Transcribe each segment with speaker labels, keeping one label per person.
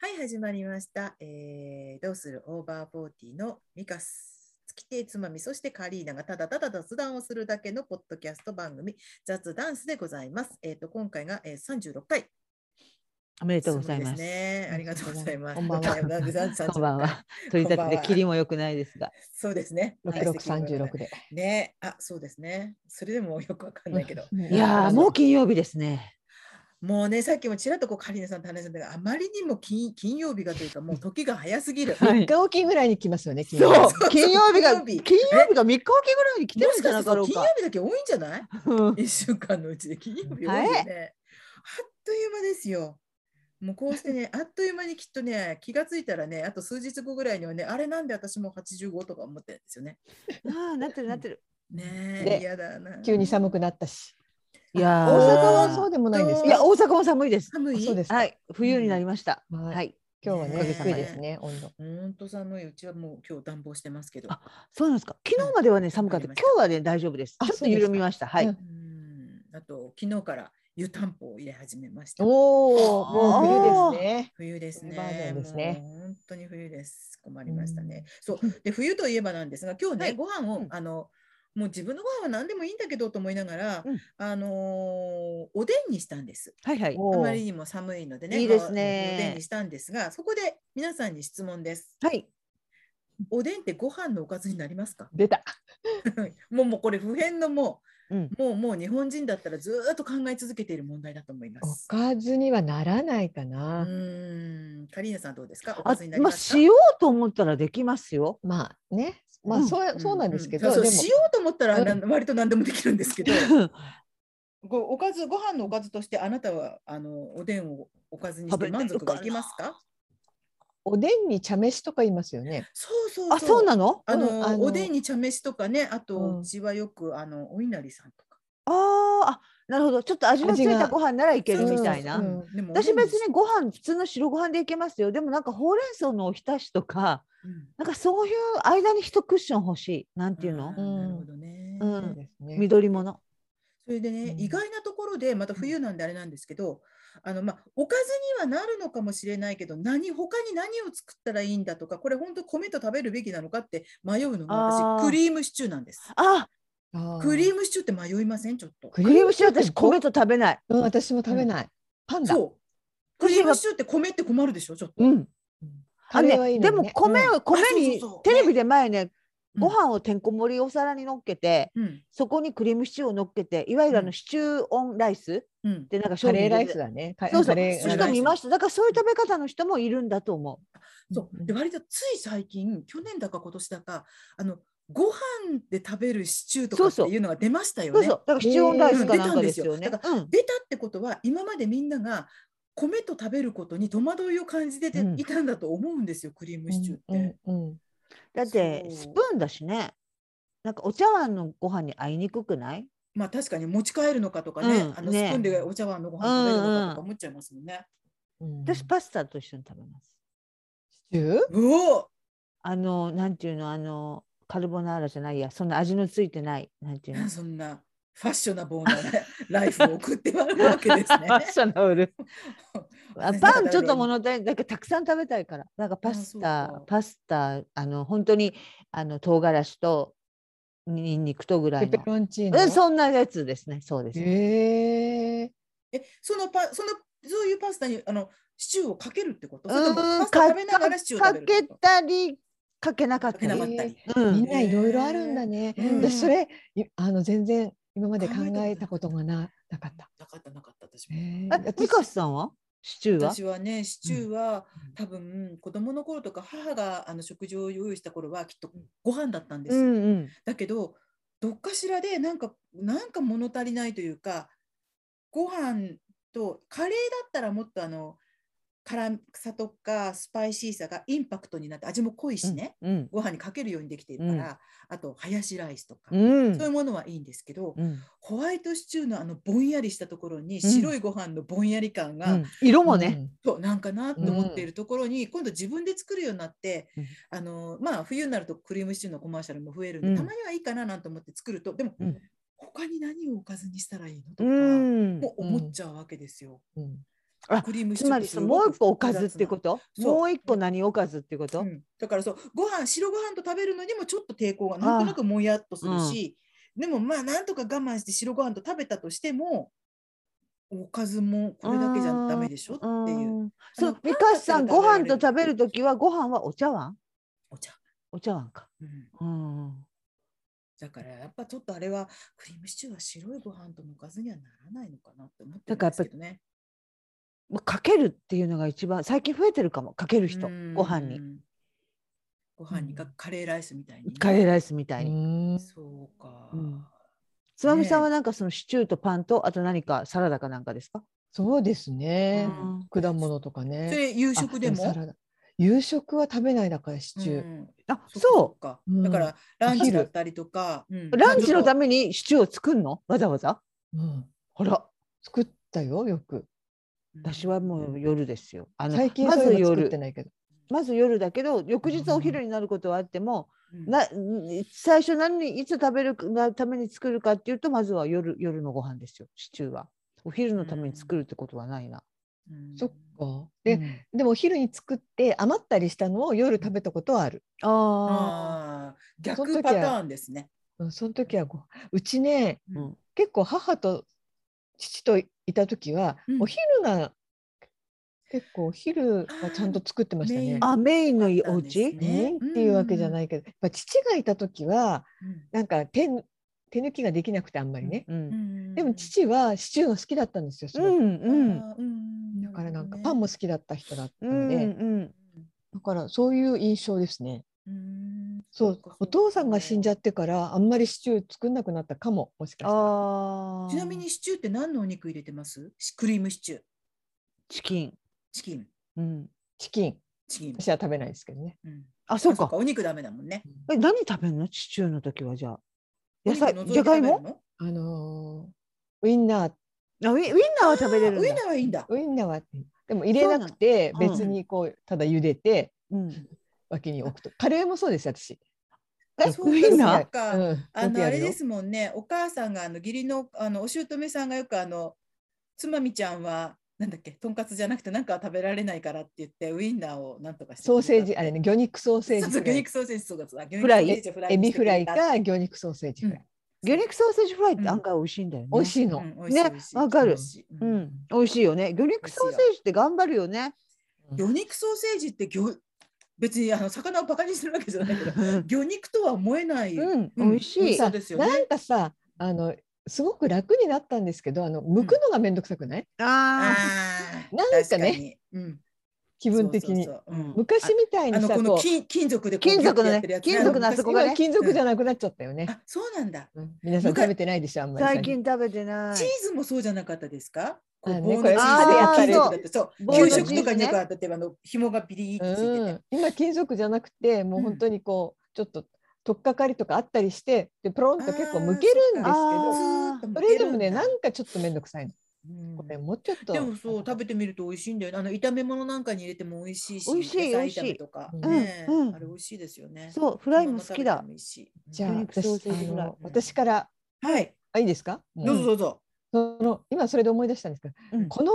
Speaker 1: はい、始まりました。えーどうするオーバーフォーティーのミカス。月亭つまみ、そしてカリーナがただただ雑談をするだけのポッドキャスト番組、雑ダンスでございます。えっ、と、今回が、えー、36回。
Speaker 2: おめでとうございます。
Speaker 1: そうですね。ありがとうございます。
Speaker 2: こんばんは。 こんばんは。取り立てで霧も良くないですが、
Speaker 1: そうですね。
Speaker 3: 六六三十六で。
Speaker 1: ね、あ、そうですね。それでもよくわかんないけど。
Speaker 3: うん
Speaker 2: いやーもう金曜日ですね。
Speaker 1: もうね、さっきもちらっとこうカリーナさんと話したんだけど、あまりにも金金曜日がというか、もう時が早すぎる。
Speaker 2: はい
Speaker 3: 三日おきぐらいに来ますよね。金
Speaker 2: そ
Speaker 3: 曜
Speaker 2: う
Speaker 3: 日
Speaker 2: 金曜日
Speaker 1: 金
Speaker 2: が
Speaker 1: 曜日
Speaker 2: 金曜日が三日おきぐらいに来て
Speaker 1: も
Speaker 2: る
Speaker 1: し
Speaker 2: んじ
Speaker 1: か
Speaker 2: ゃ
Speaker 1: し
Speaker 2: な
Speaker 1: て
Speaker 2: か
Speaker 1: そ
Speaker 2: ろ
Speaker 1: う
Speaker 2: う
Speaker 1: 金
Speaker 2: か
Speaker 1: 曜。日だけ多いんじゃない
Speaker 2: う ん
Speaker 1: 一週間のうちで金曜日多いよね。あっという間ですよ。もうこうしてね、 あっという間にきっとね、気がついたらね、あと数日後ぐらいにはね、あれなんで私も85とか思ってるんですよね。
Speaker 2: ああなってるなって る。
Speaker 1: ねえ、
Speaker 3: で
Speaker 1: 嫌だな。
Speaker 3: 急に寒くなったし。
Speaker 2: い
Speaker 3: 大
Speaker 2: やー
Speaker 3: 阪はそうでもないんです
Speaker 1: う
Speaker 2: い
Speaker 3: よ。
Speaker 2: や大阪も寒いです。
Speaker 1: 寒い
Speaker 3: そうですか。
Speaker 2: はい冬になりました。
Speaker 3: うんはい
Speaker 2: はい
Speaker 3: 今日は
Speaker 1: ね
Speaker 3: ね低いですね温度。
Speaker 1: 本当寒い。うちはもう今日暖房してますけど。
Speaker 2: あそうなんですか。昨日まではね寒かった。
Speaker 1: わ
Speaker 2: 今
Speaker 1: かりました
Speaker 2: 日はね大丈夫です。
Speaker 3: あ
Speaker 2: ちょっと
Speaker 3: そうですか
Speaker 2: 緩みました。は
Speaker 3: う
Speaker 2: い
Speaker 3: ん。
Speaker 1: うん。あと昨日から湯たんぽを入れ始めました。
Speaker 3: おお
Speaker 2: あー
Speaker 3: もう冬ですね。
Speaker 1: 冬ですね。
Speaker 3: 冬バージョンですね
Speaker 1: もう本当に冬です。困りましたね。そうで冬といえばなんですが、今日ね、
Speaker 2: はい
Speaker 1: ご飯を、
Speaker 2: うん
Speaker 1: あのもう自分のご飯は何でもいいんだけどと思いながら、
Speaker 2: うん
Speaker 1: あのーおでんにしたんです。
Speaker 2: はいはい。
Speaker 3: お
Speaker 1: あ
Speaker 3: ー
Speaker 1: まりにも寒いのでね、
Speaker 2: いいですね
Speaker 1: まあおでんにしたんですが、そこで皆さんに質問です。
Speaker 2: はい。
Speaker 1: おでんってご飯のおかずになりますか？
Speaker 3: 出た。
Speaker 1: もうもうこれ普遍のも
Speaker 2: うん。
Speaker 1: うもうもう日本人だったらずーっと考え続けている問題だと思いま
Speaker 3: お
Speaker 1: す。
Speaker 3: かずにはならないか
Speaker 1: う
Speaker 3: な。
Speaker 1: ーん、カリーナさんどうですか？おか
Speaker 2: あ
Speaker 1: ずになり
Speaker 2: ま
Speaker 1: ま
Speaker 2: あ
Speaker 1: すか？
Speaker 2: しようと思ったらできますよ。
Speaker 3: まあね。ま
Speaker 2: う
Speaker 3: あ
Speaker 2: ん
Speaker 3: そうそうなんですけど
Speaker 1: う
Speaker 3: で
Speaker 1: そう
Speaker 3: も
Speaker 1: しようと思ったら
Speaker 3: うん
Speaker 1: なん 割と何でもできるんですけど
Speaker 2: 食
Speaker 1: ごおかずご飯のおかずとしてあなたはあのおでんをおかずにし
Speaker 2: 食
Speaker 1: て
Speaker 2: べれ
Speaker 1: 満
Speaker 2: る
Speaker 1: 足がいきますか
Speaker 3: おでんに茶飯とか言いますよね。
Speaker 1: そうそう
Speaker 2: あそうなの？
Speaker 1: あの、
Speaker 3: うんあの
Speaker 1: おでんに茶飯とかねあと、う
Speaker 3: うん
Speaker 1: ちはよくあのお稲荷さんとか
Speaker 2: あーあなるほどちょっと味のつい
Speaker 3: 味
Speaker 2: た
Speaker 3: が
Speaker 2: ご飯ならいける
Speaker 1: そうそう
Speaker 2: み
Speaker 1: そう
Speaker 2: たいな。
Speaker 3: うん
Speaker 1: でも
Speaker 2: 私別に
Speaker 1: ご
Speaker 2: ご飯普通の白ご飯でいけますよでもなんかほうれん草のおひたしとかなんかそういう間に一クッション欲しいなんていうの、
Speaker 3: うん
Speaker 1: なるほどね、
Speaker 2: うん
Speaker 3: そうですね。
Speaker 2: 緑物
Speaker 1: それでね、
Speaker 3: うん
Speaker 1: 意外なところでまた冬なんであれなんですけどあの、まあ、おかずにはなるのかもしれないけど何他に何を作ったらいいんだとかこれ本当米と食べるべきなのかって迷うのが
Speaker 2: あ
Speaker 1: 私
Speaker 2: ー
Speaker 1: クリームシチューなんです。
Speaker 2: あ
Speaker 3: あー
Speaker 1: クリームシチューって迷いませんちょっと。
Speaker 3: ク
Speaker 2: クリームシチュー私
Speaker 3: ってぼ
Speaker 2: 米と食べない
Speaker 3: うん私も食べない。パンダ。
Speaker 1: そうクリームシチューって米って困るでしょちょっと。
Speaker 2: うん
Speaker 3: カレーはいい
Speaker 2: で
Speaker 3: のに
Speaker 2: も
Speaker 3: ね
Speaker 2: 米
Speaker 3: うん
Speaker 2: を米
Speaker 1: あ
Speaker 2: に
Speaker 1: そうそうそう
Speaker 2: テレビで前ね
Speaker 1: うん
Speaker 2: ご飯をてんこ盛りお皿に乗っけて
Speaker 1: うん
Speaker 2: そこにクリームシチューを乗っけていわゆるあ
Speaker 1: うん
Speaker 2: のシチューオンライス
Speaker 1: うん、
Speaker 2: でなんか商
Speaker 3: カ
Speaker 2: 品
Speaker 3: レーライス
Speaker 2: 出て
Speaker 3: だね。カ
Speaker 2: そうそ
Speaker 3: カ
Speaker 2: う
Speaker 3: レー
Speaker 2: そうい
Speaker 3: ラ
Speaker 2: う
Speaker 3: イス
Speaker 2: 人見ましただからそういう食べ方の人もいるんだと思
Speaker 1: そうで割とつい最近去年だか今年だかあのご飯で食べるシチューとか
Speaker 2: そう
Speaker 1: って
Speaker 2: そう
Speaker 1: いうのが出ましたよ
Speaker 2: う、
Speaker 1: ね。
Speaker 2: そうそうだからシチューオンライ
Speaker 1: う
Speaker 2: ス
Speaker 1: ん
Speaker 2: か
Speaker 1: 出
Speaker 2: なん
Speaker 1: たん
Speaker 2: か
Speaker 1: で
Speaker 2: ですす
Speaker 1: よ
Speaker 2: よね
Speaker 1: だか
Speaker 2: うん
Speaker 1: 出たってことは今までみんなが米と食べることに戸惑いを感じてて
Speaker 2: うん
Speaker 1: いたんだと思うんですよ、クリームシチューって。
Speaker 3: うんうん
Speaker 2: だって
Speaker 1: そう
Speaker 2: スプーンだしねなんかお茶碗のご飯に合いにくくない
Speaker 1: まあ確かに持ち帰るのかとかね、
Speaker 2: うん
Speaker 1: あのスプ
Speaker 2: ね
Speaker 1: ーンでお茶碗のご飯食べるのかと
Speaker 2: うん
Speaker 1: か
Speaker 2: うん
Speaker 1: 思っちゃいますもんね。
Speaker 3: うん
Speaker 2: 私パスタと一緒に食べます。
Speaker 3: シチュー
Speaker 1: うおー
Speaker 2: あのなんていうのあのカルボナーラじゃないやそんな味のついてないなんていう の。
Speaker 1: そんなファッショナブルな ねライフを送ってもらうわけですね。
Speaker 2: ョナ ブルあ
Speaker 1: 私
Speaker 2: パンちょっと物足りなんかたくさん食べたいからなんかパス
Speaker 1: あそう
Speaker 2: タ
Speaker 1: か
Speaker 2: パスタあの本当にあの唐辛子とニンニクとぐら
Speaker 3: ペ
Speaker 2: い
Speaker 3: ペ
Speaker 2: の、
Speaker 3: ロンチーノ
Speaker 2: うん、そんなやつですねそうですね、
Speaker 3: へえ
Speaker 1: えそのパそのそういうパスタにあのシチューをかけるってこと？
Speaker 2: う
Speaker 1: それと
Speaker 2: ん
Speaker 1: もパス
Speaker 2: か
Speaker 1: タ食べながらシチューを
Speaker 2: か
Speaker 1: 食べるって
Speaker 2: け
Speaker 1: こと？
Speaker 2: たりかけなかっ
Speaker 1: かけ
Speaker 2: た
Speaker 1: な
Speaker 2: り
Speaker 1: かったり。
Speaker 2: うん
Speaker 3: みんないろいろあるんだね、
Speaker 1: うん
Speaker 3: 私それいあの全然今まで考
Speaker 1: 考え
Speaker 3: え
Speaker 1: た
Speaker 3: た
Speaker 1: こ
Speaker 3: ことと
Speaker 1: な
Speaker 3: がななかった
Speaker 1: なかったなかった私
Speaker 3: へ
Speaker 1: も。
Speaker 3: え
Speaker 2: え、ミ
Speaker 3: 私
Speaker 2: カスさんはシチューは
Speaker 1: 私はねシチューは、
Speaker 3: うん
Speaker 1: 多分子供の頃とか母があの食事を用意した頃はきっとご飯だったんです
Speaker 2: う
Speaker 1: よ、
Speaker 2: んうん。
Speaker 1: だけどどっかしらでなんかなんか物足りないというかご飯とカレーだったらもっとあの辛さとかスパイシーさがインパクトになって味も濃いしね、
Speaker 2: うん。
Speaker 1: ご飯にかけるようにできているから、あとハヤシライスとか、
Speaker 2: うん。
Speaker 1: そういうものはいいんですけど、
Speaker 2: うん
Speaker 1: ホワイトシチューのあのぼんやりしたところに白いご飯のぼんやり感が、
Speaker 2: うん色もね。、
Speaker 1: そうなんかなと思っているところに、今度自分で作るようになって、
Speaker 2: うん
Speaker 1: あのまあ冬になるとクリームシチューのコマーシャルも増えるんで、
Speaker 2: うん
Speaker 1: たまにはいいかななんて思って作るとでも、
Speaker 2: うん
Speaker 1: 他に何をおかずにしたらいいのとか、
Speaker 2: うん。
Speaker 1: もう思っちゃうわけですよ。
Speaker 3: うんうん
Speaker 2: あ
Speaker 1: クリームシ
Speaker 2: つ
Speaker 1: チュー
Speaker 2: ま
Speaker 1: って
Speaker 2: り
Speaker 1: す
Speaker 2: そ
Speaker 1: ごく
Speaker 2: のもう一個おかずってこと
Speaker 1: 複雑な
Speaker 2: もう一個何おかずってこと、
Speaker 1: うんだからそうご飯白ご飯と食べるのにもちょっと抵抗がなんとなくもやっとするし、でもまあなんとか我慢して白ご飯と食べたとしてもおかずもこれだけじゃダメでしょっていう。
Speaker 2: うんそ
Speaker 1: あ
Speaker 2: う
Speaker 1: の
Speaker 2: 三橋さん
Speaker 1: パン
Speaker 2: ご
Speaker 1: だったら
Speaker 2: 飯と食べるときはご飯はお茶碗
Speaker 1: お茶、
Speaker 2: お茶碗か。
Speaker 1: うん、
Speaker 2: うん。
Speaker 1: だからやっぱちょっとあれはクリームシチューは白いご飯とのおかずにはならないのかなって思ってるんですけどね。
Speaker 2: まあかけるっていうのが一番最近増えてるかもかける人
Speaker 1: うん
Speaker 2: ご飯に。
Speaker 1: ご飯にかカレーライスみたいにね、
Speaker 2: カレーライスみたいに。
Speaker 3: ん
Speaker 1: そうか。
Speaker 2: うんつまみさんは
Speaker 1: ね
Speaker 2: なんかそのシチューとパンとあと何かサラダかなんかですか、
Speaker 3: そうですね、
Speaker 2: うん
Speaker 3: 果物とかね
Speaker 1: それ夕食でも
Speaker 3: あサラダ夕食は食べないだからシチュー、
Speaker 1: うん
Speaker 2: あ
Speaker 1: そ
Speaker 2: そう
Speaker 1: か。
Speaker 3: うん
Speaker 1: だからラン
Speaker 3: お
Speaker 1: チ
Speaker 3: 昼
Speaker 1: だったりとか、うん
Speaker 2: うランチのた
Speaker 1: ま
Speaker 2: めにシチューを作るのわざわざ
Speaker 3: うん
Speaker 2: ほら
Speaker 3: 作ったよよく
Speaker 1: あ
Speaker 2: 私はもう夜ですよ。あの
Speaker 3: 最近
Speaker 2: ま
Speaker 3: そう
Speaker 2: ず
Speaker 3: いうの作って
Speaker 2: 夜
Speaker 3: ないけど、
Speaker 2: まず夜だけど翌日お昼になることはあっても、
Speaker 1: うん
Speaker 2: な最初何にいつ食べるがために作るかっていうとまずは夜夜のご飯ですよシチューは。お昼のために作るってことはないな。
Speaker 1: うん
Speaker 3: そっかで、
Speaker 2: うん
Speaker 3: でもお昼に作って余ったりしたのを夜食べたことはある、
Speaker 1: あ
Speaker 2: あ
Speaker 1: ー
Speaker 3: そ
Speaker 1: 逆
Speaker 3: の時
Speaker 1: パ
Speaker 3: は
Speaker 1: ターンですね。
Speaker 3: うん、その時はごうちね
Speaker 2: ー、うん
Speaker 3: 結構母と父といた時は、
Speaker 1: うん
Speaker 3: お昼が結構お昼はちゃんと作ってましたね。
Speaker 1: あ
Speaker 2: あメイン
Speaker 1: あ
Speaker 2: の
Speaker 1: った
Speaker 2: お
Speaker 1: んです
Speaker 2: 家、
Speaker 1: ね。
Speaker 3: ね、っていうわけじゃないいけど、やっぱ父がいた時は
Speaker 1: うん
Speaker 3: なんか手ぬ手抜きができなくてあんまりね、
Speaker 2: うん
Speaker 1: うんうん
Speaker 3: でも父はシチューが好きだったんですよす
Speaker 2: う
Speaker 3: ごく
Speaker 2: んうん
Speaker 1: あーうん
Speaker 3: だからなんかパンも好きだった人だった
Speaker 2: う
Speaker 3: の
Speaker 2: ん
Speaker 3: で、
Speaker 2: うん
Speaker 3: だからそういう印象ですね。
Speaker 1: うん
Speaker 3: そう
Speaker 1: か
Speaker 3: お父さんが死んじゃ
Speaker 1: っ
Speaker 3: ってからあんまりシチュー作んなくなったかももしかしたら
Speaker 2: あー
Speaker 1: ちなみにシチューって何のお肉入れてます？シクリームシチュー、
Speaker 2: チキン、
Speaker 1: チキン、
Speaker 2: うん、
Speaker 3: チキン
Speaker 1: チキン。
Speaker 3: 私は食べないですけどね。
Speaker 1: うん
Speaker 2: あ
Speaker 1: あ
Speaker 2: そう
Speaker 1: そっ
Speaker 2: か
Speaker 1: かお肉ダメだもんね。
Speaker 2: え何食べるのシチューの時はじゃあ野菜
Speaker 1: お肉除
Speaker 2: じゃ
Speaker 1: て食
Speaker 2: が
Speaker 1: べ
Speaker 2: い
Speaker 1: る
Speaker 2: も
Speaker 1: の
Speaker 3: あのーウインナー
Speaker 2: あウィウィンナーは食べれるん
Speaker 1: ウ
Speaker 2: だ
Speaker 1: インナーはいいんだ。
Speaker 3: ウインナーはでも入れなくて
Speaker 2: そうなの
Speaker 3: 別にこうただ茹でて
Speaker 2: うん、
Speaker 3: 脇に置くとカレーもそうですよ私。
Speaker 2: え
Speaker 1: そうか
Speaker 2: ウイン
Speaker 1: そ
Speaker 2: ナー
Speaker 1: うか。
Speaker 3: うん
Speaker 1: あ
Speaker 3: よく
Speaker 1: のあ
Speaker 3: や
Speaker 1: れ
Speaker 3: るよ
Speaker 1: ですもんね、お母さんがあの義理のあのお姑さんがよくあのつまみちゃんはなんだっけ、とんかつじゃなくてなんかは食べられないからって言ってウインナーをなんとかして
Speaker 3: ソーセージあれね魚肉ソーセー
Speaker 1: そう
Speaker 3: ジ
Speaker 1: そう魚
Speaker 3: フライ
Speaker 1: 肉ソーセージそうかそうだ魚肉
Speaker 2: フラ
Speaker 1: ソーセ
Speaker 2: イ
Speaker 1: ージを
Speaker 3: エビフライ
Speaker 1: にしてくれた
Speaker 3: か魚肉ソーセージフライ、
Speaker 2: 魚肉ソーセージフライって
Speaker 1: うん
Speaker 2: 案外美味しいんだよね、
Speaker 3: 美味しいの、
Speaker 1: うん
Speaker 2: ねわかる。
Speaker 1: 美味しい美味しい美味しい
Speaker 2: うん、美味しいよね魚肉ソーセージって頑張るよね
Speaker 1: 魚肉ソーセージって魚別にあの魚をバカにするわけじゃないけ ど、
Speaker 2: う
Speaker 1: 魚肉とは思えない。
Speaker 2: ん、美味し
Speaker 1: 美味し
Speaker 2: い
Speaker 1: そうですよ
Speaker 3: な
Speaker 1: ね。
Speaker 3: んかさあのすごく楽になったんですけどあの剥くのがめんどくさくない、
Speaker 1: あ
Speaker 2: あ
Speaker 1: ー
Speaker 3: なんかね
Speaker 1: 確にうん、
Speaker 3: 気分的に
Speaker 1: そうそう
Speaker 2: ー、う
Speaker 1: そううん
Speaker 2: ん、
Speaker 3: 昔みたい
Speaker 1: あ
Speaker 3: に
Speaker 1: の
Speaker 3: さ
Speaker 1: この
Speaker 3: こう
Speaker 1: 金金属でこう
Speaker 2: 金属のね
Speaker 1: ギュッてやってるやつ
Speaker 2: 金属のあそこがね
Speaker 3: 今金属じゃなくなっちゃったよね、
Speaker 1: あそうなんだ。
Speaker 3: うん皆さん
Speaker 1: 昔
Speaker 3: 食べてないでしょあんまり
Speaker 2: 最近食べてない
Speaker 1: チーズもそうじゃなかったですか？こ
Speaker 3: あ
Speaker 1: う
Speaker 3: ね
Speaker 1: 棒の
Speaker 3: こ
Speaker 1: チ
Speaker 3: れ
Speaker 1: ーズでやったり
Speaker 2: あー
Speaker 1: とかってそう
Speaker 3: そう
Speaker 1: 給
Speaker 3: 棒のチ
Speaker 1: 食
Speaker 3: ー
Speaker 1: と
Speaker 3: ズ
Speaker 1: か
Speaker 2: ね
Speaker 1: によくあった例えばあの紐がビリッとついて
Speaker 3: う
Speaker 1: て
Speaker 3: ん、今金属じゃなくてもう本当にこう、ちょっと取っかかりとかあったりしてでプロンと結構剥けるんですけ
Speaker 1: あ
Speaker 3: ど
Speaker 2: ー
Speaker 3: そ
Speaker 1: ずーっと向けるんだ
Speaker 3: れでもねなんかちょっとめんどくさいの、
Speaker 1: うん
Speaker 3: これもうちょっと
Speaker 1: でもそう食べてみると美味しいんだよね。あの炒め物なんかに入れても美味しいし、
Speaker 2: 美味しい
Speaker 1: 野菜
Speaker 2: 美味しい
Speaker 1: 炒めとか、
Speaker 3: うん
Speaker 1: ね
Speaker 2: うん
Speaker 1: あれ美味しいですよね。
Speaker 2: そうフライも好きだ
Speaker 1: そのまま食べてもいいし
Speaker 3: じゃあ
Speaker 2: 魚肉ソーセージフ
Speaker 3: 私あ
Speaker 2: ライ
Speaker 3: の私から
Speaker 1: はい、
Speaker 3: あいいですか、もう
Speaker 1: どうぞどうぞ。
Speaker 3: その今それで思い出したんですけど、
Speaker 2: うん
Speaker 3: この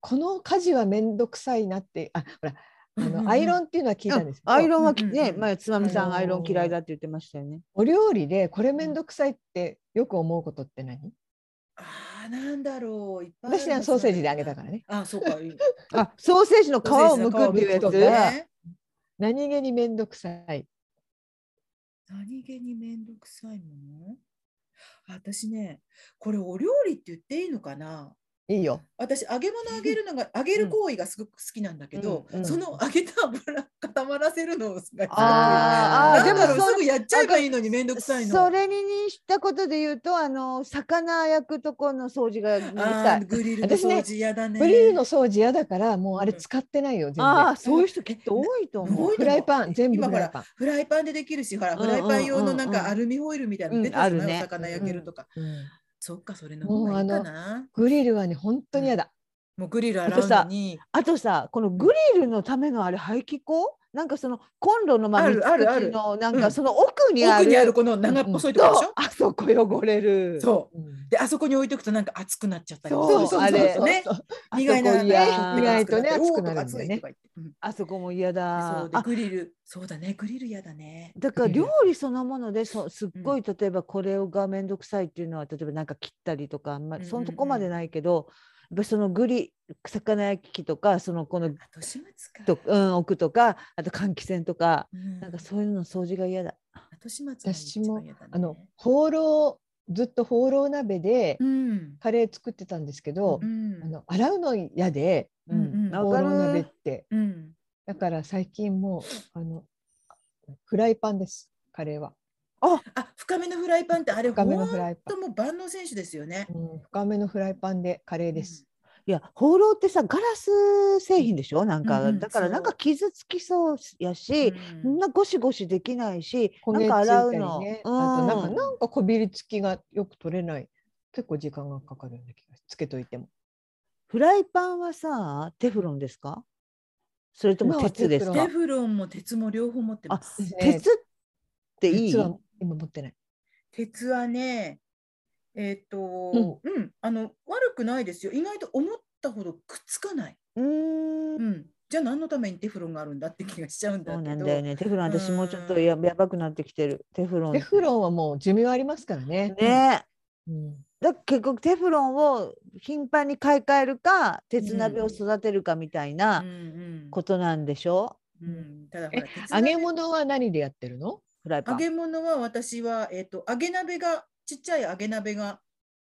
Speaker 3: この家事はめんどくさいなってあほらあ
Speaker 1: うんうんうん
Speaker 3: のアイロンっていうのは聞いたんですけど、
Speaker 2: アイロンはき
Speaker 1: うんうん
Speaker 2: ね、
Speaker 1: うん
Speaker 2: 前つまみさんがアイロ
Speaker 3: あ
Speaker 2: ン
Speaker 3: のー
Speaker 2: 嫌いだって言ってましたよね。
Speaker 3: お料理でこれめんどくさいってよく思うことって何、
Speaker 1: ああなんだろういっぱいある
Speaker 3: 私はソーセージで揚げたからね。
Speaker 1: あーそう か。
Speaker 2: あ、ソーセージの皮を剥くっていうや
Speaker 1: ソーセージの皮を剥くと
Speaker 2: つ。
Speaker 1: かね
Speaker 3: 何気にめんどくさい、
Speaker 1: 何気にめんどくさいものあ私ねこれお料理って言っていいのかない
Speaker 3: いよ
Speaker 1: 私揚げ物揚げるのが揚げる行為がすごく好きなんだけど、
Speaker 3: うんうん
Speaker 1: その揚げた油固まらせるのが
Speaker 2: あ
Speaker 3: ー
Speaker 1: なんだ
Speaker 3: あー
Speaker 1: ろ
Speaker 3: で
Speaker 1: う
Speaker 2: もそ
Speaker 1: すぐやっちゃえばいいのにめんどくさいの。
Speaker 2: それに似したことで言うと、あの魚焼くとこの掃除がめんどくさ
Speaker 1: あー
Speaker 2: い。
Speaker 1: グリルの
Speaker 3: 私ね
Speaker 1: 掃除嫌だね。
Speaker 3: グリルの掃除嫌だからもうあれ使ってないよ全然、
Speaker 2: ああ、そういう人きっと多いと思
Speaker 1: 多
Speaker 2: う
Speaker 1: い。
Speaker 3: フライパン全部
Speaker 1: 今
Speaker 3: フ
Speaker 1: ほ
Speaker 3: ライ
Speaker 1: ら
Speaker 3: パン、
Speaker 1: フライパンでできるしほら
Speaker 2: うんう
Speaker 1: フ
Speaker 2: ん
Speaker 1: ライパン用のなん
Speaker 2: うん
Speaker 1: か
Speaker 2: うん
Speaker 1: アルミホイルみたいなの出てたじゃ
Speaker 2: うんあ
Speaker 1: な
Speaker 2: る
Speaker 1: い
Speaker 2: ね
Speaker 1: お魚焼けるとか。
Speaker 3: うん
Speaker 1: そっかそれの方がいいかな。
Speaker 3: グリルはね本当に嫌だ、
Speaker 1: もうグリル洗うのに。
Speaker 2: あとさ、このグリルのためのあれ排気口なんかそのコンロのまあ
Speaker 1: あ
Speaker 2: 三
Speaker 1: るあるある
Speaker 2: 口のなん
Speaker 1: う
Speaker 2: か
Speaker 1: ん
Speaker 2: その奥にある
Speaker 1: 奥にあるこの長っぽそいとこでし
Speaker 2: そ
Speaker 1: ょ
Speaker 2: う、あそこ汚れる
Speaker 1: そう
Speaker 3: うん
Speaker 1: であそこに置いとくとなんか熱くなっちゃったり
Speaker 2: そう
Speaker 1: とか
Speaker 2: あれ
Speaker 1: ね
Speaker 2: あそこ
Speaker 1: 意外な
Speaker 2: 嫌
Speaker 1: ね
Speaker 2: 意
Speaker 3: 外とね熱くなるん
Speaker 1: 熱
Speaker 3: だよ
Speaker 1: い
Speaker 3: ね
Speaker 1: とか言ってうん
Speaker 2: あそこも嫌
Speaker 1: そ
Speaker 2: だ
Speaker 1: うで
Speaker 2: あ
Speaker 1: グリルそうだねグリルやだね
Speaker 2: だから
Speaker 3: うん
Speaker 2: 料理そのものでそうすっごい例えばこれが面倒くさいっていうのは例えばなんか切ったりとかあんまり
Speaker 1: うん
Speaker 2: そ
Speaker 1: うんん
Speaker 2: とこまでないけどやっぱそのグリ魚焼き器とかそのこの
Speaker 1: 後始末か
Speaker 2: と、うん、置くとかあと換気扇とか
Speaker 1: うん
Speaker 2: なんかそういうの掃除が嫌だ。
Speaker 1: 後始末が
Speaker 3: 私
Speaker 1: 一
Speaker 3: も
Speaker 1: 番嫌だね
Speaker 3: あの放浪ずっと放浪鍋で
Speaker 1: うん
Speaker 3: カレー作ってたんですけど
Speaker 1: う、ん
Speaker 3: あの洗うの嫌で
Speaker 1: うんうん
Speaker 2: わ
Speaker 3: 放
Speaker 2: か
Speaker 3: 浪鍋っ
Speaker 2: る
Speaker 3: て
Speaker 1: うん
Speaker 3: だから最近もうあのフライパンですカレーは、
Speaker 1: あ深めのフライパンってあれ
Speaker 3: 深
Speaker 1: 本
Speaker 3: めのフライパ
Speaker 1: 当もう万能選手ですよね
Speaker 3: うん、深めのフライパンでカレーです、
Speaker 2: いや放浪ってさガラス製品でしょなんか、
Speaker 1: うんうん
Speaker 2: だからなんか
Speaker 1: そう
Speaker 2: 傷つきそうやし、
Speaker 1: うん
Speaker 2: そんなゴシゴシできないし、
Speaker 3: 焦
Speaker 2: な
Speaker 3: げ
Speaker 2: ん
Speaker 3: つ
Speaker 2: か
Speaker 3: いた
Speaker 2: 洗
Speaker 3: り
Speaker 2: うの、
Speaker 3: ねあ
Speaker 2: う
Speaker 3: と
Speaker 2: ん
Speaker 3: なんか
Speaker 1: うん
Speaker 3: なんかこびりつきがよく取れない結構時間がかかるような気がつけといても
Speaker 2: フライパンはさテフロンですかそれとも
Speaker 3: 今は
Speaker 2: 鉄です
Speaker 3: テ
Speaker 2: か
Speaker 1: テフロンも鉄も両方持ってます
Speaker 3: ですね
Speaker 2: 鉄っていい
Speaker 3: 実は今持ってない
Speaker 1: 鉄はね、えっ、と、
Speaker 3: う
Speaker 1: うん、あの悪くないですよ。意外と思ったほどくっつかない。
Speaker 2: うーん
Speaker 1: うん。じゃあ何のためにテフロンがあるんだって気がしちゃうんだ
Speaker 2: そう
Speaker 1: け
Speaker 2: なん
Speaker 1: ど。
Speaker 2: だよねテフロン私もうちょっとややばくなってきてるテフロン
Speaker 3: テフロンはもう寿命ありますからね。
Speaker 2: ね
Speaker 3: うん
Speaker 2: だ結局テフロンを頻繁に買い替えるか鉄鍋を育てるかみたいな
Speaker 1: うんうん。
Speaker 2: ことなんでしょ、
Speaker 1: うん、ただほ
Speaker 3: え
Speaker 1: ら鉄
Speaker 3: 揚
Speaker 1: 鍋
Speaker 3: げ物は何でやってるの？
Speaker 2: フライパ
Speaker 1: 揚
Speaker 2: ン
Speaker 1: げ物は私はえっ、と揚げ鍋がちっちゃい揚げ鍋が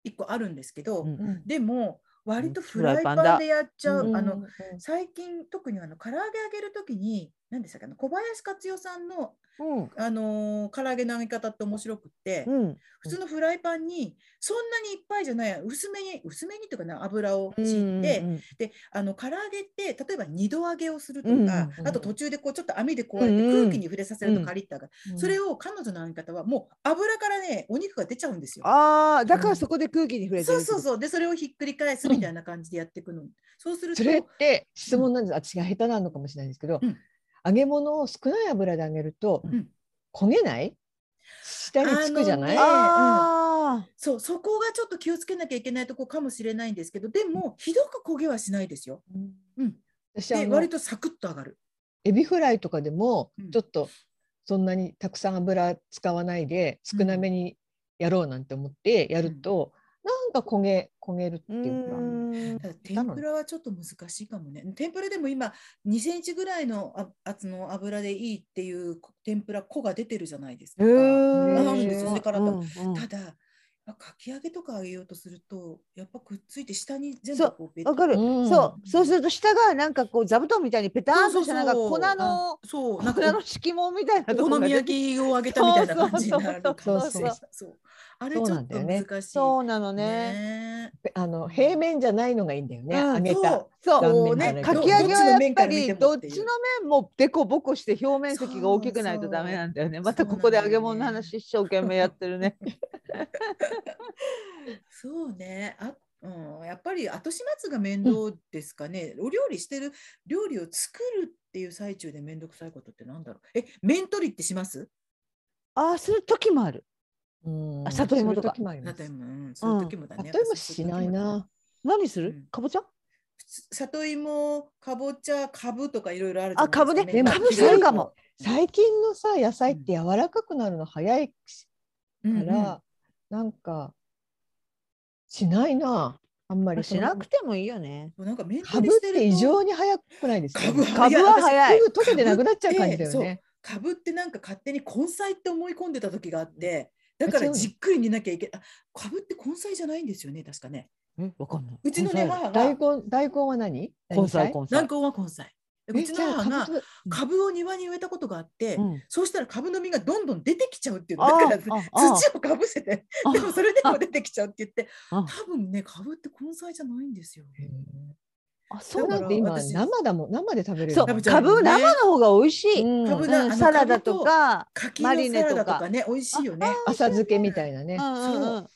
Speaker 1: 一個あるんですけど、
Speaker 2: うん
Speaker 3: うん
Speaker 1: でも割と
Speaker 2: うん
Speaker 1: フライ
Speaker 2: フライパ
Speaker 1: パ
Speaker 2: ンだ
Speaker 1: ンでやっちゃう、
Speaker 2: うん
Speaker 1: あの
Speaker 3: うん
Speaker 1: 最近特にあの唐揚げ揚げるときに何でしたっけあの小林克代さんの
Speaker 2: うん
Speaker 1: あのー唐揚げの揚げ方って面白くって、
Speaker 2: うん
Speaker 1: 普通のフライパンにそんなにいっぱいじゃない薄めに薄めにというかな油を
Speaker 2: うん
Speaker 1: 敷いて、
Speaker 2: うん
Speaker 1: であの唐揚げって例えば二度揚げをするとか、
Speaker 2: うんうんうん
Speaker 1: あと途中でこうちょっと網でこうやって
Speaker 2: うんうん
Speaker 1: 空気に触れさせるとカリッと揚がる、
Speaker 3: うん
Speaker 1: それを彼女の揚げ方はもう油からねお肉が出ちゃうんですよ。
Speaker 2: ああだからそこで空気に触れて
Speaker 1: そ
Speaker 2: る
Speaker 1: うそう
Speaker 2: う
Speaker 1: そうでそれをひっくり返すみたいな感じでやっていくの。そうすると
Speaker 3: それって質問なんです。私が下手なのかもしれないんですけど
Speaker 1: うん、
Speaker 3: 揚げ物を少ない油で揚げると
Speaker 1: うん
Speaker 3: 焦げない？下につくじゃ
Speaker 1: あの
Speaker 3: な
Speaker 1: ね
Speaker 3: い？
Speaker 2: ああ
Speaker 1: そうそこがちょっと気をつけなきゃいけないとこかもしれないんですけどでもひどく焦げはしないですよ。
Speaker 3: うん
Speaker 1: うん、
Speaker 3: 私あ
Speaker 1: で
Speaker 3: の
Speaker 1: 割とサクッと上がる。
Speaker 3: エビフライとかでも
Speaker 1: うん
Speaker 3: ちょっとそんなにたくさん油使わないで
Speaker 1: うん
Speaker 3: 少なめにやろうなんて思ってやるとなんか焦げ焦げるっていうか
Speaker 2: う。ーん
Speaker 1: ただ
Speaker 3: な
Speaker 1: 天
Speaker 3: の
Speaker 1: ぷらはちょっと難しいかもね。天ぷらでも今2センチぐらいのあ厚の油でいいっていう天ぷら粉が出てるじゃないですか。
Speaker 3: なんでそれ
Speaker 1: からと
Speaker 2: うんうん
Speaker 1: ただかき揚げとか揚げようとするとやっぱくっついて下に全
Speaker 2: そ
Speaker 1: 部
Speaker 2: う
Speaker 1: こうベ
Speaker 2: わかる、
Speaker 3: うん
Speaker 2: そうそうすると下がなんかこう座布団みたいにペターンとしたなんか
Speaker 1: そうそ
Speaker 2: 粉
Speaker 1: うそうそう
Speaker 2: の
Speaker 1: なん
Speaker 2: 粉
Speaker 1: か
Speaker 2: の敷物みたいな
Speaker 1: お
Speaker 2: と
Speaker 1: お
Speaker 2: こ
Speaker 1: 好
Speaker 2: が
Speaker 1: み
Speaker 2: 出て
Speaker 1: 焼きを揚げたみたいな感じになるかもしれない。
Speaker 3: そ
Speaker 1: そうあれちょ
Speaker 3: そうな
Speaker 1: っ
Speaker 3: んだ
Speaker 1: と
Speaker 3: よね
Speaker 1: 難しい。
Speaker 2: そうなのね
Speaker 1: ねえ。
Speaker 3: あの平面じゃないのがいいんだよね、
Speaker 2: うん
Speaker 3: 揚げ
Speaker 1: そ
Speaker 3: た
Speaker 1: う。
Speaker 2: そう
Speaker 3: 断
Speaker 1: そう
Speaker 3: 面じゃ
Speaker 1: ね
Speaker 3: な
Speaker 1: う
Speaker 2: か
Speaker 3: いけど
Speaker 2: き揚げはやっぱりど
Speaker 1: ど
Speaker 2: っ
Speaker 1: っ
Speaker 2: ち
Speaker 1: ち
Speaker 2: の
Speaker 1: の
Speaker 2: 面もでこぼこして表面積が大きくないとダメなんだよねまたここで揚げ物の話一生懸命やってるね
Speaker 1: そうね。あ、うん、やっぱり後始末が面倒ですかね。お料理してる料理を作るっていう最中で面倒くさいことってなんだろう。え、面取りってします？
Speaker 2: ああする時もある
Speaker 3: うん
Speaker 2: あ里芋とか
Speaker 3: する時もありま
Speaker 1: 里
Speaker 3: す
Speaker 1: 芋、うん、そういう時もだね。
Speaker 3: 里芋しないな。
Speaker 2: 何する、
Speaker 1: うん
Speaker 2: かぼちゃ
Speaker 1: 普通。里芋、かぼちゃ、かぶとかいろいろあるじゃ
Speaker 2: あ
Speaker 1: ないです
Speaker 2: かぶね
Speaker 1: ね。
Speaker 2: かぶするかも
Speaker 3: 最近のさ野菜って柔らかくなるの早いか
Speaker 1: うんうん
Speaker 3: ら、なんかしないなあんまり
Speaker 2: しなくてもいいよね
Speaker 1: なんか面
Speaker 3: か
Speaker 1: 取り
Speaker 3: ぶ
Speaker 1: し
Speaker 3: って
Speaker 1: る
Speaker 3: て
Speaker 1: と
Speaker 3: 異常に早くないですか
Speaker 1: かぶ
Speaker 2: かぶは早い
Speaker 3: すぐ溶けてなくなっちゃう感じだよね
Speaker 1: かぶってなんか勝手に根菜って思い込んでた時があって、だ
Speaker 3: あ
Speaker 1: か
Speaker 3: 違う
Speaker 1: ら
Speaker 3: の
Speaker 1: じっくり煮なきゃいけない。かぶって根菜じゃないんですよね、確かね。
Speaker 2: えわかんないう
Speaker 1: ちのね、母
Speaker 3: 大
Speaker 1: は
Speaker 3: 根大根は何
Speaker 2: 根菜
Speaker 3: 何
Speaker 2: 根菜
Speaker 1: 南高は根菜。
Speaker 3: え
Speaker 1: うちの
Speaker 3: じゃあ
Speaker 1: 母が
Speaker 3: かぶと
Speaker 1: 株を庭に植えたことがあって、
Speaker 2: うん
Speaker 1: そうしたら株の実がどんどん出てきちゃうっていう。だ
Speaker 2: あー
Speaker 1: から
Speaker 2: ああ
Speaker 1: 土をかぶせて、
Speaker 2: あ
Speaker 1: でもそれでも出てきちゃうって言って、
Speaker 2: あ
Speaker 1: 多分ね、株って根菜じゃないんですよ。
Speaker 2: あそ
Speaker 3: そうう
Speaker 2: な
Speaker 3: なん
Speaker 2: だ
Speaker 3: んて今
Speaker 1: 私
Speaker 3: 生だもん生で食べれる
Speaker 2: そう
Speaker 3: も
Speaker 1: 食
Speaker 3: ん
Speaker 1: べちゃ
Speaker 2: か
Speaker 1: うも
Speaker 2: ぶ
Speaker 1: んね
Speaker 2: 生の方が美味しい、
Speaker 3: うん
Speaker 1: かぶ
Speaker 2: う
Speaker 1: だあ
Speaker 2: ん、
Speaker 1: の
Speaker 2: サラダとか
Speaker 1: 柿
Speaker 2: マリ
Speaker 1: の
Speaker 2: ネ
Speaker 1: サ
Speaker 2: とか
Speaker 1: ラダとかね、美味しいよね。
Speaker 3: 浅漬けみたいなね
Speaker 2: うんうんう
Speaker 1: そ
Speaker 2: ん、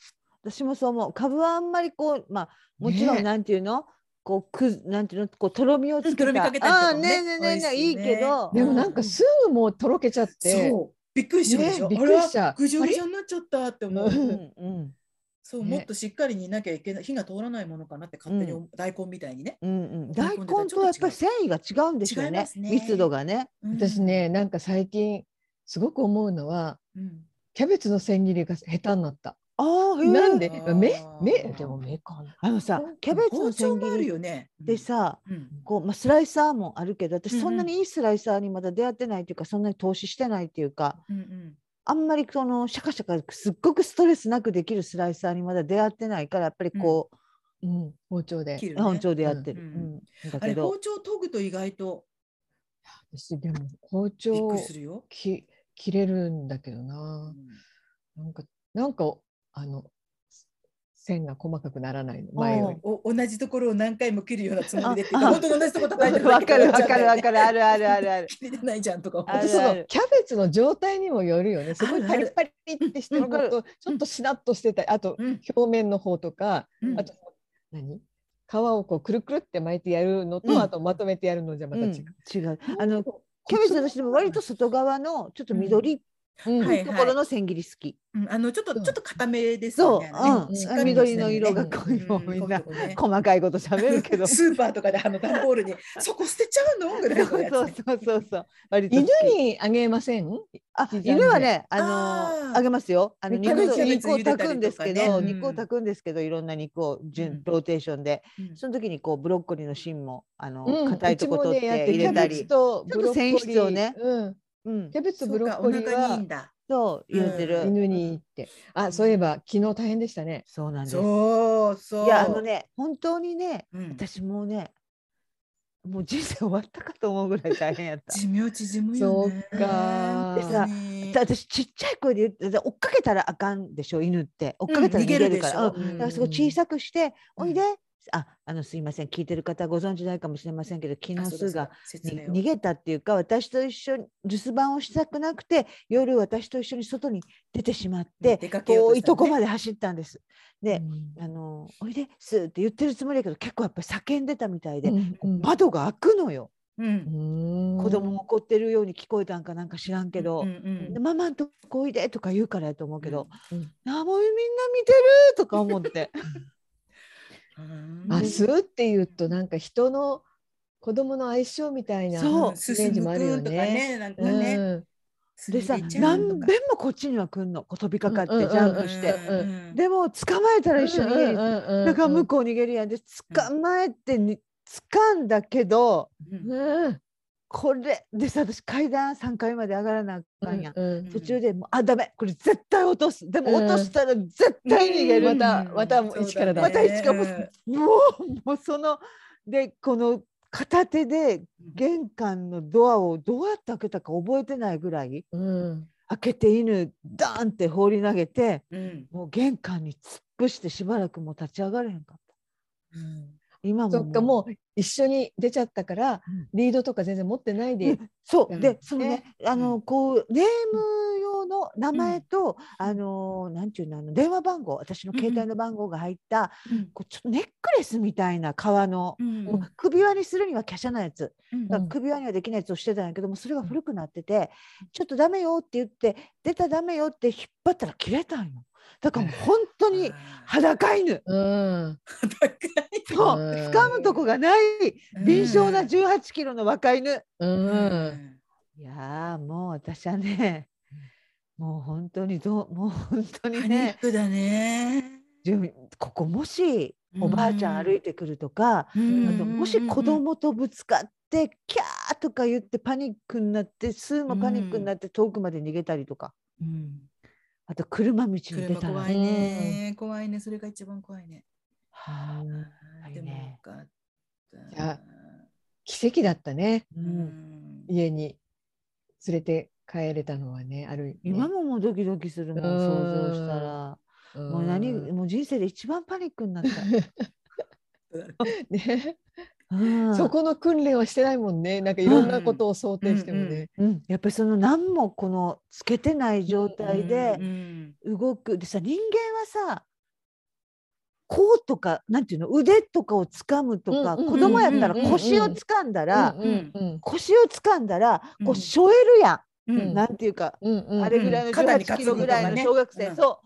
Speaker 2: 私もそう思う。株はあんまりこうまあもちろん
Speaker 3: ね
Speaker 2: なんていうの、こうくずなんていうのこうとろみをつけ
Speaker 1: とろみ
Speaker 2: た
Speaker 1: かけたりと
Speaker 2: あ
Speaker 1: か
Speaker 2: あ
Speaker 1: も
Speaker 2: ー
Speaker 1: ね
Speaker 2: ねえね
Speaker 1: 美
Speaker 2: えねえねえ
Speaker 1: 味し
Speaker 2: い
Speaker 1: い
Speaker 2: い
Speaker 1: ね
Speaker 2: けど
Speaker 3: でもなん
Speaker 2: う
Speaker 3: かすぐもうとろけちゃって、
Speaker 1: そうびっくりしたでしょ、
Speaker 3: ね
Speaker 1: あ
Speaker 3: びっ
Speaker 1: れ
Speaker 3: くり
Speaker 1: は
Speaker 3: した
Speaker 1: ぐじゃぐじゃになっちゃったって思う、
Speaker 3: あれ
Speaker 2: う
Speaker 3: うん
Speaker 2: うん
Speaker 1: そうも
Speaker 3: ね
Speaker 1: っとしっかり煮なきゃいけない火が通らないものかなって勝手に思う、大根みたいにね、
Speaker 2: うんうん、
Speaker 1: 大
Speaker 2: 大
Speaker 1: 根
Speaker 2: 根
Speaker 1: とは
Speaker 2: とやっぱり
Speaker 1: ち
Speaker 2: 繊維が違うんでしょう
Speaker 1: 違いま
Speaker 2: ね
Speaker 1: すね
Speaker 2: 密度がね。
Speaker 1: うん
Speaker 3: 私、ねなんか最近すごく思うのは
Speaker 1: うん
Speaker 3: キャベツの千切りが下手になった。
Speaker 2: あーへー
Speaker 3: なんで
Speaker 1: あー
Speaker 3: 目目でも目かな。
Speaker 2: あのさキャベツ
Speaker 1: 包丁
Speaker 2: の千
Speaker 1: もある
Speaker 2: 切り
Speaker 1: よね
Speaker 2: でさ、
Speaker 1: うん
Speaker 2: こうまあ、スライサーもあるけど
Speaker 1: うんう
Speaker 2: 私
Speaker 1: ん
Speaker 2: そんなにいいスライサーにまだ出会ってないというか、そんなに投資してないっていうか
Speaker 1: うんうん
Speaker 2: あんまりそのシャカシャカすっごくストレスなくできるスライサーにまだ出会ってないからやっぱりこ
Speaker 3: うん、包丁で。
Speaker 1: 切る
Speaker 2: う、
Speaker 1: ね
Speaker 2: 本調でやってる
Speaker 1: うん
Speaker 2: んだ
Speaker 1: あ
Speaker 2: け
Speaker 1: れ
Speaker 2: ど
Speaker 1: 包丁研ぐと意外と
Speaker 3: 私でも包
Speaker 1: びっ
Speaker 3: 丁
Speaker 1: くりするよ、
Speaker 3: き切れるんだけど
Speaker 1: う
Speaker 3: な。
Speaker 1: ん
Speaker 3: なんかなんかあの線が細かくならないの前より。
Speaker 1: お同じところを何回も切るようなつもりでっていう
Speaker 2: あ
Speaker 1: か
Speaker 2: あ
Speaker 1: 本当に同じところ叩いて
Speaker 2: わかるわかるわ
Speaker 1: るだけ
Speaker 2: かるあるあるあるあ る。
Speaker 1: 切れてないじゃんとか思
Speaker 2: あ
Speaker 1: う
Speaker 3: あ
Speaker 2: る
Speaker 3: とそのキャベツの状態にもよるよね。すごい
Speaker 1: あるあ
Speaker 3: パリ
Speaker 1: る
Speaker 3: パリってしてる
Speaker 2: うん
Speaker 3: の
Speaker 2: わか
Speaker 3: と、ちょっとしなっとしてたり、あと
Speaker 1: うん
Speaker 3: 表面の方とか、
Speaker 1: うん
Speaker 3: あと何皮をこうくるくるって巻いてやるのと、
Speaker 2: うん
Speaker 3: あとまとめてやるのじゃま
Speaker 2: う
Speaker 3: た
Speaker 2: ん
Speaker 3: 違う。
Speaker 2: 違うあのキャベツの私でも割と外側のちょっと緑っ
Speaker 3: うん
Speaker 1: はい
Speaker 2: ぽいところの千切り好き。
Speaker 1: うんあのちょっとちょっと固めです
Speaker 2: そ
Speaker 1: よ
Speaker 2: う、
Speaker 1: ねあの
Speaker 2: う
Speaker 1: ね
Speaker 2: ん
Speaker 1: しっ
Speaker 2: あ
Speaker 1: か
Speaker 2: の、
Speaker 1: り
Speaker 2: 緑の色が
Speaker 3: うん
Speaker 2: 濃いもうみんな
Speaker 1: うんうん
Speaker 2: 細かいこと喋るけど。そう
Speaker 1: スーパーとかであの段ボー ルに「そこ捨てちゃうの?」ぐらいのやつね、
Speaker 2: そうそうそうそう。割と好
Speaker 3: 犬
Speaker 2: き
Speaker 3: にあげません
Speaker 2: あ
Speaker 3: 刻んで
Speaker 2: 犬はねあ
Speaker 1: あ
Speaker 2: の
Speaker 1: ー
Speaker 2: あげますよ。あの
Speaker 3: キ
Speaker 2: 肉
Speaker 3: ャベツ
Speaker 2: を
Speaker 1: キャベツ
Speaker 2: 肉
Speaker 1: 茹
Speaker 2: を
Speaker 1: でた
Speaker 2: 炊く
Speaker 1: り
Speaker 2: んで
Speaker 1: と
Speaker 2: す
Speaker 1: か
Speaker 2: け
Speaker 1: ね
Speaker 2: ど、
Speaker 1: うん
Speaker 2: 肉を炊くんですけどいろんな肉を
Speaker 1: う
Speaker 2: 順
Speaker 1: ん
Speaker 2: ローテーションで、
Speaker 1: うん
Speaker 2: その時にこうブロッコリーの芯もあの
Speaker 3: うん
Speaker 2: 硬いとこ取って入れた
Speaker 3: うちもねやってキャベツ
Speaker 2: り、
Speaker 3: とブロッコ
Speaker 2: ちょ
Speaker 3: リー
Speaker 2: っと繊維質をね
Speaker 3: うん、
Speaker 2: うん
Speaker 3: キャベツ
Speaker 1: そ
Speaker 3: と
Speaker 1: う
Speaker 3: ブロッ
Speaker 1: か
Speaker 3: コリー
Speaker 1: お腹にいい
Speaker 3: は
Speaker 1: んだ
Speaker 2: そう入れて
Speaker 1: うん
Speaker 2: る。
Speaker 3: 犬にいいって。あ、そういえば昨日大変でしたね。
Speaker 2: そうなんです。
Speaker 1: そうそう
Speaker 2: いやあのね本当にね
Speaker 1: うん
Speaker 2: 私もうねもう人生終わったかと思うぐらい大変 やった。
Speaker 1: 寿命縮むよね
Speaker 3: そうか
Speaker 1: 本当に
Speaker 2: だ私ちっちゃい声で言って追っかけたらあかんでしょ犬って追っかけたら
Speaker 1: うん逃
Speaker 2: 逃
Speaker 1: げ
Speaker 2: げ
Speaker 1: る
Speaker 2: るから、
Speaker 1: でしょ
Speaker 2: うんだからすごい小さくして「
Speaker 1: うん
Speaker 2: おいで」ああのすいません聞いてる方ご存知ないかもしれませんけど昨
Speaker 1: あ
Speaker 2: 日
Speaker 1: そうだそう
Speaker 2: すが
Speaker 1: だ説
Speaker 2: に
Speaker 1: 明を
Speaker 2: 逃げたっていうか私と一緒に留守番をしたくなくて夜私と一緒に外に出てしまっ
Speaker 1: うん
Speaker 2: て
Speaker 1: 出かけようとし
Speaker 2: 遠い
Speaker 1: たのね
Speaker 2: とこまで走ったんです。で
Speaker 3: うん
Speaker 2: あの「おいです」って言ってるつもりやけど結構やっぱり叫んでたみたいで、
Speaker 3: うん
Speaker 2: 窓が開くのよ
Speaker 1: うん
Speaker 2: 子供も怒ってるように聞こえたんかなんか知らんけど。
Speaker 1: うんうん
Speaker 2: でママんとこおいでとか言うからやと思うけど、
Speaker 3: うんうん
Speaker 2: あもうみんな見てるとか 思って、
Speaker 1: うん
Speaker 3: あ、すーって言うとなんか人の子供の相性みたいなイメ
Speaker 2: そう
Speaker 1: 進
Speaker 3: ージも
Speaker 1: む
Speaker 3: あ
Speaker 1: く
Speaker 3: るよ
Speaker 1: んとか
Speaker 3: ね。
Speaker 1: ね、なんか
Speaker 3: う
Speaker 1: ね。
Speaker 3: ん
Speaker 2: でさ
Speaker 1: 進んいっちゃう
Speaker 2: 何
Speaker 1: とか
Speaker 2: 遍もこっちには来んのこう飛びかかって
Speaker 3: うん
Speaker 2: ジ
Speaker 3: うんうん
Speaker 2: ャンプして、
Speaker 1: うんうん
Speaker 2: でも捕まえたら一緒に逃げる、だから向
Speaker 3: こ
Speaker 2: こう逃げるやんで捕まえてに掴んだけど
Speaker 1: うん
Speaker 3: うん
Speaker 2: これでさ私階段3階まで上がらなあかんやん、
Speaker 3: うん
Speaker 2: 途中でもうあダメこれ絶対落とすでも
Speaker 3: う
Speaker 2: 落
Speaker 3: ん
Speaker 2: としたら絶対逃げる、
Speaker 3: また
Speaker 1: うん
Speaker 3: またもう一からだ
Speaker 1: そうね
Speaker 2: また一からももうもうそのでこの片手で玄関のドアをどうやって開けたか覚えてないぐらい
Speaker 3: うん
Speaker 2: 開けて犬ダーンって放り投げて
Speaker 1: うん
Speaker 2: もう玄関に突っ伏してしばらくもう立ち上がれへんかった
Speaker 1: うん
Speaker 2: 今も
Speaker 3: そっかもう一緒に出ちゃったから
Speaker 2: うん
Speaker 3: リードとか全然持ってないうで
Speaker 2: んそう、
Speaker 1: うん
Speaker 2: でそのねあのこうネーム用の名前と、あのなんていうのあの電話番号私の携帯の番号が入った、
Speaker 1: うん
Speaker 2: こうちょっとネックレスみたいな革の、
Speaker 1: うん
Speaker 2: もう首輪にするには華奢なやつ
Speaker 1: うん
Speaker 2: だから
Speaker 3: うん
Speaker 2: 首輪にはできないやつをしてたんやけどもそれが古くなってて「ちょっとダメよ」って言って「出たダメよ」って引っ張ったら切れたんよだからもう本当に裸犬
Speaker 3: うん
Speaker 2: そう
Speaker 3: うん
Speaker 2: 掴むとこがない敏捷な1 8キロの若犬
Speaker 3: うん
Speaker 2: いやーもう私はねもう本当にどうもう本当
Speaker 1: パ
Speaker 2: に
Speaker 1: ニッ
Speaker 2: ね
Speaker 1: クだね。
Speaker 2: 住民ここもしおばあちゃん歩いてくるとか
Speaker 1: うん
Speaker 2: あともし子供とぶつかってキャーとか言ってパニックになってすーもパニックになって遠くまで逃げたりとか
Speaker 1: うん
Speaker 2: あと車道に出
Speaker 1: 車
Speaker 2: たら
Speaker 1: 怖いね。怖いね。それが一番怖いね。
Speaker 2: はあ
Speaker 1: あーでもよかった。
Speaker 3: いや奇跡だったね
Speaker 2: う、
Speaker 1: うんん
Speaker 3: 家に連れて帰れたのはねある意味ね
Speaker 2: 今ももうドキドキするもん想像したらもう何
Speaker 3: ん
Speaker 2: もう人生で一番パニックになった
Speaker 3: ね、
Speaker 2: うん
Speaker 3: そこの訓練はしてないもんねなんかいろんなことを想定してもね、
Speaker 2: うん、やっぱりその何もこのつけてない状態
Speaker 1: う
Speaker 2: で
Speaker 1: ん
Speaker 2: 動くでさ人間はさこうとかなんていうの腕とかを掴むとか、
Speaker 3: うんうんうん
Speaker 2: 子供やったら
Speaker 1: うんうんうん
Speaker 2: 腰を掴んだら、
Speaker 3: うんうん
Speaker 2: 腰を掴んだら
Speaker 1: う
Speaker 2: こ
Speaker 1: ん
Speaker 2: うしょえるや、
Speaker 1: うんん
Speaker 2: なんていうか、
Speaker 3: うんうん
Speaker 2: あれぐらいの
Speaker 1: 肩に
Speaker 2: 18
Speaker 1: 担ぐ
Speaker 2: キ
Speaker 1: と
Speaker 2: ロ
Speaker 1: かね
Speaker 2: ぐらいの小学生、
Speaker 1: うん
Speaker 2: そ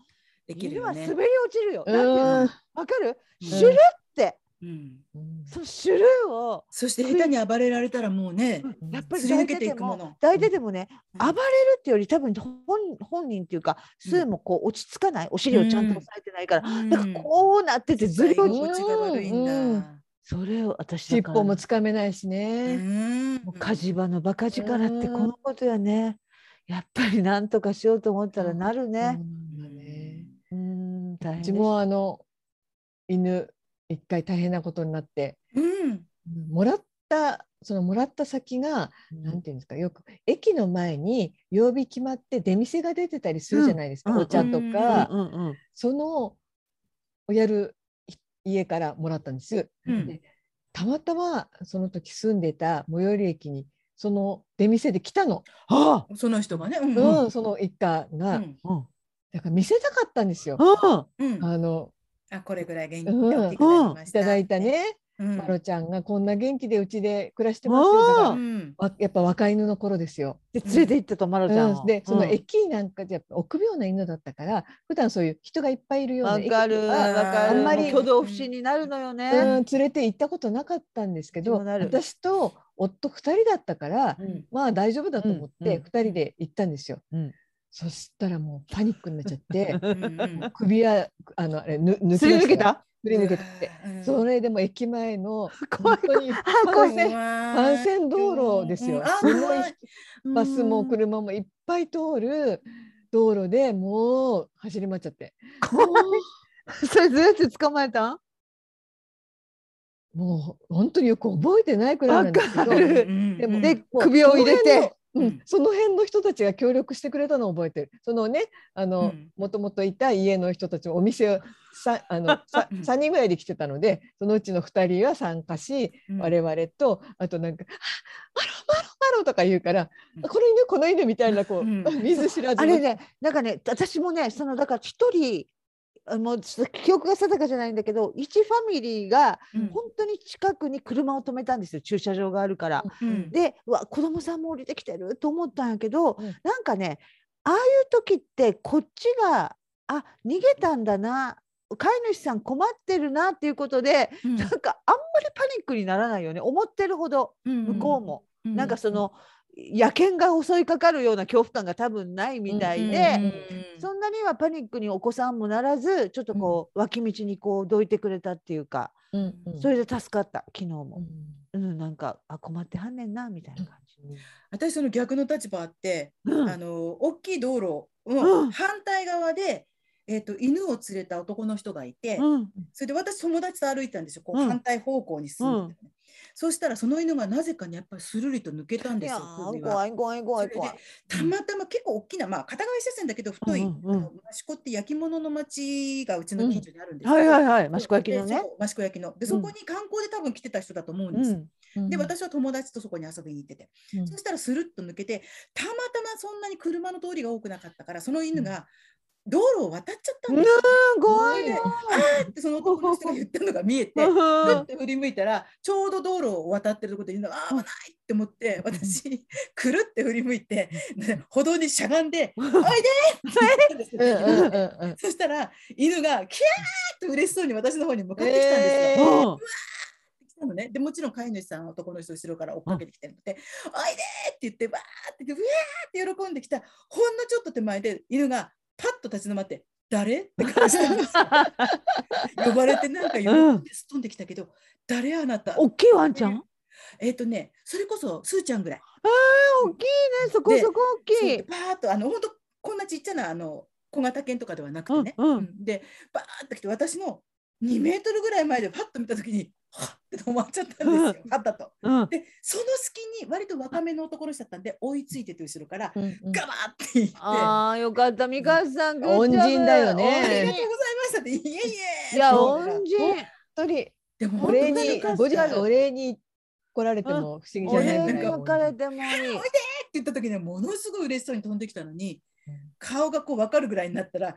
Speaker 1: で
Speaker 2: う
Speaker 1: きる
Speaker 2: 指
Speaker 1: よ
Speaker 2: は
Speaker 1: ね
Speaker 2: 滑。り落ちるよ。
Speaker 3: う
Speaker 2: なんていうの
Speaker 3: ん
Speaker 2: わかる
Speaker 1: うん
Speaker 2: シュルって
Speaker 1: うん
Speaker 3: うん
Speaker 2: そのシュルを
Speaker 1: そして下手に暴れられたらもうね、
Speaker 2: やっぱり
Speaker 1: すり抜
Speaker 2: 抱い
Speaker 1: け
Speaker 2: て
Speaker 1: てい
Speaker 2: て
Speaker 1: くも
Speaker 2: も
Speaker 1: の。
Speaker 2: 抱いててもね
Speaker 1: うん
Speaker 2: 暴れるってより多分本本人っていうかスーもこう落ち着かないお尻をちゃんと押さえてないから
Speaker 1: うん
Speaker 2: だからこうなっててず
Speaker 1: 絶
Speaker 2: る
Speaker 1: 対
Speaker 2: 落
Speaker 1: 居
Speaker 2: ち
Speaker 1: 心地が悪いんだ。
Speaker 3: うん
Speaker 2: それを私
Speaker 3: 尻
Speaker 2: だから
Speaker 3: 尾もつかめないしね。
Speaker 1: うん
Speaker 2: もう火事場のバカ力ってこ
Speaker 3: うん
Speaker 2: のことやねやっぱりなんとかしようと思ったらなるね
Speaker 3: うん
Speaker 2: うん大
Speaker 3: う
Speaker 2: 変
Speaker 3: ち
Speaker 2: で
Speaker 3: も
Speaker 2: も
Speaker 3: あの犬一回大変なことになって
Speaker 1: うん。
Speaker 3: もらったそのもらった先がなんていうんですかよく駅の前に曜日決まって出店が出てたりするじゃないですか、
Speaker 2: うん
Speaker 3: お茶とか、
Speaker 2: うんうん
Speaker 3: そのやるい家からもらったんです。
Speaker 1: うん
Speaker 3: たまたまその時住んでた最寄り駅にその出店で来たの、
Speaker 2: あ
Speaker 1: その人がね。うん
Speaker 3: うんその一家
Speaker 1: う
Speaker 3: が、
Speaker 1: ん
Speaker 2: あうん
Speaker 3: だから見せたかったんですよ。
Speaker 2: あ
Speaker 1: うん
Speaker 3: あの
Speaker 1: あこれぐらい元気
Speaker 3: うん
Speaker 1: 大きくなりま
Speaker 3: い
Speaker 1: した
Speaker 3: だいた。ね、
Speaker 1: うん
Speaker 3: まろちゃんがこんな元気でうちで暮らしてますよ。だから
Speaker 2: う
Speaker 1: うん
Speaker 3: わやっぱ若犬の頃ですよ。
Speaker 2: で連れて行ってたまろちゃんを
Speaker 3: うんでその
Speaker 2: うん
Speaker 3: 駅なんかでやっぱ臆病な犬だったから普段そういう人がいっぱいいるような
Speaker 2: わ
Speaker 3: 駅
Speaker 2: かる
Speaker 3: と
Speaker 2: わ
Speaker 3: か
Speaker 2: かる
Speaker 3: あんまり
Speaker 2: もう挙動不審になるのよ
Speaker 3: うん
Speaker 2: ね、
Speaker 3: 連れて行ったことなかったんですけど
Speaker 2: そうなる
Speaker 3: 私と夫2人だったから
Speaker 1: うん
Speaker 3: まあ大丈夫だと思っ
Speaker 2: うんう
Speaker 3: て
Speaker 2: ん
Speaker 3: 2人で行ったんですよ。
Speaker 2: うん
Speaker 3: そしたらもうパニックになっちゃ って
Speaker 1: うんうん
Speaker 3: 首やあのあれぬ抜
Speaker 2: すり抜けた
Speaker 3: すり抜けたって。
Speaker 1: うん
Speaker 3: それでも駅前の
Speaker 2: 怖い
Speaker 3: 本当に
Speaker 2: あ怖い
Speaker 3: 幹線幹線道路ですよ。すごいバスも車もいっぱい通る道路でもう走り回っちゃって
Speaker 2: 怖いそれずれて捕まえたん
Speaker 3: もう本当によく覚えてないくらいなんですけ
Speaker 2: わ
Speaker 3: ど
Speaker 2: かる
Speaker 1: で
Speaker 3: うん
Speaker 2: で
Speaker 3: もう
Speaker 2: 首を入れて
Speaker 3: その辺の,、うん、その辺の人たちが協力してくれたのを覚えてるそのねあ
Speaker 1: う
Speaker 3: の
Speaker 1: ん
Speaker 3: もともといた家の人たちもお店をさあのさ
Speaker 1: うん
Speaker 3: 3人ぐらいで来てたのでそのうちの2人は参加し我々とあとなんか「あマロマロマロ」とか言うから「
Speaker 1: うん
Speaker 3: この犬この犬」みたいなこう、
Speaker 1: うん
Speaker 3: 見ず知らずの
Speaker 2: あれねなんかね私もねそのだから一人あもうちょっと記憶が定かじゃないんだけど一ファミリーが本当に近くに車を止めたんですよ駐車場があるから。
Speaker 1: うん
Speaker 2: でうわ子供さんも降りてきてると思ったんやけど、
Speaker 3: うん
Speaker 2: なんかねああいう時ってこっちがあ逃げたんだな飼い主さん困ってるなっていうことで、
Speaker 1: うん
Speaker 2: なんかあんまりパニックにならないよね思ってるほど
Speaker 1: うん
Speaker 2: 向こうも、
Speaker 1: うん
Speaker 2: なんかその野犬が襲いかかるような恐怖感が多分ないみたいで。
Speaker 1: うん
Speaker 2: そんなにはパニックにお子さんもならずちょっとこう、脇道にこうどいてくれたっていうか
Speaker 3: うんうん
Speaker 2: それで助かった昨日
Speaker 3: う
Speaker 2: も、
Speaker 3: ん
Speaker 2: うん、なんかあ困ってはんねんなみたいな感じ、
Speaker 1: 私その逆の立場あって
Speaker 2: うん
Speaker 1: あの大きい道路
Speaker 2: う
Speaker 1: の
Speaker 2: ん
Speaker 1: 反対側で、えっと犬を連れた男の人がいて、
Speaker 2: うん
Speaker 1: それで私友達と歩いてたんですよこう
Speaker 2: うん
Speaker 1: 反対方向に進んでたのね、そうしたらその犬がなぜかにやっぱりスルリと抜けたん
Speaker 2: い
Speaker 1: です
Speaker 2: や
Speaker 1: よ
Speaker 2: ー
Speaker 1: 首
Speaker 2: 怖
Speaker 1: はい
Speaker 2: 怖い怖い怖い。
Speaker 1: たまたま結構大きな、まあ、片側一車線だけど太い、
Speaker 2: うんうんうん
Speaker 1: あの益子って焼き物の町がうちの近所にあるんです
Speaker 2: はいはいはい、
Speaker 1: マ
Speaker 2: 益子焼きのね。
Speaker 1: 益子焼きのでそこに観光で多分来てた人だと思うんですよ、
Speaker 3: うん
Speaker 1: で私は友達とそこに遊びに行ってて、
Speaker 3: うん
Speaker 1: そしたらスルッと抜けてたまたまそんなに車の通りが多くなかったからその犬が道路を渡っちゃったんですよ、
Speaker 2: うん、怖いね。
Speaker 1: ってその男の人が言ったのが見えて。ふ
Speaker 2: う
Speaker 1: っ
Speaker 2: ん
Speaker 1: て振り向いたらちょうど道路を渡ってるところで犬があー危ないって思って私くるって振り向いてね歩道にしゃがんで「おいで!」って言ったんですよ
Speaker 3: うんうんうんうん
Speaker 1: そしたら犬がキャーッと嬉しそうに私の方に向かってきたんですよ。
Speaker 3: え ー
Speaker 2: うん
Speaker 1: 来たのね、でもちろん飼い主さんは男の人後ろから追っかけてきてるので「おいで!」って言ってわーってうわーって喜んできたほんのちょっと手前で犬がパッと立ち止まって「誰?」って感じなん ですよ呼ばれてなんか喜んですっ飛んできたけど「誰あなた?」
Speaker 2: 大きいワンちゃん。
Speaker 1: えっ、とねそれこそすーちゃんぐらい
Speaker 2: 大きいね、そこ
Speaker 1: で
Speaker 2: そこ
Speaker 1: そうや
Speaker 2: 大
Speaker 1: って
Speaker 2: きい。
Speaker 1: パーッとあの本当こんなちっちゃなあの小型犬とかではなくてね、
Speaker 2: うんうん
Speaker 1: でバーッと来て私の2メートルぐらい前でパッと見た時にはっって止まっちゃったんですよ、あったと。
Speaker 2: うん、
Speaker 1: でその隙に割と若めの男の人だったんで追いついてて後ろから
Speaker 3: うんうん
Speaker 1: ガバーって言って「あ
Speaker 2: ああ、よかった、三河さん。グッ
Speaker 3: 恩
Speaker 2: ジョブ
Speaker 3: 人だよね
Speaker 2: 恩
Speaker 1: りがとうござい
Speaker 2: 人
Speaker 1: ました」って「いえいえ」
Speaker 2: いや、
Speaker 1: そう
Speaker 2: 恩人。
Speaker 3: 本当に
Speaker 1: でも
Speaker 3: お
Speaker 1: 本当
Speaker 3: 礼
Speaker 1: に
Speaker 3: に
Speaker 1: よかった
Speaker 3: 後日
Speaker 1: って
Speaker 3: お礼に来られても不思議じ
Speaker 2: お
Speaker 3: ゃない
Speaker 2: 礼
Speaker 3: ぐ
Speaker 2: に
Speaker 3: らい
Speaker 2: 別れても いい。
Speaker 1: 言った時にはものすごい嬉しそうに飛んできたのに
Speaker 3: うん
Speaker 1: 顔がこう分かるぐらいになったらこ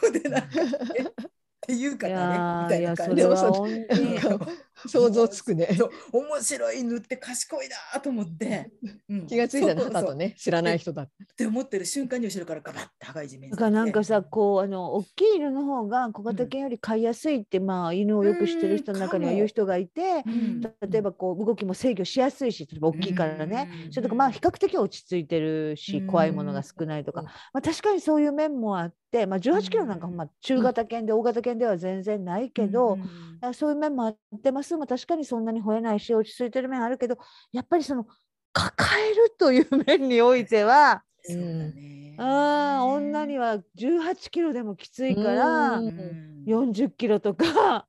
Speaker 1: こでなんかって言うからねみ
Speaker 2: や
Speaker 1: た
Speaker 2: ー
Speaker 1: いな
Speaker 2: いやそ
Speaker 1: 感
Speaker 2: れ
Speaker 1: じ
Speaker 2: は
Speaker 1: そう
Speaker 2: 本当
Speaker 1: ね
Speaker 2: に
Speaker 1: なんか
Speaker 3: 想像つくね
Speaker 1: そう面白い犬って賢いなと思って、うん
Speaker 3: 気がついたら
Speaker 1: そう
Speaker 3: 肌
Speaker 1: そう
Speaker 3: とね知らない人だって
Speaker 1: って思ってる瞬間に後ろからガバッて羽交い締めに
Speaker 2: だ
Speaker 1: さ
Speaker 2: か
Speaker 1: れ
Speaker 2: ら
Speaker 1: て
Speaker 2: なんかさこうあの大きい犬の方が小型犬より飼いやすいって、まあ犬をよくしてる人の中には
Speaker 1: うん
Speaker 2: 言う人がいて、
Speaker 1: うん
Speaker 2: 例えばこう動きも制御しやすいし例えば大きいからね、
Speaker 1: うん
Speaker 2: それとかまあ比較的落ち着いてるし、
Speaker 1: うん
Speaker 2: 怖いものが少ないとか、
Speaker 1: うん
Speaker 2: まあ、確かにそういう面もあって、まあ、18キロなんか
Speaker 1: うん
Speaker 2: まあ中型犬で大型犬では全然ないけど、
Speaker 1: うん
Speaker 2: あそういう面もあってます、まあ、確かにそんなに吠えないし落ち着いてる面あるけどやっぱりその抱えるという面においては、
Speaker 1: そうだね
Speaker 2: あー女には18キロでもきついから、
Speaker 3: うん
Speaker 2: 40キロとか、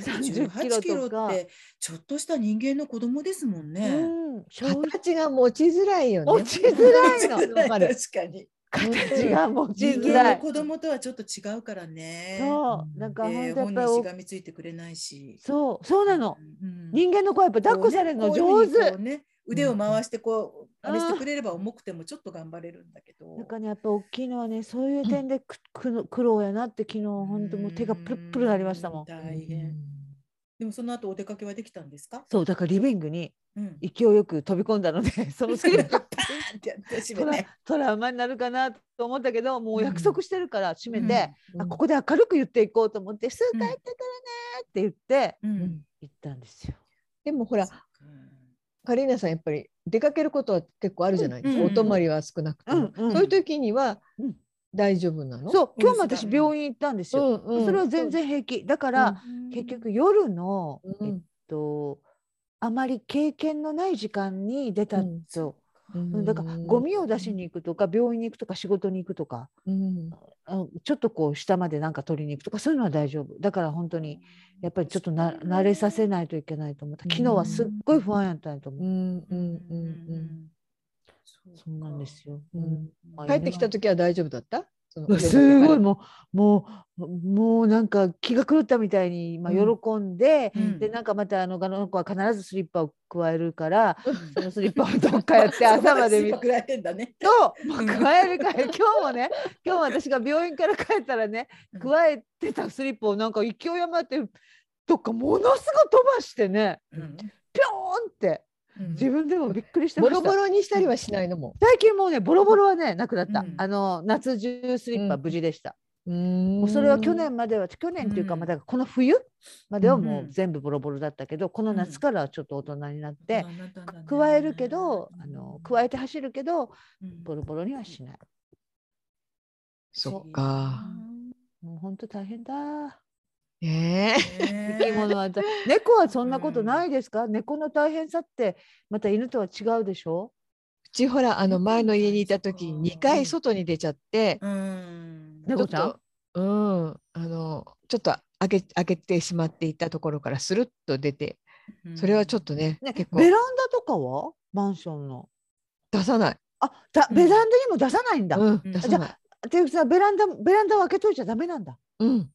Speaker 1: 30
Speaker 2: 30
Speaker 1: キ
Speaker 2: キ
Speaker 1: ロ
Speaker 2: ロ
Speaker 1: と
Speaker 2: と
Speaker 1: か
Speaker 2: か
Speaker 1: ってちょっとした人間の子供ですもんね。
Speaker 2: うん、小
Speaker 3: 形が持ちづらいよね
Speaker 2: 持ちづらいの
Speaker 3: わかる
Speaker 1: 確かに。
Speaker 2: 形が持ち
Speaker 1: 人
Speaker 2: づ
Speaker 1: 間
Speaker 2: ら
Speaker 1: の
Speaker 2: い。
Speaker 1: 子供とはちょっと違うからね。
Speaker 2: そう、なんか
Speaker 1: えー
Speaker 2: 本当やっ
Speaker 1: 本
Speaker 2: ぱり
Speaker 1: 人
Speaker 2: お
Speaker 1: し、がみついてくれないし。
Speaker 2: そう、そうなの。
Speaker 1: うん。
Speaker 2: 人間の子はやっぱ抱っこされるの
Speaker 1: こう
Speaker 2: 上
Speaker 1: いうふうに
Speaker 2: 手
Speaker 1: こ。うね、腕を回してこう、
Speaker 2: うん
Speaker 1: あれしてくれれば重くてもちょっと頑張れるんだけど。
Speaker 2: なんかね、やっぱ大きいのはね、そういう点でく、くの苦労やなって、昨日本当もう手がプルプルなりましたもん。
Speaker 1: 大変。でもその後お出かけはできたんですか？
Speaker 2: そう、だからリビングに
Speaker 1: うん。
Speaker 2: 勢いよく飛び込んだの で、その隙間
Speaker 1: パーンってやって閉
Speaker 2: ト
Speaker 1: め
Speaker 2: ラ
Speaker 1: て。
Speaker 2: トラウマになるかなと思ったけど、もう約束してるから閉め
Speaker 1: うん
Speaker 2: て、
Speaker 3: うん
Speaker 2: あここで明るく言っていこうと思って、す
Speaker 1: う
Speaker 2: ぐ
Speaker 1: ん
Speaker 2: 帰ってくるねーって言って、
Speaker 1: う
Speaker 3: うんん。
Speaker 2: 行ったんですよ。
Speaker 3: でもほら
Speaker 1: うん
Speaker 3: カリーナさんやっぱり出かけることは結構あるじゃないですか、
Speaker 1: うんうんうん
Speaker 3: お泊まりは少なくても、
Speaker 2: うんうん
Speaker 3: そういう時には
Speaker 2: うん
Speaker 3: 大丈夫なの
Speaker 2: そう、今日も
Speaker 1: お店
Speaker 2: 私
Speaker 1: だ
Speaker 2: 病院行ったんですよ。
Speaker 3: んうん
Speaker 2: それは全然平気。だから、結局夜の、
Speaker 3: うん
Speaker 2: えっとあまり経験のない時間に出たんですよ、
Speaker 3: うん
Speaker 2: だからゴミを出しに行くとか病院に行くとか仕事に行くとか
Speaker 3: うん
Speaker 2: あのちょっとこう下までなんか取りに行くとかそういうのは大丈夫だから本当にやっぱりちょっとな慣れさせないといけないと思った昨日はすっごい不安やったんやと思
Speaker 3: う
Speaker 2: う、
Speaker 3: んうんう
Speaker 1: うんん
Speaker 3: うん
Speaker 1: そうか
Speaker 2: そうなんですよ、
Speaker 3: うん
Speaker 2: まあ
Speaker 3: 帰ってきた時は大丈夫だったその
Speaker 2: うわすごい
Speaker 3: うん
Speaker 2: もうもうもうなんか気が狂ったみたいに、まあ、
Speaker 3: うん
Speaker 2: 喜んで、
Speaker 1: うん
Speaker 2: でなんかまたあのあの子は必ずスリッパを加えるから、
Speaker 1: うん
Speaker 2: そのスリッパをどっかやって朝まで見
Speaker 1: そこ
Speaker 2: る
Speaker 1: くらいてんだね。
Speaker 2: と、
Speaker 1: う
Speaker 2: ま
Speaker 1: ん
Speaker 2: あ、加えるかえ今日もね今日私が病院から帰ったらね
Speaker 1: うん
Speaker 2: 加えてたスリッパをなんか勢い余ってどっかものすごい飛ばしてね
Speaker 1: うん
Speaker 2: ピョーンって自分でもびっくりしてま
Speaker 3: ボ
Speaker 2: した
Speaker 3: ロボロにしたりはしないのも
Speaker 2: 最近もうねボロボロはねなくなった、
Speaker 1: うん
Speaker 2: あの夏中スリッパ
Speaker 3: うん
Speaker 2: 無事でした、
Speaker 3: も
Speaker 2: もうそれは去年までは去年っていうか、
Speaker 1: うん
Speaker 2: まあだからこの冬まではも
Speaker 1: うん
Speaker 2: う全部ボロボロだったけどこの
Speaker 1: うん
Speaker 2: 夏からはちょっと大人になって、
Speaker 1: 大人になったんだね
Speaker 2: 加えるけどあの加えて走るけど
Speaker 1: うん
Speaker 2: ボロボロにはしない。
Speaker 3: そっか
Speaker 2: もう本当大変だ。
Speaker 3: ね
Speaker 1: ね
Speaker 2: 生き物はだ、 猫はそんなことないですか、猫の大変さってまた犬とは違うでしょ
Speaker 3: うちほらあの前の家にいた時に2回外に出ちゃって、
Speaker 1: うん
Speaker 2: ね猫ちゃん
Speaker 3: ょっとうんあのちょっと開け開けてしまっていたところからスルッと出てそれはちょっとね、
Speaker 2: ね
Speaker 3: 結構
Speaker 2: ベランダとかはマンションの。
Speaker 3: 出さない、
Speaker 2: あだ
Speaker 1: うん
Speaker 2: ベランダにも出さないんだ。
Speaker 3: うん、
Speaker 1: うん
Speaker 3: 出さない、
Speaker 2: っていうさベランダベランダを開けといちゃダメなんだ。
Speaker 3: うん、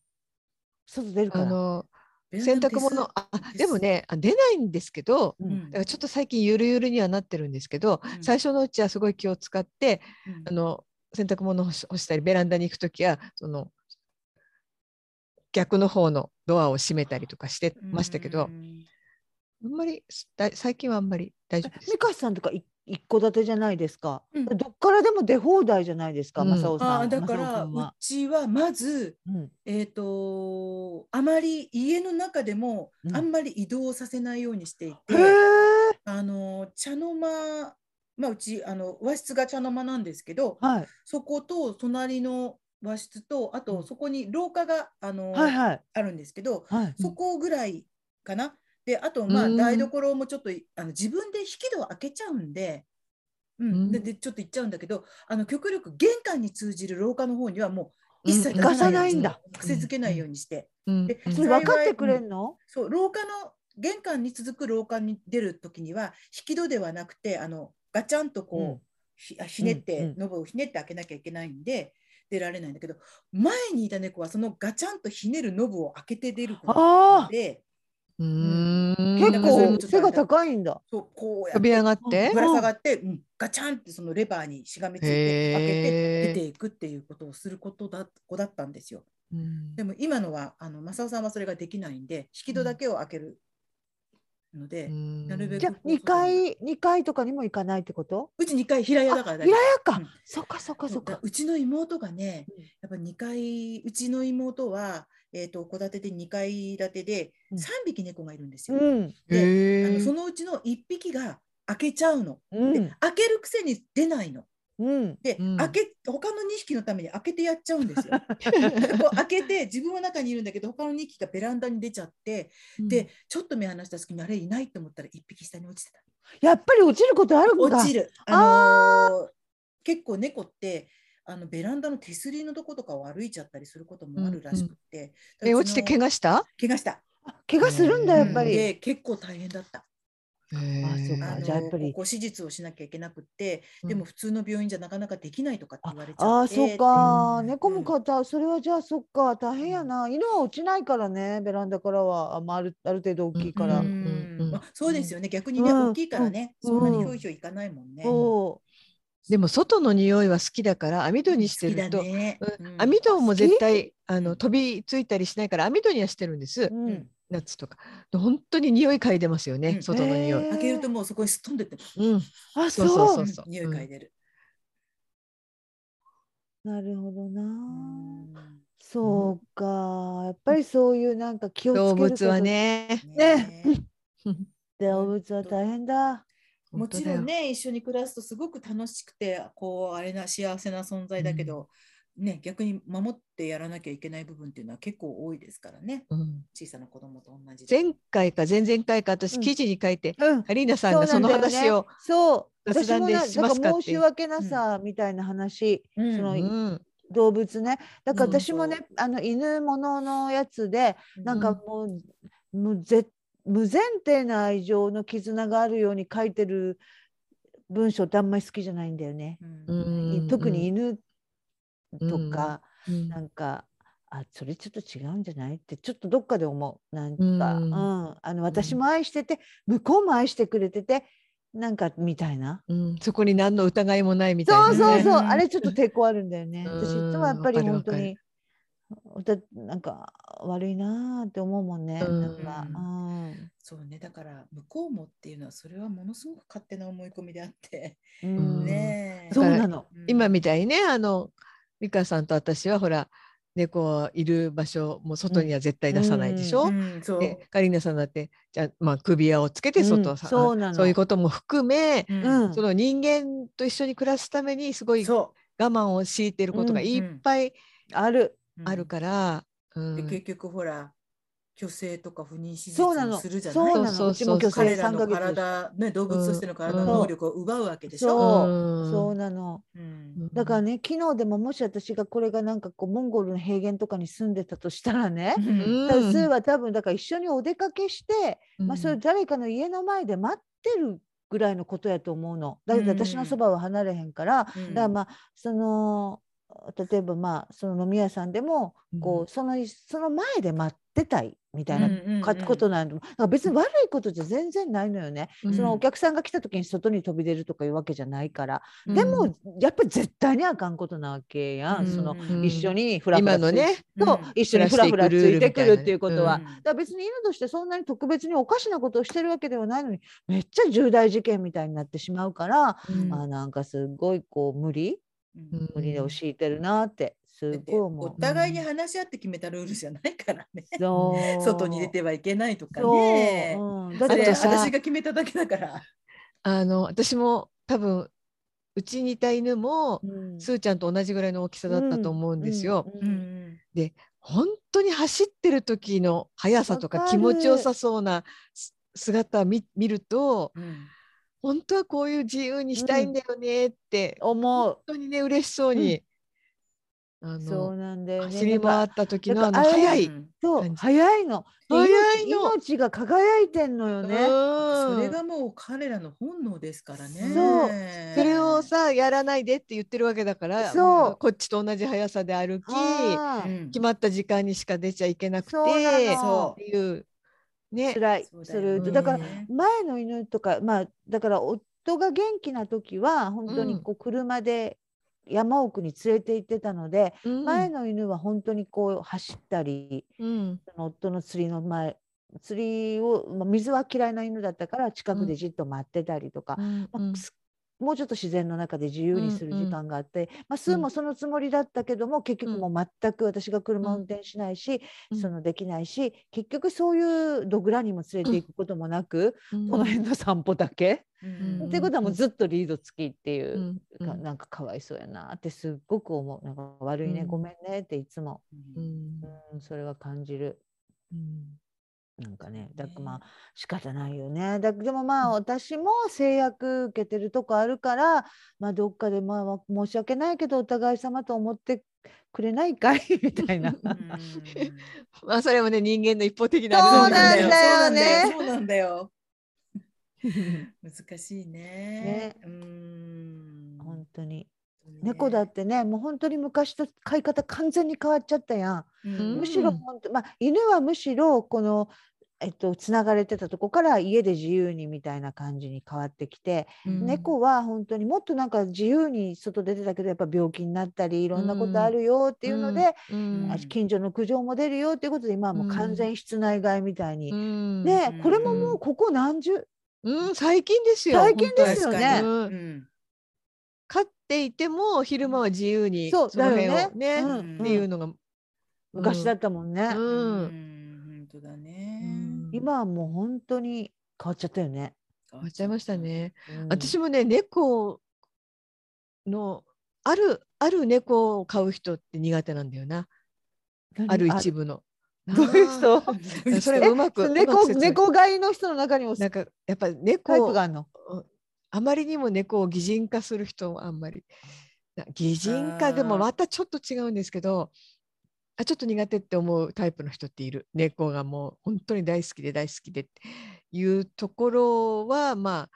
Speaker 2: 外出るか
Speaker 3: あ
Speaker 2: ら。
Speaker 3: の
Speaker 1: ベラ
Speaker 3: 洗
Speaker 1: ンダの
Speaker 3: 濯物あ
Speaker 1: です
Speaker 3: でもねあ出ないんですけど
Speaker 2: う
Speaker 1: うんん
Speaker 3: だからちょっと最近ゆるゆるにはなってるんですけど、
Speaker 1: うん
Speaker 3: 最初のうちはすごい気を使って
Speaker 1: うん
Speaker 3: あの洗濯物を干し干したりベランダに行く時はその逆の方のドアを閉めたりとかしてましたけど、
Speaker 1: うん
Speaker 3: あんまりすだ最近はあんまり大丈夫です
Speaker 2: ミ。カさんとかい一戸建てじゃないですか、
Speaker 1: うん
Speaker 2: どっからでも出放題じゃないですか、
Speaker 3: うん
Speaker 2: マサオさん
Speaker 1: あーだか
Speaker 2: マサオ
Speaker 1: ら
Speaker 2: 君
Speaker 1: う
Speaker 2: は
Speaker 1: ちはまず
Speaker 2: うん
Speaker 1: えっとあまり家の中でも
Speaker 2: うん
Speaker 1: あんまり移動させないようにしていて
Speaker 2: へえ
Speaker 1: あの茶の間、まあ、うちあの和室が茶の間なんですけど
Speaker 2: はい
Speaker 1: そこと隣の和室とあとそこに廊下があの、
Speaker 2: はいはい
Speaker 1: あるんですけど
Speaker 2: はい
Speaker 1: そこぐらいかな。であとまあ
Speaker 3: うん
Speaker 1: 台所もちょっといあの自分で引き戸を開けちゃうんで。う、
Speaker 3: うんん
Speaker 1: ででちょっと行っちゃうんだけどあの極力玄関に通じる廊下の方にはもう
Speaker 3: うん
Speaker 1: 一切出
Speaker 2: 行かさないんだ
Speaker 1: ように癖づけないようにして、
Speaker 3: うん
Speaker 1: で
Speaker 3: うん
Speaker 2: それ分かってくれんの、
Speaker 1: そう廊下の玄関に続く廊下に出る時には引き戸ではなくてあのガチャンとこう、
Speaker 2: うん
Speaker 1: ひあひねって、
Speaker 2: うんうん
Speaker 1: ノブをひねって開けなきゃいけないんで出られないんだけど前にいた猫はそのガチャンとひねるノブを開けて出ること
Speaker 2: ああ
Speaker 1: で
Speaker 3: うーん
Speaker 2: 結
Speaker 1: なんかそういう
Speaker 2: 構
Speaker 1: ちょっとあ
Speaker 2: 背
Speaker 1: れだ
Speaker 2: が高いんだ。
Speaker 1: そうこうや
Speaker 3: 飛
Speaker 1: っ
Speaker 3: び上
Speaker 1: て
Speaker 3: がって
Speaker 2: え
Speaker 1: ぶら下がって、うん、ガチャンってそのレバーにしがみついて
Speaker 3: へー
Speaker 1: 開けて出ていくっていうことをすることだ子だったんですよ。
Speaker 3: うん
Speaker 1: でも今のはあの正雄さんはそれができないんで引き戸だけを開けるので、うなるべく
Speaker 2: じゃあ
Speaker 1: こう
Speaker 2: 2階二階とかにも行かないってこと
Speaker 1: ち2階平屋だから
Speaker 2: 平屋か、
Speaker 1: うん
Speaker 2: そっかそっかそっ
Speaker 1: だ
Speaker 2: か
Speaker 1: ら。うちの妹がね
Speaker 2: うん、
Speaker 1: やっぱ2階、うちの妹は、えっ、と、戸建てで2階建てで、
Speaker 2: うん
Speaker 1: 3匹猫がいるんですよ。
Speaker 2: うん
Speaker 1: で、あ
Speaker 3: へ
Speaker 1: の
Speaker 3: え
Speaker 1: そのうちの1匹が開けちゃうの。
Speaker 2: う
Speaker 1: で
Speaker 2: ん、
Speaker 1: 開けるくせに出ないの。
Speaker 2: うん、
Speaker 1: で、
Speaker 3: うん
Speaker 1: 開け、他の2匹のために開けてやっちゃうんですよ。こう開けて、自分は中にいるんだけど、他の2匹がベランダに出ちゃって、 で、ちょっと目離した隙にあれいないと思ったら1匹下に落ちてた。
Speaker 2: やっぱり落ちることあるんだ。
Speaker 1: 落ちる。あのー結構猫ってあのベランダの手すりのとことかを歩いちゃったりすることもあるらしくって、
Speaker 3: え落ちて怪
Speaker 1: 我
Speaker 3: 我した？
Speaker 1: 怪我した。
Speaker 2: 怪我するんだやっぱ
Speaker 1: うん
Speaker 2: り。
Speaker 1: で結構大変だった。
Speaker 3: あ
Speaker 2: そうか
Speaker 1: あの
Speaker 2: じゃあやっぱり
Speaker 1: こう手術をしなきゃいけなくって、
Speaker 3: うん
Speaker 1: でも普通の病院じゃなかなかできないとかって言われちゃって。
Speaker 2: ああそうか、
Speaker 3: うん
Speaker 2: 猫も飼ったそれはじゃあそっか大変やな犬は落ちないからねベランダからはあ,、まあ、あるある程度大きいから、
Speaker 1: う
Speaker 3: うんんうん
Speaker 1: まあそうですよね。逆にね、
Speaker 2: うん
Speaker 1: 大きいからね、
Speaker 2: うん
Speaker 1: そんなにひょいひょいいかないもんね。
Speaker 2: そ
Speaker 3: でも外の匂いは好きだから網戸にしてると、
Speaker 1: 好きだね。うん
Speaker 3: 網戸も絶対あ
Speaker 1: うん
Speaker 3: の飛びついたりしないから網戸にはしてるんです、
Speaker 2: う、うん
Speaker 1: うん
Speaker 3: 夏とかで本当に匂い嗅いでますよね、
Speaker 1: うん
Speaker 3: 外の匂い、
Speaker 2: へえ
Speaker 1: 開けるともうそこにすっ飛んでって、
Speaker 3: うん、
Speaker 2: あそ
Speaker 3: そううそう
Speaker 1: うん
Speaker 3: そうそう
Speaker 1: 匂い嗅いでる。
Speaker 2: なるほどな、
Speaker 1: うん
Speaker 2: そうかやっぱりそういうなんか気をつける
Speaker 3: 動
Speaker 2: こと
Speaker 3: 物はね
Speaker 2: ね
Speaker 1: え
Speaker 2: 動物は大変だ
Speaker 1: もちろんね一緒に暮らすとすごく楽しくてこうあれな幸せな存在だけど、ね逆に守ってやらなきゃいけない部分っていうのは結構多いですからね
Speaker 3: 本当だようん
Speaker 1: 小さな子供と同じで。
Speaker 3: 前回か前々回か私
Speaker 2: うん
Speaker 3: 記事に書いて、
Speaker 2: うん
Speaker 3: カリーナさんがその話を
Speaker 2: そう
Speaker 3: 雑
Speaker 2: 私
Speaker 3: 談
Speaker 2: も
Speaker 3: で
Speaker 2: な
Speaker 3: します
Speaker 2: ん
Speaker 3: か
Speaker 2: か
Speaker 3: っ
Speaker 2: 申
Speaker 3: てい
Speaker 2: し
Speaker 3: う
Speaker 2: 訳なさみたいな話、
Speaker 1: うん
Speaker 2: その
Speaker 1: う
Speaker 3: うん
Speaker 2: 動物ねだから
Speaker 1: そう
Speaker 2: 私もね
Speaker 1: そ
Speaker 2: あの犬もののやつでなん
Speaker 1: う
Speaker 2: かもう、無ぜ無前提な愛情の絆があるように書いてる文章ってあんまり好きじゃないんだよね。
Speaker 1: ん
Speaker 3: う
Speaker 1: うん
Speaker 3: ん
Speaker 2: 特に犬とか、
Speaker 3: うん
Speaker 2: なんかあそれちょっと違うんじゃないってちょっとどっかで思うなんか、う
Speaker 3: うんん
Speaker 2: あの私も愛してて向こうも愛してくれててなんかみたいな。
Speaker 3: うんそこに何の疑いもないみたいな
Speaker 2: そ
Speaker 3: ね、
Speaker 2: うそうそう、
Speaker 1: うん
Speaker 2: あれちょっと抵抗あるんだよね。私いつもやっぱり
Speaker 3: うん
Speaker 2: 本
Speaker 3: わ
Speaker 2: 当
Speaker 3: かる
Speaker 2: に、おたなんか悪いなーって思うもんね。なんか、
Speaker 1: う
Speaker 2: うん。
Speaker 1: そうねだから向こうもっていうのはそれはものすごく勝手な思い込みであって、
Speaker 2: うん
Speaker 1: ねえ
Speaker 2: そう
Speaker 3: だか
Speaker 2: な
Speaker 3: ら
Speaker 2: の。
Speaker 1: うん
Speaker 3: 今みたいにねあの美香さんと私はほら猫いる場所も外には絶対出さないでしょ、
Speaker 1: うんそう
Speaker 3: でカリーナさんだってじゃあまあ首輪をつけて
Speaker 2: う
Speaker 3: 外
Speaker 2: ん
Speaker 3: さ、
Speaker 2: そうなの
Speaker 3: そういうことも含め、
Speaker 1: う
Speaker 2: うんん
Speaker 3: その人間と一緒に暮らすためにすごい我
Speaker 1: そ
Speaker 3: 慢を強いてることが
Speaker 2: うん
Speaker 3: いっぱい
Speaker 2: ある。
Speaker 1: う
Speaker 3: あるから、うん
Speaker 1: で結局ほら虚勢とか不妊手術
Speaker 2: そうな
Speaker 1: を
Speaker 2: の。
Speaker 1: するじゃない
Speaker 2: そうな
Speaker 3: そ
Speaker 2: の。
Speaker 3: う
Speaker 2: うちも
Speaker 3: そ
Speaker 2: 虚
Speaker 3: うそう
Speaker 1: 彼
Speaker 2: 勢
Speaker 1: ら
Speaker 2: 三
Speaker 1: の
Speaker 2: ヶ月でした。
Speaker 1: 体、ね、動物としての体
Speaker 3: う
Speaker 1: の
Speaker 3: ん
Speaker 1: 能力を奪うわけでしょ。
Speaker 2: そう
Speaker 3: うん
Speaker 2: そうなの。
Speaker 1: うん
Speaker 2: だからね、昨日でももし私がこれがなんかこうモンゴルの平原とかに住んでたとしたらね、
Speaker 1: うん
Speaker 2: 多分スーは多分だから一緒にお出かけして、まあそれ誰かの家の前で待ってるぐらいのことやと思うの。だけど私
Speaker 1: う
Speaker 2: の
Speaker 1: ん
Speaker 2: そばは離れへんから、だから
Speaker 1: うん
Speaker 2: まあその例えばまあその飲み屋さんでもこ
Speaker 3: うん
Speaker 2: うそのその前で待ってたいみたいな
Speaker 1: うんうんうん
Speaker 2: かことなんでだから別に悪いことじゃ全然ないのよね。
Speaker 3: うん
Speaker 2: そのお客さんが来た時に外に飛び出るとかいうわけじゃないから、
Speaker 1: うん
Speaker 2: でもやっぱり絶対にあかんことなわけやん、その
Speaker 1: うん
Speaker 2: 一緒にフラフラ
Speaker 3: 今のね
Speaker 2: ついそう
Speaker 1: うん
Speaker 2: 一緒にフラフラついてくるっていうこ
Speaker 1: う
Speaker 2: と
Speaker 1: ん
Speaker 2: は、だから別に犬としてそんなに特別におかしなことをしてるわけではないのにめっちゃ重大事件みたいになってしまうから、
Speaker 1: うん
Speaker 2: あなんかすごいこう無理
Speaker 1: うん
Speaker 2: 無理を敷いてるなってす
Speaker 1: だって
Speaker 2: ごい思
Speaker 1: お
Speaker 2: う。
Speaker 1: 互いに話し合って決めたルールじゃないからね。
Speaker 2: そう
Speaker 1: 外に出てはいけないとか
Speaker 2: そう、
Speaker 1: ね。
Speaker 2: うん、だ
Speaker 1: だ
Speaker 2: っ
Speaker 1: ってて
Speaker 3: あとさ
Speaker 1: 私が決めただけだから。
Speaker 3: あの私も多分うちにいた犬も、
Speaker 2: うん
Speaker 3: スーちゃんと同じぐらいの大きさだったと思うんですよ。
Speaker 2: うん
Speaker 1: う
Speaker 2: うん
Speaker 1: ん
Speaker 3: 本当に走ってる時の速さと
Speaker 2: わ
Speaker 3: か
Speaker 2: か
Speaker 3: 気
Speaker 2: る
Speaker 3: 持ちよさそうなす姿を見見ると
Speaker 1: うん
Speaker 3: 本当はこういう自由にしたいんだよねって、
Speaker 2: 思う
Speaker 3: 本当にね嬉しそうに、あ
Speaker 2: そう
Speaker 3: の
Speaker 2: なんだよね。
Speaker 3: 走り
Speaker 2: や
Speaker 3: 回
Speaker 2: っ
Speaker 3: った時の
Speaker 2: や
Speaker 3: あ
Speaker 2: っぱ
Speaker 3: の
Speaker 2: あれ
Speaker 3: 速い、
Speaker 1: うん
Speaker 2: ぱそう
Speaker 3: 感じ
Speaker 2: 早いの。で
Speaker 3: 早い
Speaker 2: 命
Speaker 3: の
Speaker 2: 命が輝いてんのよね。
Speaker 3: うん
Speaker 1: それがもう彼らの本能ですからね。
Speaker 2: そう
Speaker 3: それをさやらないでって言ってるわけだから
Speaker 2: そう
Speaker 3: こっちと同じ速さで歩き
Speaker 2: あ
Speaker 1: う
Speaker 2: ー
Speaker 1: ん
Speaker 3: 決まった時間にしか出ちゃいけなくて
Speaker 2: そうなの
Speaker 3: そうっていうね。
Speaker 2: 辛い
Speaker 1: そう
Speaker 2: す
Speaker 1: だよね
Speaker 2: るとだから
Speaker 1: ね
Speaker 2: 前の犬とかまあだから夫が元気な時は本当にこう車で山奥に連れて行ってたので、前の犬は本当にこう走ったり、
Speaker 3: うん
Speaker 2: その夫の釣りの前釣りを、まあ、水は嫌いな犬だったから近くでじっと待ってたりとか、
Speaker 3: うん
Speaker 2: まあすもうちょっと自然の中で自由にする時間があって、まあ、スーもそのつもりだったけども、結局もう全く私が車を運転しないし、
Speaker 3: うん
Speaker 2: そのできないし結局そういうドグラにも連れていくこともなく、
Speaker 3: うん
Speaker 2: この辺の散歩だけ。
Speaker 1: うん
Speaker 2: っていうことはもうずっとリード付きっていうう、
Speaker 3: ん
Speaker 2: かなんかかわいそうやなってすっごく思うなんか悪いね、
Speaker 3: うん
Speaker 2: ごめんねっていつも、
Speaker 3: うん
Speaker 2: うん、それは感じる。
Speaker 3: うん
Speaker 2: なんかね、だから
Speaker 1: ね
Speaker 2: まあ仕方ないよね。だでもまあ私も制約受けてるとこあるから、まあどっかでまあわ申し訳ないけどお互い様と思ってくれないかいみたいな。
Speaker 1: うん
Speaker 3: まあそれもね人間の一方的 な
Speaker 2: そう
Speaker 1: そうな
Speaker 2: な
Speaker 1: んん
Speaker 2: だ
Speaker 1: だ
Speaker 2: よ
Speaker 1: よ。
Speaker 2: ね
Speaker 1: そうなんだよ。難しいね。
Speaker 2: ね
Speaker 1: うーん。
Speaker 2: 本当に
Speaker 1: 当にね
Speaker 2: 猫だっ。てねもう本当に昔と飼い方完全に変わっちゃったや
Speaker 1: うん
Speaker 2: ん。
Speaker 3: ん
Speaker 2: むしろ本当、まあ犬はむしろこのえっとつながれてたとこから家で自由にみたいな感じに変わってきて、
Speaker 3: うん
Speaker 2: 猫は本当にもっとなんか自由に外出てたけどやっぱ病気になったりいろんなこ
Speaker 3: う
Speaker 2: と
Speaker 3: ん
Speaker 2: あるよっていうので、
Speaker 3: うん
Speaker 2: あ近所の苦情も出るよっていうことで今はもう完全室内外みたいに、
Speaker 3: うん
Speaker 2: ね
Speaker 1: うん
Speaker 2: これももうここ何十、
Speaker 3: うん最近ですよ
Speaker 2: 最近ですよね
Speaker 3: 本当にうん
Speaker 1: うん
Speaker 3: 飼っていても昼間は自由に
Speaker 2: そう
Speaker 3: の辺
Speaker 2: だよ
Speaker 3: をね
Speaker 1: うん
Speaker 3: っていうのが
Speaker 2: 昔だったもんね、
Speaker 3: う
Speaker 1: うんん。本当だね。
Speaker 2: 今はもう本当に変わっちゃったよね。
Speaker 1: 変
Speaker 3: 終わっちゃいました。ね
Speaker 2: うん
Speaker 3: 私もね猫のあるある猫を飼う人って苦手なんだよなある一部の
Speaker 2: どういう人
Speaker 3: それがうま
Speaker 2: え
Speaker 3: くうま
Speaker 2: 猫
Speaker 3: く説明
Speaker 2: 猫飼いの人の中にも
Speaker 3: なんかやっぱ
Speaker 2: タイ
Speaker 3: 猫
Speaker 2: プがあるの
Speaker 3: あまりにも猫を擬人化する人もあんまりな擬人
Speaker 1: あ
Speaker 3: 化
Speaker 1: ー
Speaker 3: でもまたちょっと違うんですけどあちょっと苦手って思うタイプの人っている猫がもう本当に大好きで大好きでっていうところはま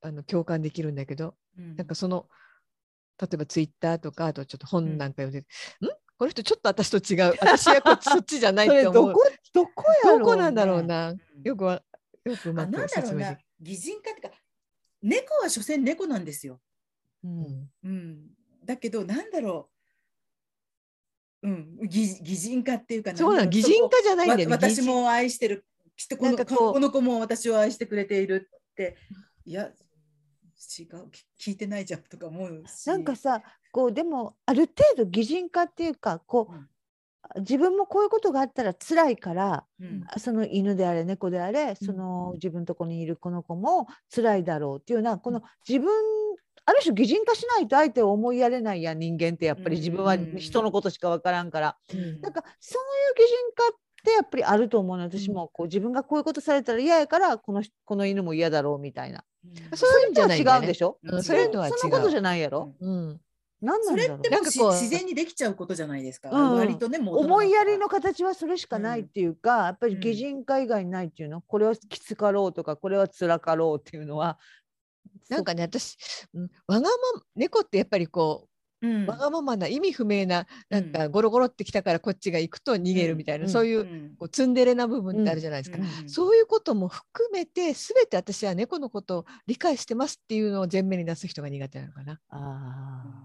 Speaker 3: ああの共感できるんだけど
Speaker 1: な
Speaker 3: なんかその例えばツイッターとかあとちょっと本なんか読んで、んこの人ちょっと私と違う私はこっちそっちじゃな い
Speaker 2: そ
Speaker 3: っ
Speaker 2: れ
Speaker 3: て
Speaker 2: ど
Speaker 3: 思う
Speaker 2: こどこやろう、ね、
Speaker 3: どこなんだろうなよくわよくう
Speaker 1: あな
Speaker 3: ま
Speaker 1: んだ
Speaker 3: く
Speaker 1: ろ
Speaker 3: 説
Speaker 1: う
Speaker 3: 明で
Speaker 1: な。擬人化ってか、猫は所詮猫なんですよ。
Speaker 2: う
Speaker 3: きる
Speaker 2: ん。
Speaker 1: うん。だけどなんだろう。うん。擬擬人化っていうか
Speaker 3: そうなの
Speaker 1: んだろ
Speaker 3: 擬人化じゃないんだ
Speaker 1: わ
Speaker 3: よね
Speaker 1: 私
Speaker 3: 擬人
Speaker 1: も愛してるきっとこ
Speaker 3: な
Speaker 1: の
Speaker 3: んかこう
Speaker 1: この子も私を愛してくれているっていや違うき聞いてないじゃんとか思うし
Speaker 2: なんかさこうでもある程度擬人化っていうかこ
Speaker 1: うん
Speaker 2: う自分もこういうことがあったら辛いから
Speaker 1: うん
Speaker 2: その犬であれ猫であれその自分とこにいるこの子も辛いだろうっていうようなこの自分ある種擬人化しないと相手を思いやれないやん人間ってやっぱり自分は
Speaker 1: うんうんうん
Speaker 2: 人のことしか分からんから
Speaker 1: うん
Speaker 2: なんかそういう擬人化ってやっぱりあると思うの私もこう自分がこういうことされたら嫌やからこの人この犬も嫌だろうみたいな
Speaker 1: うん
Speaker 3: そういうのじゃないん
Speaker 2: と
Speaker 3: だ
Speaker 2: は違うん
Speaker 3: よね
Speaker 2: でしょ
Speaker 1: うん
Speaker 3: そういうのは違う
Speaker 2: そんなことじゃないやろ
Speaker 3: うん
Speaker 2: 何な
Speaker 1: そ
Speaker 2: ん
Speaker 1: れ
Speaker 2: だ
Speaker 1: っ
Speaker 2: ろう
Speaker 1: てもう
Speaker 3: なんか
Speaker 1: し
Speaker 3: こう
Speaker 1: 自然にできちゃうことじゃないですか、
Speaker 2: うん
Speaker 1: 割とねもう大人だから
Speaker 2: 思いやりの形はそれしかないっていうか、やっぱり擬人化以外ないっていうの、これはきつかろうとかこれは辛かろうっていうのは
Speaker 3: なんかね私うんわがま猫ってやっぱりこ
Speaker 1: うん
Speaker 3: うわがままな意味不明ななん
Speaker 1: う
Speaker 3: かゴロゴロってきたからこっちが行くと逃げるみたいな、
Speaker 2: うん
Speaker 3: そういう,、
Speaker 1: うん
Speaker 3: こうツンデレな部分ってあるじゃないですか、
Speaker 1: うん
Speaker 3: そういうことも含めて全て私は猫のことを理解してますっていうのを前面に出す人が苦手なのかな
Speaker 2: あ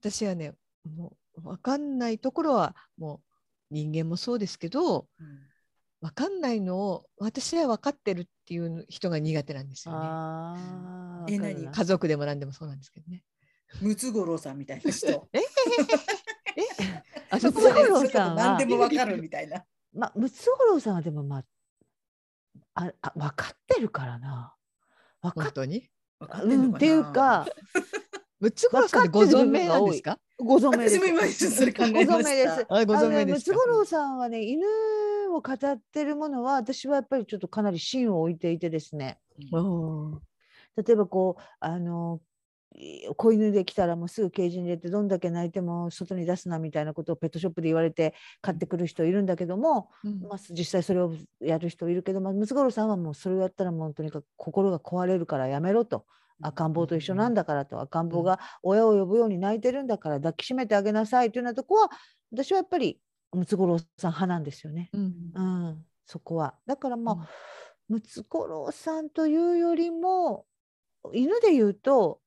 Speaker 3: 私はねもう分かんないところはもう人間もそうですけ
Speaker 1: う
Speaker 3: ど
Speaker 1: ん
Speaker 3: 分かんないのを私は分かってるっていう人が苦手なんです
Speaker 2: ー
Speaker 3: よね
Speaker 2: あー
Speaker 1: え
Speaker 2: わかるな
Speaker 1: 何
Speaker 3: 家族でも何でもそうなんですけど ね
Speaker 1: ムツゴロウさんみたいな人
Speaker 3: あ
Speaker 2: ム
Speaker 3: そ
Speaker 2: ツ
Speaker 3: こ
Speaker 2: ゴ
Speaker 3: ま
Speaker 2: ロウ
Speaker 3: で
Speaker 1: ムツゴロウさん何でもわかるみたいな
Speaker 2: まムツゴロウさんはでもまあああ分かってるからな分か
Speaker 3: 本
Speaker 2: っ
Speaker 3: 当に
Speaker 1: わか
Speaker 2: う
Speaker 1: の
Speaker 2: ん
Speaker 1: な
Speaker 2: っていうか
Speaker 3: ムツゴロウさんってご存命なんですか
Speaker 2: ご存命です
Speaker 1: 私も今一緒にそれ考えました
Speaker 2: ご存命です
Speaker 3: あご
Speaker 2: あの
Speaker 3: 存
Speaker 2: ね
Speaker 3: 命で
Speaker 2: ム
Speaker 3: す
Speaker 2: ツ
Speaker 3: か
Speaker 2: ゴロウさんはね犬を語ってるものは私はやっぱりちょっとかなり芯を置いていてですね
Speaker 3: おー
Speaker 2: 例えばこうあのい子犬できたらもうすぐケージに入れてどんだけ泣いても外に出すなみたいなことをペットショップで言われて買ってくる人いるんだけども、
Speaker 3: うん
Speaker 2: まあ、実際それをやる人いるけど、まあ、ムツゴロウさんはもうそれをやったらもうとにかく心が壊れるからやめろと。赤ん坊と一緒なんだからと赤ん坊が親を呼ぶように泣いてるんだから抱きしめてあげなさいというようなとこは私はやっぱりムツゴロウさん派なんですよね。
Speaker 3: うん
Speaker 2: うん、そこは。だからまあ、
Speaker 3: うん
Speaker 2: ムツゴロウさんというよりも犬で言うと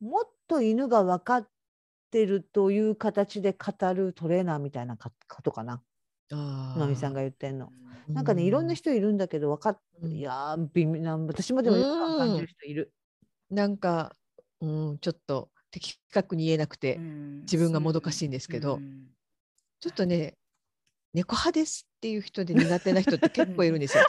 Speaker 2: もっと犬が分かってるという形で語るトレーナーみたいなかことかな
Speaker 3: の
Speaker 2: のみさんが言ってんの。
Speaker 1: うん
Speaker 2: なんかねいろんな人いるんだけど分かっ
Speaker 3: うん
Speaker 2: いやー微妙な私もでもよく感じる人いる。
Speaker 3: なんか、うん、ちょっと的確に言えなくて、自分がもどかしいんですけど
Speaker 1: うん
Speaker 3: ちょっとね猫派ですっていう人で苦手な人って結構いるんで すよ。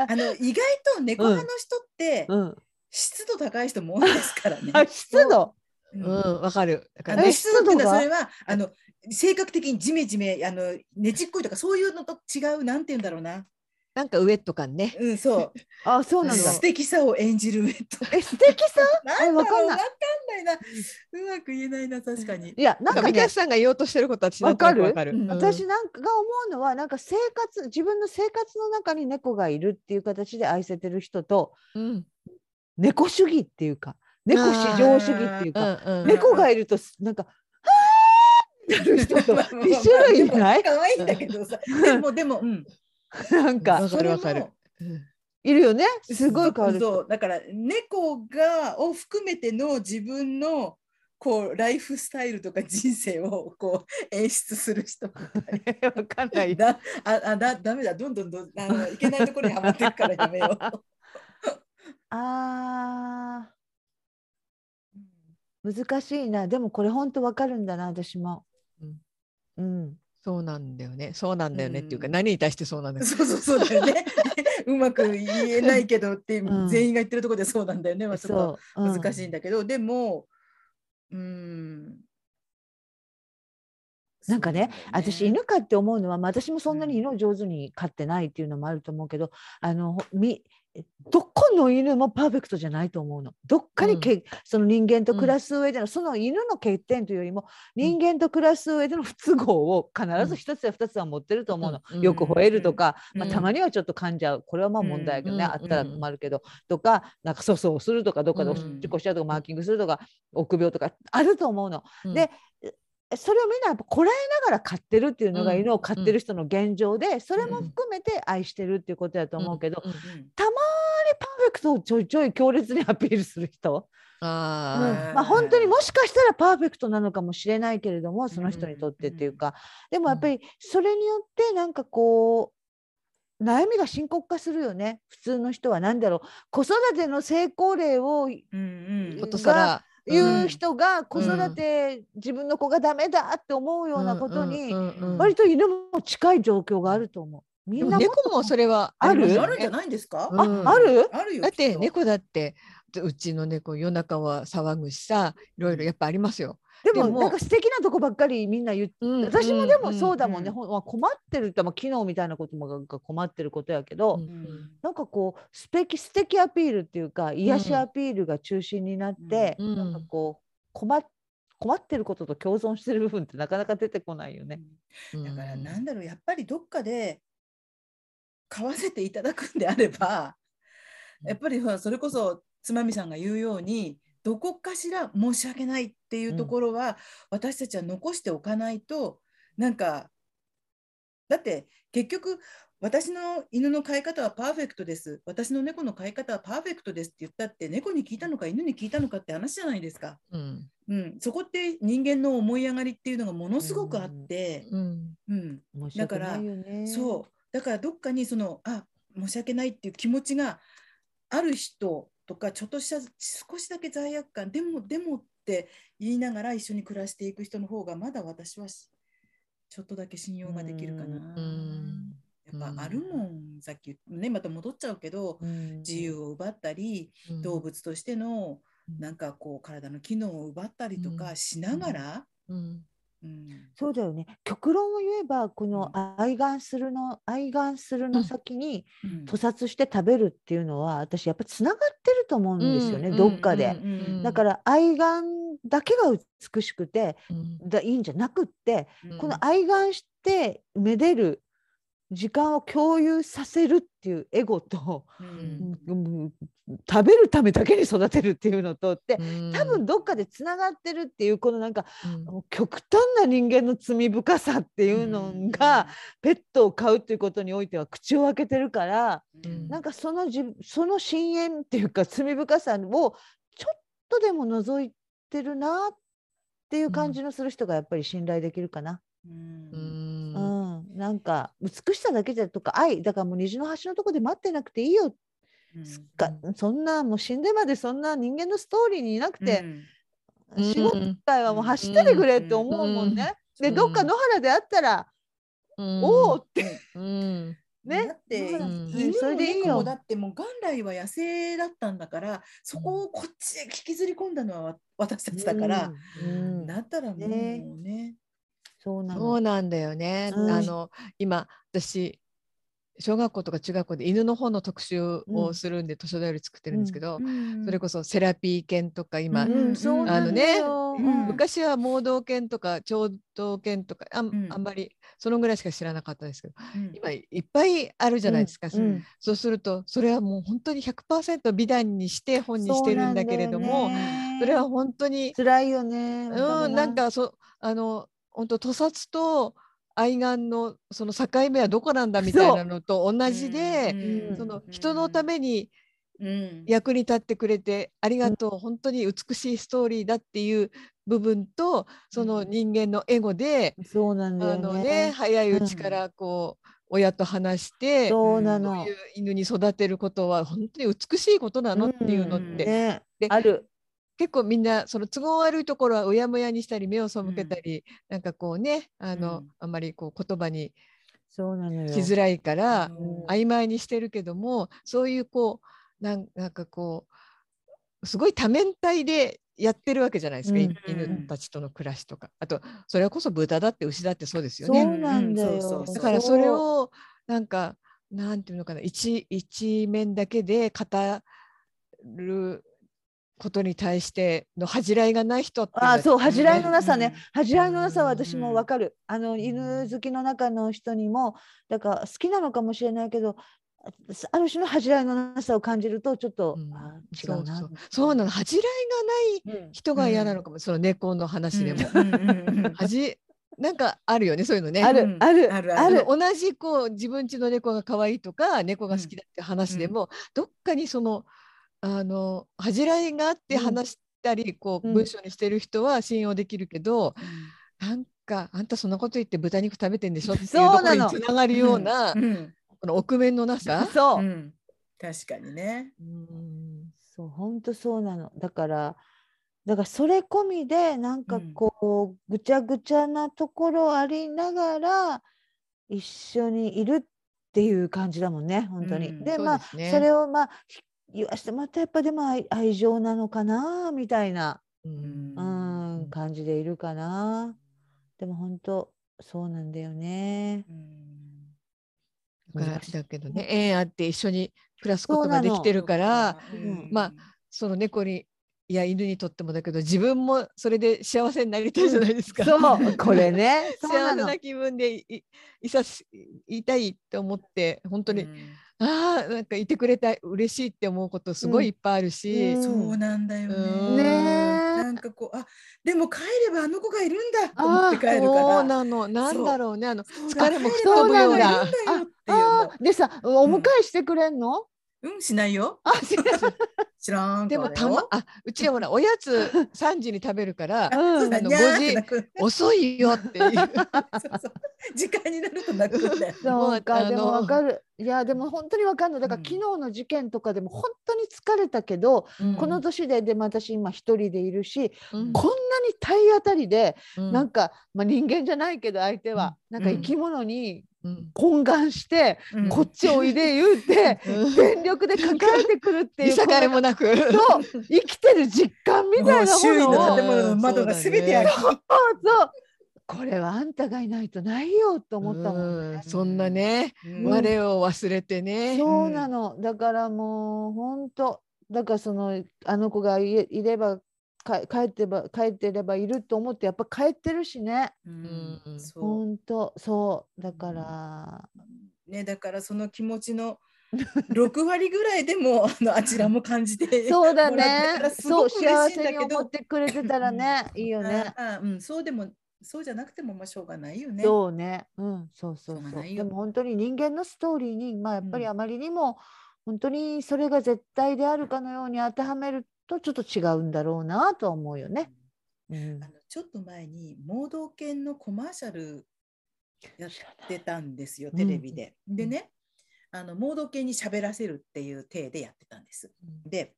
Speaker 1: あの意外と猫派の人って
Speaker 2: うん、
Speaker 1: 湿度高い人も多いですからね。
Speaker 2: あ湿度
Speaker 1: う
Speaker 3: うんん、わかる。だか
Speaker 1: あの
Speaker 3: ら
Speaker 2: え
Speaker 3: ね、
Speaker 1: 湿度っていうのは
Speaker 2: 湿
Speaker 1: それはあの性格的にジメジメあのねちっこいとかそういうのと違うなんて言うんだろうな。
Speaker 3: なんかウエット感ね。
Speaker 1: うんそう。
Speaker 2: あそうなんだ。
Speaker 1: 素敵さを演じる上と。
Speaker 2: え素敵さ
Speaker 1: なんだ
Speaker 2: わか
Speaker 1: ろう
Speaker 2: ん
Speaker 1: わかん
Speaker 2: な
Speaker 1: ないいな。うまく言えないな確かに。
Speaker 2: いやな
Speaker 3: なん
Speaker 2: か
Speaker 3: んか三
Speaker 2: ね
Speaker 3: 田さんが言おうとしてることは私なんとなくわかる。
Speaker 1: わかるうん
Speaker 2: 私なんかが思うのはなんか生活自分の生活の中に猫がいるっていう形で愛せてる人と
Speaker 3: うんうん
Speaker 2: 猫主義っていうか猫至上主義っていう
Speaker 3: う
Speaker 2: か
Speaker 3: んうん
Speaker 2: 猫がいるとすなんか「はーってなる人 と
Speaker 1: まあまあまあ
Speaker 2: 2種類いない
Speaker 1: でも可愛いんだけどさ。でもでもうん。
Speaker 2: なん
Speaker 3: う
Speaker 2: か
Speaker 3: んわかるわか
Speaker 1: それ
Speaker 3: る
Speaker 1: も。
Speaker 3: うん
Speaker 2: いるよねすごい変わる人
Speaker 1: そうだから猫がを含めての自分のこうライフスタイルとか人生をこう演出する人みたい
Speaker 2: わかんない
Speaker 1: だああだだめだどんどんどんあのいけないところにはまっていくからやめよう。
Speaker 2: あー難しいなでもこれ本当わかるんだな私も
Speaker 3: うん
Speaker 2: うん
Speaker 3: そうなんだよね。そうなんだよねっていうか、
Speaker 1: うん
Speaker 3: 何に対してそうなんだよ。
Speaker 1: そうそうそうだよね。うまく言えないけどって
Speaker 2: うん
Speaker 1: 全員が言ってるところでそうなんだよね。まあ、ちょっ
Speaker 2: そう
Speaker 1: と
Speaker 2: うん
Speaker 1: 難しいんだけど、でもうん。
Speaker 2: なんかね
Speaker 1: そうなんだよ
Speaker 2: 私犬かって思うのは、まあ私もそんなに
Speaker 1: うん
Speaker 2: 犬を上手に飼ってないっていうのもあると思うけど、あのほみどこの犬もパーフェクトじゃないと思うのどっか
Speaker 3: う
Speaker 2: に
Speaker 3: ん
Speaker 2: け、その人間と
Speaker 3: うん
Speaker 2: 暮らす上での、その犬の欠点というよりも人間と暮らす上での不都合を必ず一つや二つは持ってると思うの、
Speaker 3: うん
Speaker 2: よく吠えるとか、
Speaker 1: うん
Speaker 2: まあ、たまにはちょっと噛んじゃうこれはまあ問題やけどね、
Speaker 3: うん
Speaker 2: あったら困るけど、とかなんか粗相をするとかどっかでおし
Speaker 1: うん
Speaker 2: っこしちゃうとかマーキングするとか臆病とかあると思うの。
Speaker 3: うん
Speaker 2: でそれをみんなやっぱこらえながら飼ってるっていうのが
Speaker 3: うん
Speaker 2: 犬を飼ってる人の現状でそれも
Speaker 3: うん
Speaker 2: 含めて愛してるっていうことだと思うけど
Speaker 3: んん
Speaker 1: うん
Speaker 2: たまにパーフェクトをちょいちょい強烈にアピールする人、
Speaker 1: うん
Speaker 3: ああ、
Speaker 2: まあ本当にもしかしたらパーフェクトなのかもしれないけれどもその人にとってっていうかでもやっぱりそれによってなんかこう悩みが深刻化するよね普通の人は何だろう子育ての成功例を
Speaker 1: うんうん
Speaker 3: ことさら
Speaker 2: 言
Speaker 1: ん
Speaker 2: う人が子
Speaker 3: う
Speaker 2: 育
Speaker 3: ん
Speaker 2: て自分の子がダメだって思うようなことに、
Speaker 3: うんうんうんうん
Speaker 2: 割と犬も近い状況があると思う。み
Speaker 3: で
Speaker 2: ん
Speaker 3: も
Speaker 2: な
Speaker 3: 猫もそれは
Speaker 2: ある
Speaker 3: りますよ
Speaker 1: あ
Speaker 3: ね
Speaker 1: るんじゃないんですか？
Speaker 3: うん
Speaker 2: あ、ある。
Speaker 1: あるよ。
Speaker 3: だっ
Speaker 1: き
Speaker 3: て
Speaker 1: と
Speaker 3: 猫だってうちの猫夜中は騒ぐしさいろいろやっぱありますよ。
Speaker 2: でも、
Speaker 3: でも
Speaker 2: なんか素敵なとこばっかりみんな言って。
Speaker 3: うん
Speaker 2: 私もでもそうだもんね、
Speaker 1: うん
Speaker 2: ほんまあ困ってるって、まあ、機能みたいなこともがが困ってることやけど、
Speaker 3: うん
Speaker 1: うん
Speaker 2: なんかこう素敵素敵アピールっていうか癒しアピールが中心になって、
Speaker 3: うん
Speaker 2: なんかこう困っ困ってることと共存してる部分ってなかなか出てこないよね。
Speaker 3: うん
Speaker 1: だからなんだろうやっぱりどっかで買わせていただくんであればやっぱりほらそれこそつまみさんが言うようにどこかしら申し訳ないっていうところは、私たちは残しておかないとなんかだって結局私の犬の飼い方はパーフェクトです私の猫の飼い方はパーフェクトですって言ったって猫に聞いたのか犬に聞いたのかって話じゃないですか、
Speaker 3: うん
Speaker 1: うん、そこって人間の思い上がりっていうのがものすごくあって、
Speaker 3: うん
Speaker 1: うん、
Speaker 2: 申し訳ないよね。
Speaker 1: そうだからどっかにそのあ申し訳ないっていう気持ちがある人とかちょっとした少しだけ罪悪感でもでもって言いながら一緒に暮らしていく人の方がまだ私はしちょっとだけ信用ができるかな
Speaker 3: うん
Speaker 1: やっぱあるもんさっきねまた戻っちゃうけど
Speaker 2: うん
Speaker 1: 自由を奪ったり
Speaker 3: うん
Speaker 1: 動物としてのなんかこう体の機能を奪ったりとかしながら、
Speaker 3: うん
Speaker 1: うん
Speaker 2: そうだよね極論を言えばこの愛玩するの愛玩する
Speaker 3: う
Speaker 2: の
Speaker 3: ん
Speaker 2: 先に
Speaker 1: うん
Speaker 2: 屠殺して食べるっていうのは私やっぱつながってると思うんですよね、
Speaker 3: うん
Speaker 2: どっかで。
Speaker 1: うんうんうん
Speaker 2: だから愛玩だけが美しくて
Speaker 3: うん
Speaker 2: だいいんじゃなくって
Speaker 1: うん
Speaker 2: この愛玩してめでる時間を共有させるっていうエゴと、
Speaker 1: うん
Speaker 2: うん食べるためだけに育てるっていうのとって
Speaker 3: うん
Speaker 2: 多分どっかでつながってるっていうこのなんか
Speaker 3: うん
Speaker 2: もう極端な人間の罪深さっていうのが、ペットを飼うっていうことにおいては口を開けてるから
Speaker 3: うん
Speaker 2: なんかそのじその深淵っていうか罪深さをちょっとでも覗いってるなっていう感じのする人がやっぱり信頼できるかな。
Speaker 1: う
Speaker 3: うんん
Speaker 2: う。んなんか美しさだけじゃとか愛だからもう虹の橋のとこで待ってなくていいよ
Speaker 1: す
Speaker 2: かそんなもう死んでまでそんな人間のストーリーにいなくて、仕事自体はもう走っててくれって思うもんね。
Speaker 3: うん
Speaker 2: でどっか野原であったら、
Speaker 3: うん
Speaker 2: おおっ
Speaker 1: うん
Speaker 2: て
Speaker 3: うん
Speaker 2: ね
Speaker 1: だって、
Speaker 3: うん
Speaker 1: 犬
Speaker 2: そ
Speaker 1: も
Speaker 2: れでいいよ
Speaker 1: 猫もだってもう元来は野生だったんだからそこをこっちへ引きずり込んだのは私たちだから、、
Speaker 2: うん
Speaker 1: だったらもう
Speaker 2: ね
Speaker 1: ねね
Speaker 2: そうな
Speaker 3: そ
Speaker 2: の
Speaker 3: うなんだよね。
Speaker 2: うん
Speaker 3: あの今私小学校とか中学校で犬の本の特集
Speaker 2: う
Speaker 3: を
Speaker 2: ん
Speaker 3: するんで、図書代より作ってるんですけど、それ
Speaker 1: こ
Speaker 3: こそセラピー犬とか今、
Speaker 1: うん
Speaker 2: そうなのよ
Speaker 1: あのねうん
Speaker 3: 昔は盲導犬とか聴導犬とかあ,、ん
Speaker 1: ん、
Speaker 3: あんまりそのぐらいしか知らなかったですけど
Speaker 1: そ、うん
Speaker 3: 今いっぱいあるじゃないですか、
Speaker 2: うんうん
Speaker 3: そうするとそれはもう本当に100%美談にして本にしてるんだけれ
Speaker 2: そ
Speaker 3: ど
Speaker 2: う
Speaker 3: もそ,、
Speaker 2: なんだよね
Speaker 3: れは本当に
Speaker 2: 辛いよね。
Speaker 3: うん、なんかそあの本当屠殺と愛玩のその境目はどこなんだみたいなのと同じで、
Speaker 2: うん
Speaker 3: その人のた、めに
Speaker 1: うんうん
Speaker 3: 役に立ってくれてありがとう、本当に美しいストーリーだっていう部分とその人間のエゴで、
Speaker 2: そうなんだ
Speaker 3: あ
Speaker 2: よ
Speaker 3: のね
Speaker 2: ね。
Speaker 3: 早いうちからこう、親と話してこ
Speaker 2: そうな
Speaker 3: う
Speaker 2: の
Speaker 3: いう。犬に育てることは本当に美しいことなのっていうのっ
Speaker 1: うん
Speaker 3: て、
Speaker 2: ね
Speaker 3: で
Speaker 2: ある。
Speaker 3: 結構みんなその都合悪いところはうやむやにしたり目を背けたり、なんかこうねあの、
Speaker 1: うん
Speaker 3: あんまりこう言葉に
Speaker 2: そうなのよ。
Speaker 3: しづらいから
Speaker 1: うん
Speaker 3: 曖昧にしてるけどもそういうこうなんなんかこうすごい多面体でやってるわけじゃないですか、
Speaker 2: うん
Speaker 3: い犬たちとの暮らしとかあとそれこそ豚だって牛だってそうですよ
Speaker 2: そ
Speaker 3: ね。
Speaker 2: うなんだ
Speaker 1: うんそう
Speaker 2: よ
Speaker 1: そう。そう
Speaker 3: だからそれをなんかなんていうのかな一一面だけで語ることに対しての恥じらいがない人っていのは
Speaker 2: あそう恥じらいのなさ
Speaker 1: うん
Speaker 2: ね恥じらいのなさは私
Speaker 1: う
Speaker 2: も
Speaker 1: ん
Speaker 2: わかるあの犬好きの中の人にもだから好きなのかもしれないけどあある種の恥じらいのなさを感じるとちょっと、
Speaker 3: うん
Speaker 2: あ違
Speaker 3: そうう
Speaker 2: な
Speaker 3: そうそうなの恥じらいがない
Speaker 2: うん
Speaker 3: 人が嫌なのかも、その猫の話でも、
Speaker 1: うんうんうんうん
Speaker 3: 恥なんかあるよねそういうのね
Speaker 2: ある、
Speaker 1: うん
Speaker 2: ある
Speaker 1: あ
Speaker 2: あ
Speaker 1: る
Speaker 2: る
Speaker 1: あ
Speaker 2: あ
Speaker 1: る
Speaker 2: る
Speaker 3: 同じこう自分家の猫が可愛いとか猫が好きだって話でも、どっかにそのあの恥じらいがあって
Speaker 2: うん
Speaker 3: 話したり、こう
Speaker 2: うん
Speaker 3: 文章にしてる人は信用できるけど、なんかあんたそんなこと言って豚肉食べてんでしょっていうと
Speaker 2: そう
Speaker 3: ころ
Speaker 2: な
Speaker 3: に
Speaker 2: の
Speaker 3: つながるような、
Speaker 1: うんうん
Speaker 3: この奥面のなさ。
Speaker 2: そ
Speaker 1: う
Speaker 2: う、
Speaker 1: ん確かにね。
Speaker 3: うん
Speaker 2: そう本当そうなのだからだからそれ込みでなん
Speaker 1: う
Speaker 2: か
Speaker 1: ん
Speaker 2: こう、ぐちゃぐちゃなところありながら一緒にいるっていう感じだもんね本当に。
Speaker 1: うん
Speaker 2: で
Speaker 3: そう
Speaker 2: まあ
Speaker 3: です
Speaker 2: そ
Speaker 3: ね
Speaker 2: れをまあひ言わしてもらったらやっぱでも愛愛情なのかなみたいな、
Speaker 3: う
Speaker 1: うんう
Speaker 2: う
Speaker 1: ん
Speaker 2: ん
Speaker 3: うん
Speaker 2: 感じでいるかな。でも本当そうなんだよね。
Speaker 3: だから
Speaker 2: 難しい
Speaker 3: だけどね縁あって一緒に暮らすことができてるから
Speaker 1: うん
Speaker 3: まあその猫にいや犬にとってもだけど自分もそれで幸せになりたいじゃないですか。
Speaker 2: そうこれねそう
Speaker 3: 幸
Speaker 2: な
Speaker 3: せ
Speaker 2: の
Speaker 3: な気分でいいいさしいたいと思って本当に、
Speaker 1: うん
Speaker 3: ああなんかいてくれた嬉しいって思うことすごいいっぱいあるし、
Speaker 2: うん
Speaker 1: そうなんだよ
Speaker 3: うん
Speaker 1: ね。
Speaker 2: ねえ
Speaker 1: なんかこうあでも帰ればあの子がいるんだと思
Speaker 2: あー
Speaker 1: って帰るか
Speaker 3: そう
Speaker 1: ら。
Speaker 3: なのなんだろうねあの疲
Speaker 1: 帰
Speaker 3: れ
Speaker 1: れば
Speaker 3: も吹っ
Speaker 2: そ
Speaker 3: 飛
Speaker 2: う
Speaker 3: ぶ
Speaker 2: な
Speaker 3: よ
Speaker 2: の
Speaker 3: う
Speaker 1: あの子がいるん
Speaker 3: な
Speaker 1: だよっていう
Speaker 2: あ
Speaker 1: も
Speaker 2: ーでさお迎えしてくれんの、
Speaker 1: ううんしないよ。
Speaker 2: あ知らない
Speaker 1: 知らん
Speaker 3: でもたまあうちはほらおやつ3時に食べるから
Speaker 2: う
Speaker 1: うんん、そうだ
Speaker 3: あの
Speaker 1: にゃーっ
Speaker 3: 5
Speaker 1: て
Speaker 3: 時
Speaker 1: 泣く
Speaker 3: 遅いよっていう
Speaker 1: そうそう時間になると泣くんだよ。
Speaker 3: もう
Speaker 2: そう
Speaker 3: あ
Speaker 2: か
Speaker 3: の
Speaker 2: でもわかるいやでも本当にわかるのだから
Speaker 1: うん
Speaker 2: 昨日の事件とかでも本当に疲れたけど、この年ででも私今一人でいるし、
Speaker 3: うん
Speaker 2: こんなに体当たりで、
Speaker 3: うん
Speaker 2: なんか、まあ、人間じゃないけど相手は、
Speaker 1: ん
Speaker 2: なんか生き物に
Speaker 3: うん
Speaker 2: 懇願して、
Speaker 1: うん
Speaker 2: こっちおいで言う て全力で抱えてくるってい
Speaker 3: 見
Speaker 2: う
Speaker 3: 境
Speaker 2: この
Speaker 3: もなく
Speaker 2: そう生きてる実感みたいな
Speaker 1: もう周囲
Speaker 2: もの
Speaker 1: の
Speaker 2: を
Speaker 1: 建物の窓がすべて開き、
Speaker 2: そうこれはあんたがいないとないよと思ったもんね。
Speaker 3: うんそんなね、
Speaker 1: うん
Speaker 3: 我を忘れてね、
Speaker 2: そうなの、だからもう本当だからそのあの子がいえいればか帰ってば帰ってればいると思ってやっぱ帰ってるしね
Speaker 1: うん
Speaker 3: うん
Speaker 1: そう
Speaker 2: 本当そうだから、
Speaker 1: ねだからその気持ちの六割ぐらいでもあ のあちらも感じて
Speaker 2: そうだ
Speaker 1: もらってた
Speaker 2: ね
Speaker 1: らす
Speaker 2: そ
Speaker 1: ご
Speaker 2: う
Speaker 1: く嬉
Speaker 2: 幸
Speaker 1: しいんだ
Speaker 2: せ
Speaker 1: け
Speaker 2: に
Speaker 1: ど
Speaker 2: 思ってくれてたら ねいいよね。
Speaker 1: ああうんそうでもそうじゃなくてもまあしょうがないよね。
Speaker 2: そうね、うん、そうそう
Speaker 1: しょう
Speaker 2: そ
Speaker 1: が
Speaker 2: う。
Speaker 1: ない
Speaker 2: で
Speaker 1: よ
Speaker 2: も本当に人間のストーリーに、まあ、やっぱり
Speaker 1: うん
Speaker 2: あまりにも、本当にそれが絶対であるかのように当てはめるとちょっと違うんだろうなとは思うよね。うん
Speaker 1: あのちょっと前に盲導犬のコマーシャルやっ
Speaker 2: 知らない
Speaker 1: てたんですよ
Speaker 2: うん
Speaker 1: テレビで。
Speaker 3: うん
Speaker 1: でねあの盲導犬に喋らせるっていう体でやってたんです。で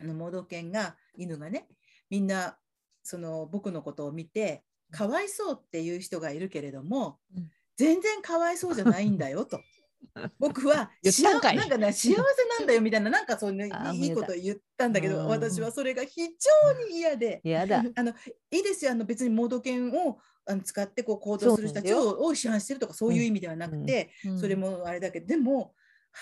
Speaker 1: あの盲導犬が犬がねみんなその僕のことを見てかわいそうっていう人がいるけれども、
Speaker 3: うん
Speaker 1: 全然かわいそうじゃないんだよと僕は
Speaker 3: 言ったん
Speaker 1: 幸
Speaker 3: かい
Speaker 1: なんか、ね、幸せなんだよみたいななんかそういう
Speaker 2: あー
Speaker 1: いいいいこと言ったんだけ
Speaker 2: う
Speaker 1: ど
Speaker 2: ん
Speaker 1: 私はそれが非常に嫌で。
Speaker 2: やだ。
Speaker 1: あのいいですよあの別に盲導犬をあの使ってこう行
Speaker 2: そ
Speaker 1: 動
Speaker 2: う
Speaker 1: する人た
Speaker 2: で
Speaker 1: ち
Speaker 2: す
Speaker 1: をを批判してるとかそういう意味ではなくて、
Speaker 3: うん
Speaker 1: それもあれだけどでも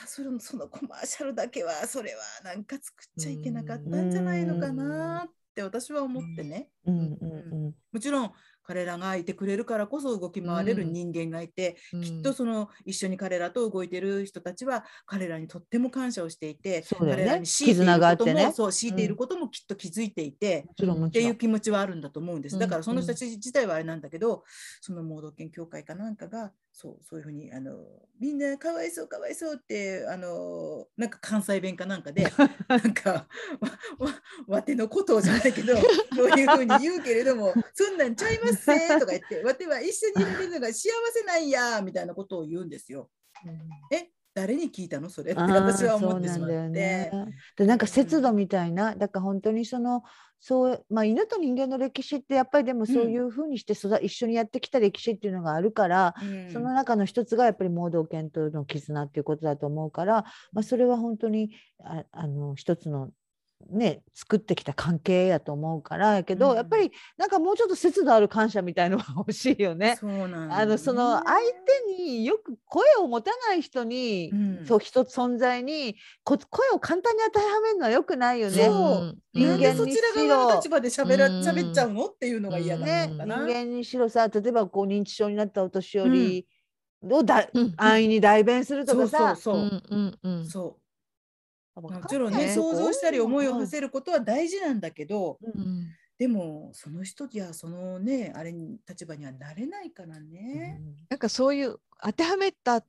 Speaker 1: あそれもそのコマーシャルだけはそれはなんか作っちゃいけなかったんじゃないのかなって私は思ってね
Speaker 2: うんうん
Speaker 1: もちろん彼らがいてくれるからこそ動き回れる
Speaker 3: うん
Speaker 1: 人間がいて、
Speaker 3: うん
Speaker 1: きっとその一緒に彼らと動いてる人たちは彼らにとっても感謝をしていて、
Speaker 2: そうだよね
Speaker 1: 彼らに強いてい
Speaker 2: 絆
Speaker 1: る
Speaker 2: があ
Speaker 1: こ
Speaker 2: って
Speaker 1: と
Speaker 2: ね
Speaker 1: も、そう強いていることもきっと気づいていて。
Speaker 2: もちろんも
Speaker 1: っ
Speaker 2: ち
Speaker 1: てい
Speaker 2: ろ。
Speaker 1: うん気持ちはあるんだと思うんです。だか
Speaker 3: うん
Speaker 1: らその人たち自体はあれなんだけど、その盲導犬協会かなんかがそうそういうふうにあのみんなかわいそうかわいそうってあのなんか関西弁かなんか でなんかわわわてのことをじゃない けどそういうふうに言うけれどもそんなんちゃいますせとか言ってわては一緒にいられるのが幸せなんやみたいなことを言うんですよ。え誰に聞いたのそれって
Speaker 2: あー
Speaker 1: 私は思って
Speaker 2: そ
Speaker 1: し
Speaker 2: うな
Speaker 1: まっ
Speaker 2: ん
Speaker 1: て。
Speaker 2: だよね。でなんか節度みたいな、だから本当にそのそうまあ犬と人間の歴史ってやっぱりでもそういうふうにして育、一緒にやってきた歴史っていうのがあるから、
Speaker 1: うん
Speaker 2: その中の一つがやっぱり盲導犬との絆っていうことだと思うから、まあ、それは本当にああの一つのね作ってきた関係やと思うからやけど、
Speaker 1: うん
Speaker 2: やっぱりなんかもうちょっと節度ある感謝みたいのが欲しいよね。
Speaker 1: そうなんだよね
Speaker 2: あのその相手によく声を持たない人に、
Speaker 1: うん
Speaker 2: そう人存在にこ声を簡単に当てはめるのはよくないよね。
Speaker 1: そう
Speaker 2: 人
Speaker 1: な
Speaker 2: 間
Speaker 1: ん
Speaker 2: にしろ
Speaker 1: でそちら側の立場で喋ら、
Speaker 3: うん
Speaker 1: 喋っちゃうのっていうのが嫌な
Speaker 2: ね、
Speaker 1: の
Speaker 2: 人
Speaker 1: かな。
Speaker 2: 間にしろさ例えばこう認知症になったお年寄りをだ、
Speaker 3: うん
Speaker 2: 安易に代弁すると
Speaker 1: そ
Speaker 2: か
Speaker 1: うそ
Speaker 2: さ
Speaker 1: う、そう。
Speaker 3: うんうん
Speaker 1: そ
Speaker 2: わ
Speaker 1: う。も
Speaker 2: か
Speaker 1: ちろん
Speaker 2: ない
Speaker 1: ね、想像したり思いを
Speaker 2: うん
Speaker 1: 馳せることは大事なんだけど、
Speaker 3: うん
Speaker 1: でもその人やそのね、あれに立場にはなれないからね。
Speaker 3: なんかそういう当てはめた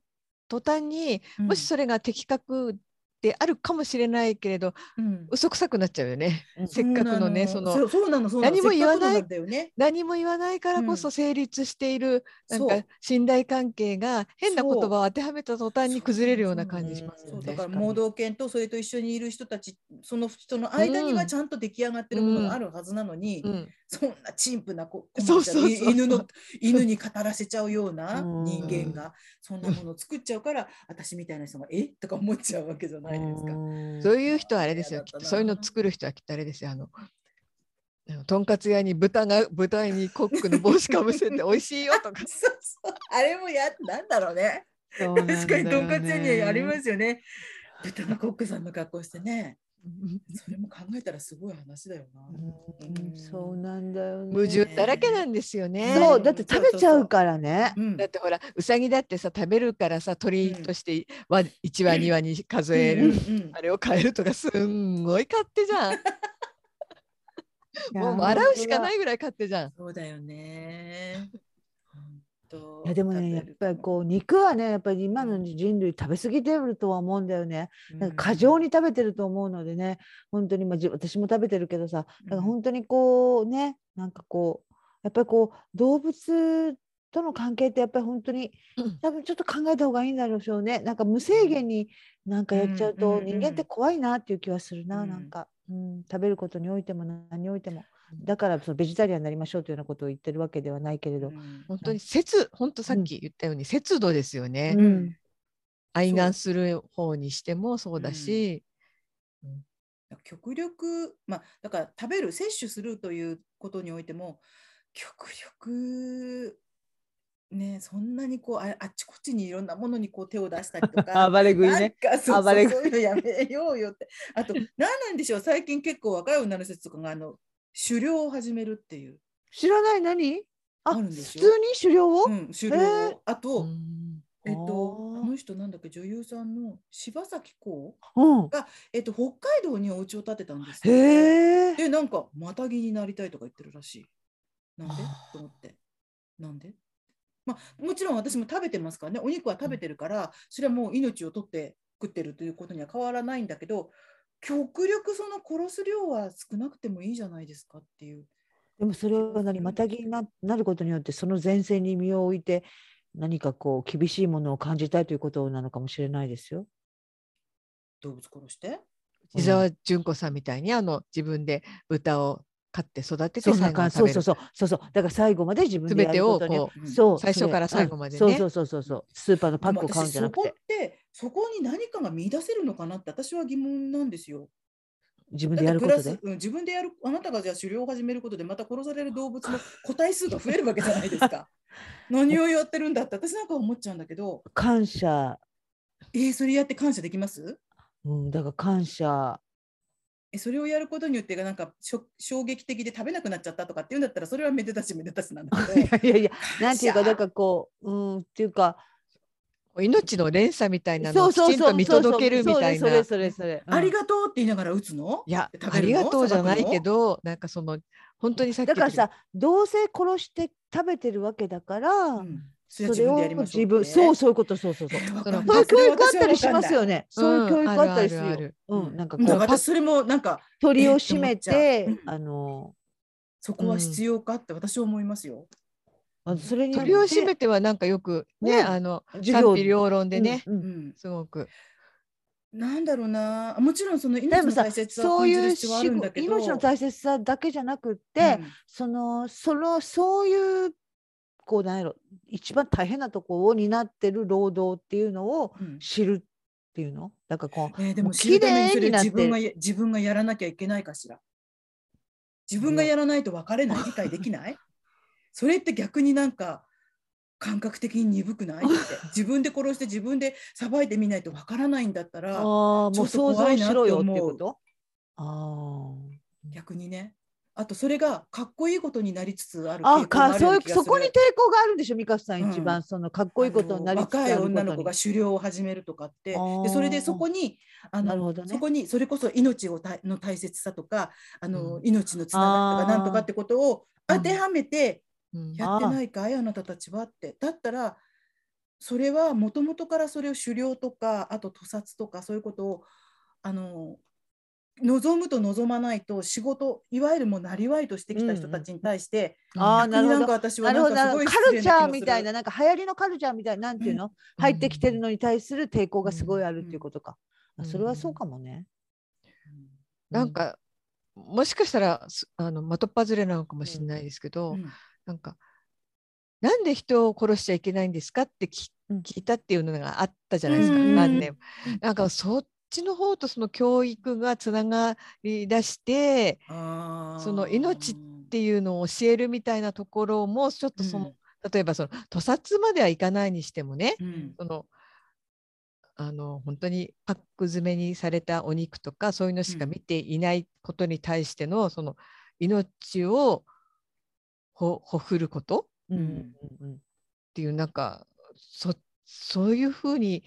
Speaker 3: 途端にもしそれが的確であるかもしれないけれど
Speaker 1: うんうん
Speaker 3: 嘘くさくなっちゃうよね
Speaker 2: うん
Speaker 3: せっかくのねその
Speaker 1: うそうなのそうなの
Speaker 3: 何も言わない
Speaker 1: せっかくのんだよね。
Speaker 3: 何も言わないからこ
Speaker 1: う
Speaker 3: そ
Speaker 1: ん
Speaker 3: 成立している、
Speaker 1: そう
Speaker 3: なんか信頼関係が変な言
Speaker 1: そう
Speaker 3: 葉を当てはめた途端に崩れるような感じし
Speaker 2: そう
Speaker 3: ます
Speaker 1: そ
Speaker 3: よ
Speaker 1: う
Speaker 3: ね
Speaker 1: だ。から
Speaker 2: 確かに
Speaker 1: 盲導犬とそれと一緒にいる人たちその人の間に
Speaker 3: う
Speaker 1: は
Speaker 3: ん
Speaker 1: ちゃんと出来上がってるものがあるはずなのに、
Speaker 3: うん
Speaker 1: そんな陳腐なこ
Speaker 3: そ
Speaker 1: そうう
Speaker 3: そ
Speaker 1: そうう
Speaker 3: そう
Speaker 1: 犬の犬に語らせちゃうような
Speaker 2: うん
Speaker 1: 人間がそんなものを作っちゃうから私みたいな人がえとか思っちゃうわけじゃないですか。
Speaker 3: そういう人はあれです
Speaker 1: 嫌だ
Speaker 3: よ、き
Speaker 1: った
Speaker 3: っ
Speaker 1: な
Speaker 3: とそういうの作る人はきっとあれですよ、あの、あのとんかつ屋に豚が豚にコックの帽子かぶ せて美味しいよとか。
Speaker 1: そうそうあれもやなんだろうね。確かにとんかつ屋にありますよね。豚のコックさんの格好してね。それも考えたらすごい話だよな。
Speaker 2: うんそうなんだよね。
Speaker 3: 矛盾だらけなんですよね。
Speaker 2: そうだって食べちゃうからね。
Speaker 1: うん
Speaker 3: だってほらうさぎだってさ食べるからさ鳥
Speaker 1: うん
Speaker 3: としてわ1羽2羽に数え
Speaker 1: うん
Speaker 3: る
Speaker 1: うん
Speaker 3: あれを変えるとかすんごい勝手じゃんも
Speaker 2: 洗。
Speaker 3: う笑うしかないいぐらい勝手じゃん。
Speaker 1: そうだよね。本当
Speaker 2: いやでもねやっぱりこう肉はねやっぱり今の人類食べ過ぎてるとは思うんだよね。
Speaker 1: う
Speaker 2: なんか過剰
Speaker 1: に
Speaker 2: に食べてると思うのでね本当にまあじ私も食べてるけどさだから
Speaker 1: うん
Speaker 2: 本当にこうねなんかこうやっぱりこう動物との関係ってやっぱり本当に
Speaker 3: うん
Speaker 2: 多分ちょっと考えた方がいいんだろうしょうねなんか無制限になんかやっちゃう
Speaker 1: うんうん
Speaker 2: と
Speaker 1: うん
Speaker 2: 人間って怖いなっていう気はするな、
Speaker 1: うん
Speaker 2: なんか、うん、食べることにおいても何においてもだからそのベジタリアンになりましょうというようなことを言ってるわけではないけれど、
Speaker 1: うん
Speaker 3: 本当に節本当さっき言ったように節度ですよね。
Speaker 2: うん
Speaker 3: 愛顔する方にしてもそうだし、
Speaker 1: 極力、まあ、だから食べる摂取するということにおいても極力ねそんなにこうああっちこっちにいろんなものにこう手を出したりとか。
Speaker 2: 暴れ食い
Speaker 1: なん
Speaker 2: ね。
Speaker 1: かそう
Speaker 2: 暴
Speaker 1: そう
Speaker 2: れ
Speaker 1: そういうのやめようよって。あと何なんでしょう最近結構若い女の人たちとかがあの狩猟を始めるっていう、
Speaker 2: 知らない何あ
Speaker 1: ある
Speaker 2: 普
Speaker 1: んです
Speaker 2: 通
Speaker 1: よ
Speaker 2: に狩猟を、
Speaker 1: うん、狩猟を、
Speaker 2: へー
Speaker 1: あと、
Speaker 3: うん
Speaker 1: えっと
Speaker 2: あー
Speaker 1: あの人なんだっけ女優さんの柴咲コウ
Speaker 2: うん
Speaker 1: えっと北海道にお家を建てたんですよ
Speaker 2: へえ。
Speaker 1: でなんかまたぎになりたいとか言ってるらしい。なんで
Speaker 2: あ
Speaker 1: と思って。なんでまあもちろん私も食べてますからねお肉は食べてるから、それはもう命を取って食ってるということには変わらないんだけど極力その殺す量は少なくてもいいじゃないですかっていう
Speaker 2: でもそれは何またぎにななることによってその前線に身を置いて何かこう厳しいものを感じたいということなのかもしれないですよ。
Speaker 1: 動物殺して
Speaker 3: 伊沢純子さんみたいにあの自分分で豚を飼って育て
Speaker 2: そ
Speaker 3: て
Speaker 2: んな
Speaker 3: 最後
Speaker 2: 感
Speaker 3: に
Speaker 2: じそ
Speaker 3: 食
Speaker 2: う
Speaker 3: べ
Speaker 2: そう
Speaker 3: る
Speaker 2: そうそうそうだから最後まで自分でやることによ
Speaker 3: 全てをこ
Speaker 1: う
Speaker 2: そう
Speaker 3: 最初
Speaker 2: それ
Speaker 3: から最
Speaker 2: う
Speaker 3: 後
Speaker 2: ん
Speaker 3: までね
Speaker 2: そうそうそうそうそうスーパーのパックを買うんじゃな
Speaker 1: で
Speaker 2: く
Speaker 1: も
Speaker 2: て
Speaker 1: 私そこってそこに何かが見出せるのかなって私は疑問なんですよ。
Speaker 2: 自分
Speaker 1: だ
Speaker 2: で
Speaker 1: っ
Speaker 2: や
Speaker 1: て
Speaker 2: る
Speaker 1: グ
Speaker 2: こと
Speaker 1: ラ
Speaker 2: で
Speaker 1: ス、。うん自分でやるあなたがじゃあ狩猟を始めることでまた殺される動物 の個体数が増えるわけじゃないですか。何をやってるんだって私なんか思っちゃうんだけど、
Speaker 2: 感謝、
Speaker 1: えーそれやって感謝できます
Speaker 2: うん、だから感謝
Speaker 1: えそれをやることによってなんかしょ衝撃的で食べなくなっちゃったとかっていうんだったらそれはめでたしめでたしなんだ けど
Speaker 2: いやいやいやなんていうか
Speaker 1: 感謝
Speaker 2: だからこううんっていうか
Speaker 3: 命の連鎖みたいなの
Speaker 2: そ
Speaker 3: を
Speaker 2: う
Speaker 3: き
Speaker 2: そう
Speaker 3: ちん
Speaker 2: そう
Speaker 3: と見届けるみたい
Speaker 2: そう
Speaker 3: な。
Speaker 2: ですそれそれそれ、うん
Speaker 1: ありがとうって言いながら打つの
Speaker 3: いや
Speaker 1: 食
Speaker 3: あ
Speaker 1: べる
Speaker 3: り
Speaker 1: の
Speaker 3: がとうじゃない
Speaker 1: 捌くの
Speaker 3: けどなんかその本当にさっき
Speaker 2: だから
Speaker 3: 言っ
Speaker 2: さどうせ殺して食べてるわけだから、
Speaker 1: うんそれは自
Speaker 2: それ
Speaker 1: 分
Speaker 2: を
Speaker 1: でやりましょう
Speaker 2: 自分そうそういうことそうそうそうそういう教育あったりします
Speaker 1: ね。
Speaker 2: よね。
Speaker 3: てる
Speaker 2: そういう教育あったりする
Speaker 3: うん
Speaker 2: よ。
Speaker 3: ある
Speaker 2: う
Speaker 1: うん
Speaker 2: ん、なんかこ
Speaker 1: だから
Speaker 2: う、
Speaker 1: 私それもなんか
Speaker 2: 鳥
Speaker 1: えっ
Speaker 2: を
Speaker 1: と
Speaker 2: 閉
Speaker 1: 思っ
Speaker 2: め
Speaker 1: ちゃう
Speaker 2: て
Speaker 1: うん、
Speaker 2: あの、
Speaker 1: そこは必要かって私は思いますよ。
Speaker 2: あそれ
Speaker 3: あ
Speaker 2: に
Speaker 3: る
Speaker 2: よ
Speaker 3: 鳥を閉
Speaker 2: っ
Speaker 3: め
Speaker 2: て
Speaker 3: てはなんかよくね
Speaker 2: ね
Speaker 3: あの
Speaker 2: 授業
Speaker 3: 賛否両論でね、
Speaker 2: うん
Speaker 1: う
Speaker 2: うん
Speaker 1: ん、
Speaker 3: すごく
Speaker 1: なんだろうなもちろんその命
Speaker 2: でも
Speaker 1: の
Speaker 2: さ
Speaker 1: 大切さを
Speaker 2: そ
Speaker 1: 感
Speaker 2: う
Speaker 1: じ
Speaker 2: い
Speaker 1: る
Speaker 2: う
Speaker 1: 必要はあるんだけ
Speaker 2: 仕
Speaker 1: ど
Speaker 2: 事命の大切さだけじゃなくって、
Speaker 1: うん
Speaker 2: そのそのそういうこうなんやろ一番大変なとこを担ってる労働っていうのを
Speaker 1: うん
Speaker 2: 知るっていうのだからこう
Speaker 1: えーでも
Speaker 2: もう
Speaker 1: 知るために
Speaker 2: 綺
Speaker 1: そ
Speaker 2: 麗
Speaker 1: れ
Speaker 2: になって
Speaker 1: 自分がや自分がやらなきゃいけないかしら自分がやらないと分かれない理解でき ないそれって逆になんか感覚的に鈍く ないって自分で殺して自分でさばいてみないと分からないんだった
Speaker 2: あ
Speaker 1: ら
Speaker 2: あ
Speaker 1: ち
Speaker 2: も
Speaker 1: ょ
Speaker 2: う
Speaker 1: っと
Speaker 2: 想
Speaker 1: 怖
Speaker 2: 像
Speaker 1: いなっ
Speaker 2: してろ
Speaker 1: 思う
Speaker 2: よっていうことああ。
Speaker 1: 逆にねあとそれがかっこいいことになりつつある傾
Speaker 2: あ
Speaker 1: 向が
Speaker 2: か
Speaker 1: るよ
Speaker 2: そう
Speaker 1: ない気
Speaker 2: う
Speaker 1: が
Speaker 2: そ
Speaker 1: す
Speaker 2: こ
Speaker 1: る
Speaker 2: に抵抗があるんでしょ美香さん、
Speaker 1: うん
Speaker 2: 一番そのかっこいいことになりつつあ
Speaker 1: あの
Speaker 2: ることに
Speaker 1: 若い女の子が狩猟を始めるとかって
Speaker 2: あー
Speaker 1: でそれでそこにあ
Speaker 2: なる
Speaker 1: の、
Speaker 2: ほどね
Speaker 1: そこにそれこそ命をたの大切さとかあの、
Speaker 3: うん
Speaker 1: 命のつながりとか
Speaker 2: あー
Speaker 1: なんとかってことを当てはめて
Speaker 3: うん
Speaker 1: やってないかい、あなたたちはってだったらそれはもともとからそれを狩猟とかあと屠殺とかそういうことをあの望むと望まないと仕事いわゆるもうなりわいとしてきた人たちに対して、
Speaker 2: あー
Speaker 1: 逆
Speaker 2: なる
Speaker 1: に
Speaker 2: ほど
Speaker 1: なんか私は
Speaker 2: なる
Speaker 1: なん
Speaker 2: ほ
Speaker 1: か
Speaker 2: どな
Speaker 1: すご
Speaker 2: るほ
Speaker 1: い失礼な
Speaker 2: どカルチャー
Speaker 1: 気がす
Speaker 2: み
Speaker 1: る
Speaker 2: たいななんか流行りのカルチャーみたいななんていうの、
Speaker 3: うん
Speaker 2: 入ってきてるのに対する抵抗がすごいあるっていうことか、
Speaker 3: うん
Speaker 2: あそれはそうかもね、
Speaker 3: なんかもしかしたらすあの的っ外れなのかもしれないですけど、
Speaker 1: うん
Speaker 3: なんかなんで人を殺しちゃいけないんですかってき
Speaker 2: うん
Speaker 3: 聞いたっていうのがあったじゃないですか、
Speaker 1: うん
Speaker 3: 何年もなんかそっちの方とその教育がつながりだして
Speaker 1: そ
Speaker 3: その命っていうのを教えるみたいなところもちょっとその、例えばその屠殺まではいかないにしてもね、
Speaker 1: うん
Speaker 3: そのあの本当にパック詰めにされたお肉とかそういうのしか
Speaker 1: うん
Speaker 3: 見ていないことに対しての、その命をほほふることっ
Speaker 2: うん
Speaker 1: うん
Speaker 2: うんうん
Speaker 3: ていうなんかそそういうふうに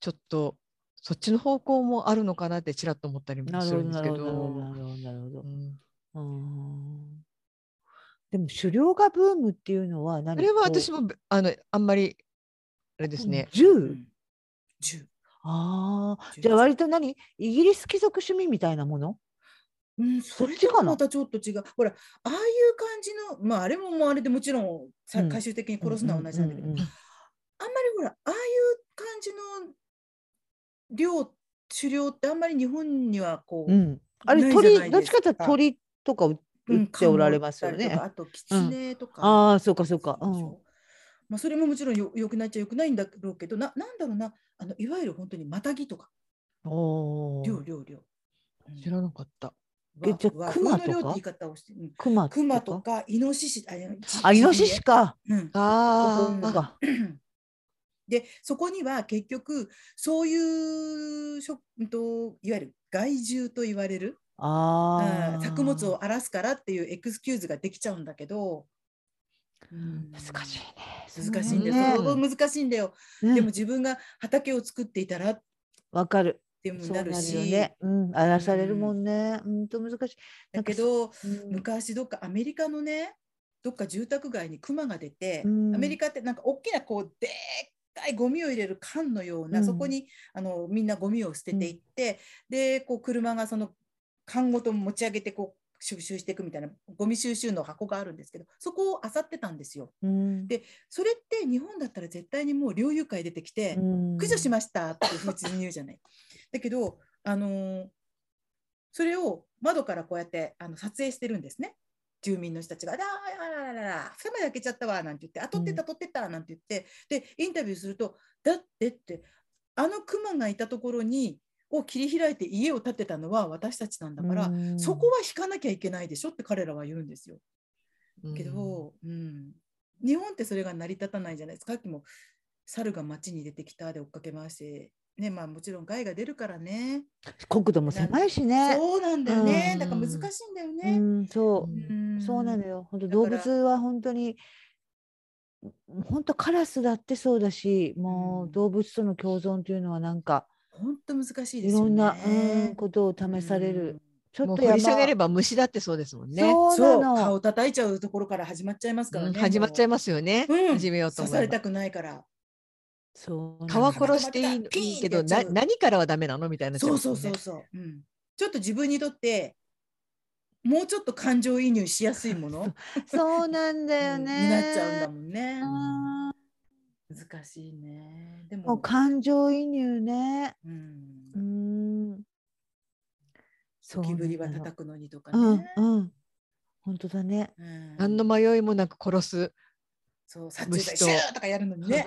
Speaker 3: ちょっとそっちの方向もあるのかなってちらっと思ったり
Speaker 2: な
Speaker 3: も
Speaker 2: る
Speaker 3: す
Speaker 2: ほ
Speaker 3: る
Speaker 2: ど
Speaker 3: んです
Speaker 2: な
Speaker 3: け
Speaker 2: る
Speaker 3: ど
Speaker 2: ほどなるほどなるほど
Speaker 3: う、ん
Speaker 2: うんでも狩猟がブームっていうのは何
Speaker 3: それは私
Speaker 2: も
Speaker 3: もあのあんまりあれですね、
Speaker 2: 銃、
Speaker 1: うん銃
Speaker 2: ああ
Speaker 1: 銃
Speaker 2: じゃあ割と何イギリス貴族趣味みたいなもの
Speaker 1: うん、そ
Speaker 2: っ
Speaker 1: れ
Speaker 2: ち
Speaker 1: と
Speaker 2: かな
Speaker 1: はまたちょっと違う。ほら、ああいう感じの、まあ、あれももうあれでもちろん、さ
Speaker 2: うん
Speaker 1: 最終的に殺すのは同じなんだけど、
Speaker 2: うううう
Speaker 1: あんまりほら、ああいう感じの猟、狩猟ってあんまり日本にはこう、
Speaker 2: うん、あれ
Speaker 1: ないじゃない
Speaker 2: 鳥どっちかっていう
Speaker 1: です
Speaker 2: と
Speaker 1: か
Speaker 2: 鳥とか売
Speaker 1: う
Speaker 2: 売
Speaker 1: ん
Speaker 2: っておられますよ
Speaker 1: カモだ
Speaker 2: ね。
Speaker 1: ったりとかあと、キツネとか。
Speaker 2: ああそうかそうか。う
Speaker 1: でし
Speaker 2: ん
Speaker 1: ょまあ、それももちろんよよくないっちゃよくないんだろうけど、ななんだろうなあの、いわゆる本当にマタギとか、
Speaker 2: お
Speaker 1: 猟、
Speaker 2: ー
Speaker 1: 猟、猟。うん
Speaker 3: 知らなかった。
Speaker 2: え
Speaker 1: わ
Speaker 2: じゃあ
Speaker 1: 和
Speaker 2: 熊
Speaker 1: 風の
Speaker 2: と
Speaker 1: 猟って言
Speaker 2: か
Speaker 1: い方をして、うん
Speaker 2: 熊
Speaker 1: クマ
Speaker 2: と
Speaker 1: と
Speaker 2: か。
Speaker 1: かイノシシあいや
Speaker 2: あ
Speaker 1: じ
Speaker 2: イノシシか。
Speaker 1: じうん
Speaker 3: あ
Speaker 2: そう
Speaker 1: ー
Speaker 2: か
Speaker 3: あ、
Speaker 1: でそこには結局そういうしょうんといわゆる害獣と言われる
Speaker 2: あ
Speaker 1: う
Speaker 2: あ
Speaker 1: ん作物を荒らすからっていうエクスキューズができちゃうんだけど、うん
Speaker 2: 難しいね。
Speaker 1: 難しいんだよ、
Speaker 2: ね
Speaker 1: そこ難しいんだよ、
Speaker 2: うん
Speaker 1: でも自分が畑を作っていたらっ
Speaker 2: わかる。
Speaker 1: ていうのに
Speaker 2: そう
Speaker 1: な
Speaker 2: な
Speaker 1: る
Speaker 2: る
Speaker 1: し
Speaker 2: よね。うん荒らされるもんね。うんと難しい。
Speaker 1: だけど
Speaker 2: うん
Speaker 1: 昔どっかアメリカのねどっか住宅街にクマが出て、
Speaker 2: うん
Speaker 1: アメリカってなんか大きなこうでっかいゴミを入れる缶のような、
Speaker 2: うん
Speaker 1: そこにあのみんなゴミを捨てていって、でこう車がその缶ごと持ち上げてこう収集していくみたいなゴミ収集の箱があるんですけどそこを漁ってたんですよ。
Speaker 2: うん
Speaker 1: でそれって日本だったら絶対にもう猟友会出てきて、
Speaker 2: うん
Speaker 1: 駆除しましたって普通に言うじゃない。だけど、あのーそれを窓からこうやってあの撮影してるんですね。住民の人たちが、あらあらあらあら、蓋まで開けちゃったわなんて言って、あ、撮ってた、撮ってたなんて言って、で、インタビューすると、だってって、あのクマがいたところに、を切り開いて家を建てたのは私たちなんだから、
Speaker 2: うん
Speaker 1: そこは引かなきゃいけないでしょって彼らは言うんですよ。
Speaker 3: うん
Speaker 1: けど、うん、日本ってそれが成り立たないじゃないですか。さっきも猿が街に出てきたで追っかけ回して、ね、まあもちろん害が出るからね。
Speaker 2: 国土も狭いしね。
Speaker 1: そうなんだよね。
Speaker 3: うん
Speaker 1: だから難しいんだよ
Speaker 2: う
Speaker 1: ね。
Speaker 2: ん、そうう、
Speaker 1: ん
Speaker 2: そうなの。よ。本当
Speaker 1: だ
Speaker 2: 動
Speaker 1: から
Speaker 2: 物は本当に。本当カラスだってそうだし、も
Speaker 1: うん
Speaker 2: う動物との共存というのはなんか。
Speaker 1: 本当難しいですよね。
Speaker 2: いろんな、うん、ことを試される。ちょ
Speaker 3: も
Speaker 2: っ
Speaker 3: う
Speaker 2: と
Speaker 3: 掘り下げれ
Speaker 2: ば
Speaker 3: ば虫だってそうですもんね。
Speaker 1: うん。
Speaker 2: そう
Speaker 1: そう
Speaker 2: なの。
Speaker 1: 顔叩いちゃうところから始まっちゃいますから
Speaker 3: う
Speaker 1: ね。
Speaker 3: ん始まっちゃいますよね。
Speaker 1: もううん
Speaker 3: 始めようと
Speaker 1: 刺
Speaker 3: 思
Speaker 1: さ
Speaker 3: え
Speaker 1: れ
Speaker 3: ば
Speaker 1: た。くないから。
Speaker 2: そうなの。
Speaker 3: 皮殺していいの
Speaker 1: ピーン
Speaker 3: いいけど
Speaker 1: ってやっ
Speaker 3: な
Speaker 1: ちゃう
Speaker 3: 何からはダメなのみたいになっちゃい
Speaker 1: そう
Speaker 3: ます
Speaker 1: そう
Speaker 3: も
Speaker 1: ん
Speaker 3: ね
Speaker 1: そうそう。うん。ちょっと自分にとってもうちょっと感情移入しやすいもの。
Speaker 2: そうなんだよ
Speaker 1: うん
Speaker 2: ね。
Speaker 1: になっちゃうんだもんね。
Speaker 2: うん
Speaker 1: 難しいね。で
Speaker 2: も
Speaker 1: も
Speaker 2: う、感情移入ね。
Speaker 1: うん
Speaker 2: うー、ん。そう
Speaker 1: ゴキブリは
Speaker 2: なの
Speaker 1: 叩くのにとか
Speaker 2: うん
Speaker 1: ね。
Speaker 2: うん。本当だね。
Speaker 1: うん
Speaker 3: 何の迷いもなく殺す
Speaker 1: そう殺虫剤
Speaker 3: 虫と
Speaker 1: シューとかやるのに ね。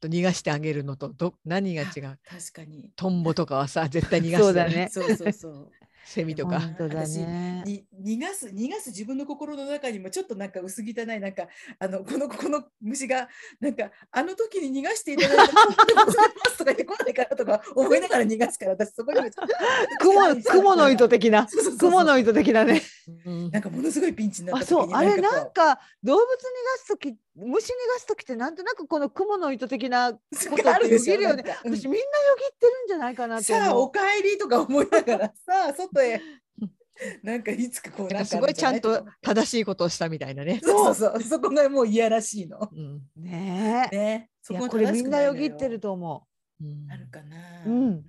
Speaker 3: と逃がしてあげるのとど何が違 う
Speaker 1: 確かに。
Speaker 3: トンボとかはさ絶対逃がす
Speaker 2: そうだね
Speaker 1: そうそうそう。
Speaker 3: セミとか
Speaker 2: 本当だね。
Speaker 1: に逃がす逃がす自分の心の中にもちょっとなんか薄汚いなんかあのこのこの虫がなんかあの時に逃がしていただいたとか言ってこないからとか思いながら逃がすから私そこにもちょっと
Speaker 2: 雲雲の糸的な
Speaker 1: そうそうそうそう
Speaker 2: 雲の糸的なね。
Speaker 3: うん
Speaker 1: なんかものすごいピンチになっ
Speaker 2: あ
Speaker 1: た
Speaker 2: そう
Speaker 1: 時に
Speaker 2: あれ な
Speaker 1: こ
Speaker 2: んか動物逃がす時虫逃がす時ってなんとなくこの雲の糸的な
Speaker 1: う
Speaker 2: ことってよぎるよ
Speaker 1: な
Speaker 2: ね。
Speaker 1: んかうん
Speaker 2: 私みんなよぎってるんじゃないかなと
Speaker 1: さあ
Speaker 2: 思
Speaker 1: お
Speaker 2: う。
Speaker 1: 帰りとか思いながらさあ外 へなんかいつかこうなん
Speaker 3: なんか
Speaker 1: か
Speaker 3: す
Speaker 1: あ
Speaker 3: ご
Speaker 1: る
Speaker 3: い
Speaker 1: ん
Speaker 3: ち
Speaker 1: じゃ
Speaker 3: ゃ
Speaker 1: ない
Speaker 3: ん
Speaker 1: とか
Speaker 3: と正しいことをしたみたいなね。
Speaker 1: そうそうそうそこがもういやらしいの
Speaker 3: うん
Speaker 2: ねえ。
Speaker 1: ねそ
Speaker 2: い
Speaker 1: こ
Speaker 2: や
Speaker 1: が
Speaker 2: これみ
Speaker 1: 正しくい
Speaker 2: んな
Speaker 1: の
Speaker 2: よぎってると思う。
Speaker 3: うん
Speaker 1: あるかな
Speaker 2: うん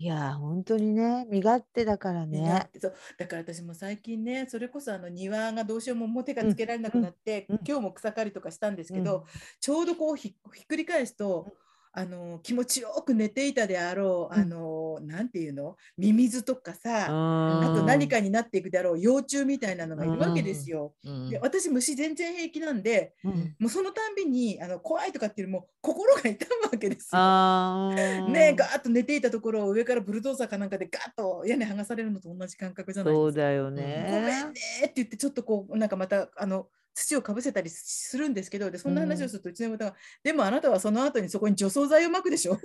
Speaker 2: いやー本当にね身勝手だから
Speaker 1: ねだ
Speaker 2: ね
Speaker 1: っ。てそうだから私も最近ねそれこそあの庭がどうしようももう手がつけられなくなって、
Speaker 2: うんうん
Speaker 1: 今日も草刈りとかしたんですけ
Speaker 2: う
Speaker 1: ど、ちょうどこうひひっくり返すと、あの気持ちよく寝ていたであろう、
Speaker 2: うん
Speaker 1: あのなんていうのミミズとかさ、
Speaker 2: あ
Speaker 1: あと何かになっていくだろう幼虫みたいなのがいるわけですよ。
Speaker 3: うん
Speaker 1: で私虫全然平気なんで
Speaker 2: うん
Speaker 1: もうそのたんびにあの怖いとかっていうよりも心が痛むわけですよ。
Speaker 2: あー
Speaker 1: ねガーッと寝ていたところを上からブルドーザーかなんかでガーッと屋根剥がされるのと同じ感覚じゃない
Speaker 2: そ
Speaker 1: で
Speaker 2: う
Speaker 1: すか。
Speaker 2: だよ
Speaker 1: ごめんね
Speaker 2: ね。
Speaker 1: って言ってちょっとこうなんかまたあの土をかぶせたりするんですけどでそんな話をするとうちの妹が、でもあなたはその後にそこに除草剤をまくでしょ どう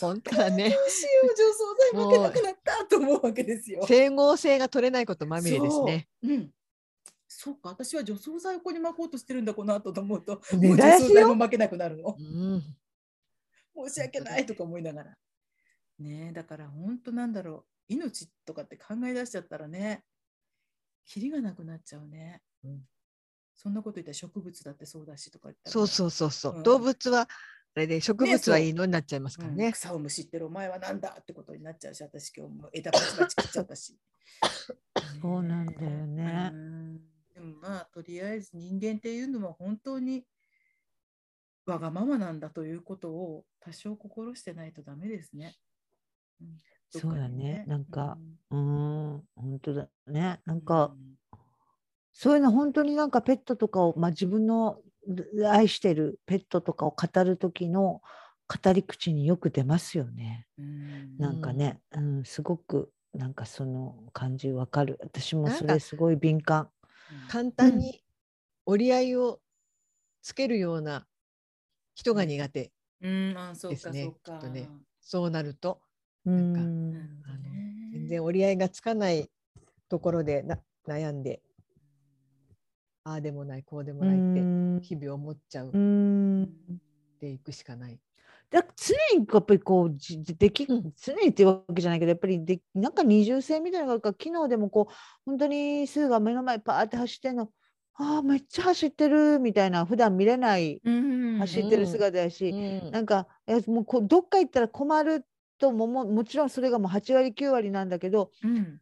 Speaker 3: 本当だ
Speaker 1: し
Speaker 3: ね。
Speaker 1: よう除草剤まけなくなったと思うわけです よ。
Speaker 3: 整合性が取れないことまみれですね。
Speaker 1: そう。うん。そうか、私は除草剤をここに巻こうとしてるんだ、この後と思うと、も
Speaker 2: 根
Speaker 1: う除
Speaker 2: 絶や
Speaker 1: 草
Speaker 2: しよ
Speaker 1: 剤も巻けなくなるの。
Speaker 3: うん
Speaker 1: 申し訳ないとか思いながら。ねえ、だから本当なんだろう、命とかって考え出しちゃったらね、キリがなくなっちゃうね。
Speaker 3: うん
Speaker 1: そんなこと言ったら植物だってそうだしとか言ったら
Speaker 3: そうそうそうそう。
Speaker 1: うん
Speaker 3: 動物はあれで植
Speaker 1: ね
Speaker 3: 物
Speaker 1: そう
Speaker 3: はいいのになっちゃいますから
Speaker 1: うん
Speaker 3: ね。
Speaker 1: 草をむしってるお前はなんだってことになっちゃうし、私今日も枝バチバチ切っちゃったし。
Speaker 2: そうなんだよね
Speaker 1: うん。でもまあとりあえず人間っていうのは本当にわがままなんだということを多少心してないとダメですね。うん
Speaker 2: そうだねなんか、うーん本当だね。
Speaker 1: ど
Speaker 2: なん
Speaker 1: っか
Speaker 2: か
Speaker 1: にね
Speaker 2: そういうの本当になんかペットとかをまあ自分のう愛してるペットとかを語る時の語り口によく出ますよね。
Speaker 1: うんうん
Speaker 2: なんかね、うん、すごくなんかその感じわかる。私も
Speaker 3: なん
Speaker 2: そ
Speaker 3: か
Speaker 2: れすごい敏感。
Speaker 3: 簡単に折り合いをつけるような人が苦手。
Speaker 1: うん、あそう
Speaker 3: です
Speaker 1: か、
Speaker 3: ね
Speaker 1: そうか。
Speaker 3: きっとねそうなると
Speaker 2: う
Speaker 3: なんか
Speaker 1: うん
Speaker 2: ん。
Speaker 1: なるほどね
Speaker 3: 全然折り合いがつかないところでな悩んでああでもないこうでも
Speaker 2: う
Speaker 3: ないって
Speaker 2: ん
Speaker 3: 日々思っちゃう
Speaker 2: う
Speaker 3: っ
Speaker 2: ん
Speaker 3: ていくしかない。
Speaker 2: だ常にやっぱりこうじじでき
Speaker 3: うん
Speaker 2: 常にっていうわけじゃないけどやっぱりでなんか二重性みたいなのがあるから昨日でもこう本当にスーが目の前パーって走ってんのあーめっちゃ走ってるみたいな普段見れない
Speaker 1: うん
Speaker 2: 走って
Speaker 3: う
Speaker 2: る
Speaker 3: ん
Speaker 2: 姿やし、
Speaker 3: うん
Speaker 2: なんかいやもうこうどっか行ったら困るともももちろんそれがもう8割9割なんだけど
Speaker 1: うん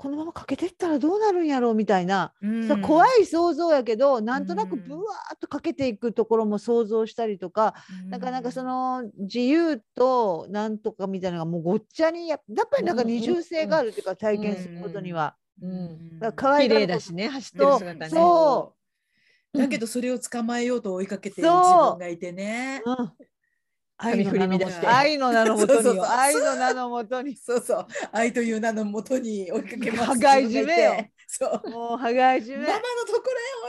Speaker 2: このままかけてったらどうなるんやろうみたいな、それ怖
Speaker 1: い、
Speaker 2: い想像やけどなんとなく
Speaker 1: うん
Speaker 2: ぶわーっとかけていくところも想像したりとか、なかなかその自由となんとかみたいなのがもうごっちゃにややっぱりなんか
Speaker 3: うんうんうん
Speaker 2: 二重性があるというか体験することには。
Speaker 1: うん、
Speaker 3: うん
Speaker 2: だから可愛が
Speaker 3: 綺
Speaker 2: る
Speaker 3: 麗
Speaker 2: こと
Speaker 3: だしね走ってる姿ね。
Speaker 2: そう
Speaker 1: だけどそれを捕まえようと追いかけてる
Speaker 2: そう
Speaker 1: 自分がいてね。
Speaker 2: うん愛の名の
Speaker 3: 首振り
Speaker 2: も
Speaker 3: 乱して
Speaker 2: と愛の名のもと
Speaker 1: そうそうそ
Speaker 2: に
Speaker 1: う
Speaker 2: 愛の名のもとに
Speaker 1: そうそう愛という名のもとに追いかけます。
Speaker 2: 互い締め
Speaker 1: 自分
Speaker 2: よ
Speaker 1: がいて。そう。
Speaker 2: もう羽がいじ
Speaker 1: マ
Speaker 2: め
Speaker 1: マのところへ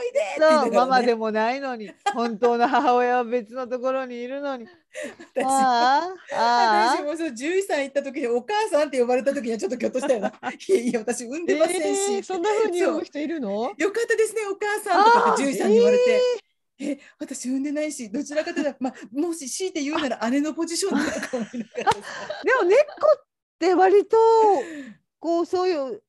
Speaker 1: おいでって言いながらね
Speaker 2: そうママでもないのに本当の母親は別のところにいるのに
Speaker 1: 私
Speaker 2: あああ
Speaker 1: 私もそう11歳行った時にお母さんって呼ばれた時にはちょっとぎょっとしたよな。 いやいや私産んでませんし、
Speaker 3: えーそんな風に呼ぶ人いるの？
Speaker 1: よかったですねお母さんとかって
Speaker 2: あ
Speaker 1: 獣
Speaker 2: ー
Speaker 1: 医さんに言われて。え私産んでないしどちらかというと、まあ、もし強いて言うなら姉のポジションだとか思いながらさ
Speaker 2: あでも猫って割とこうそういう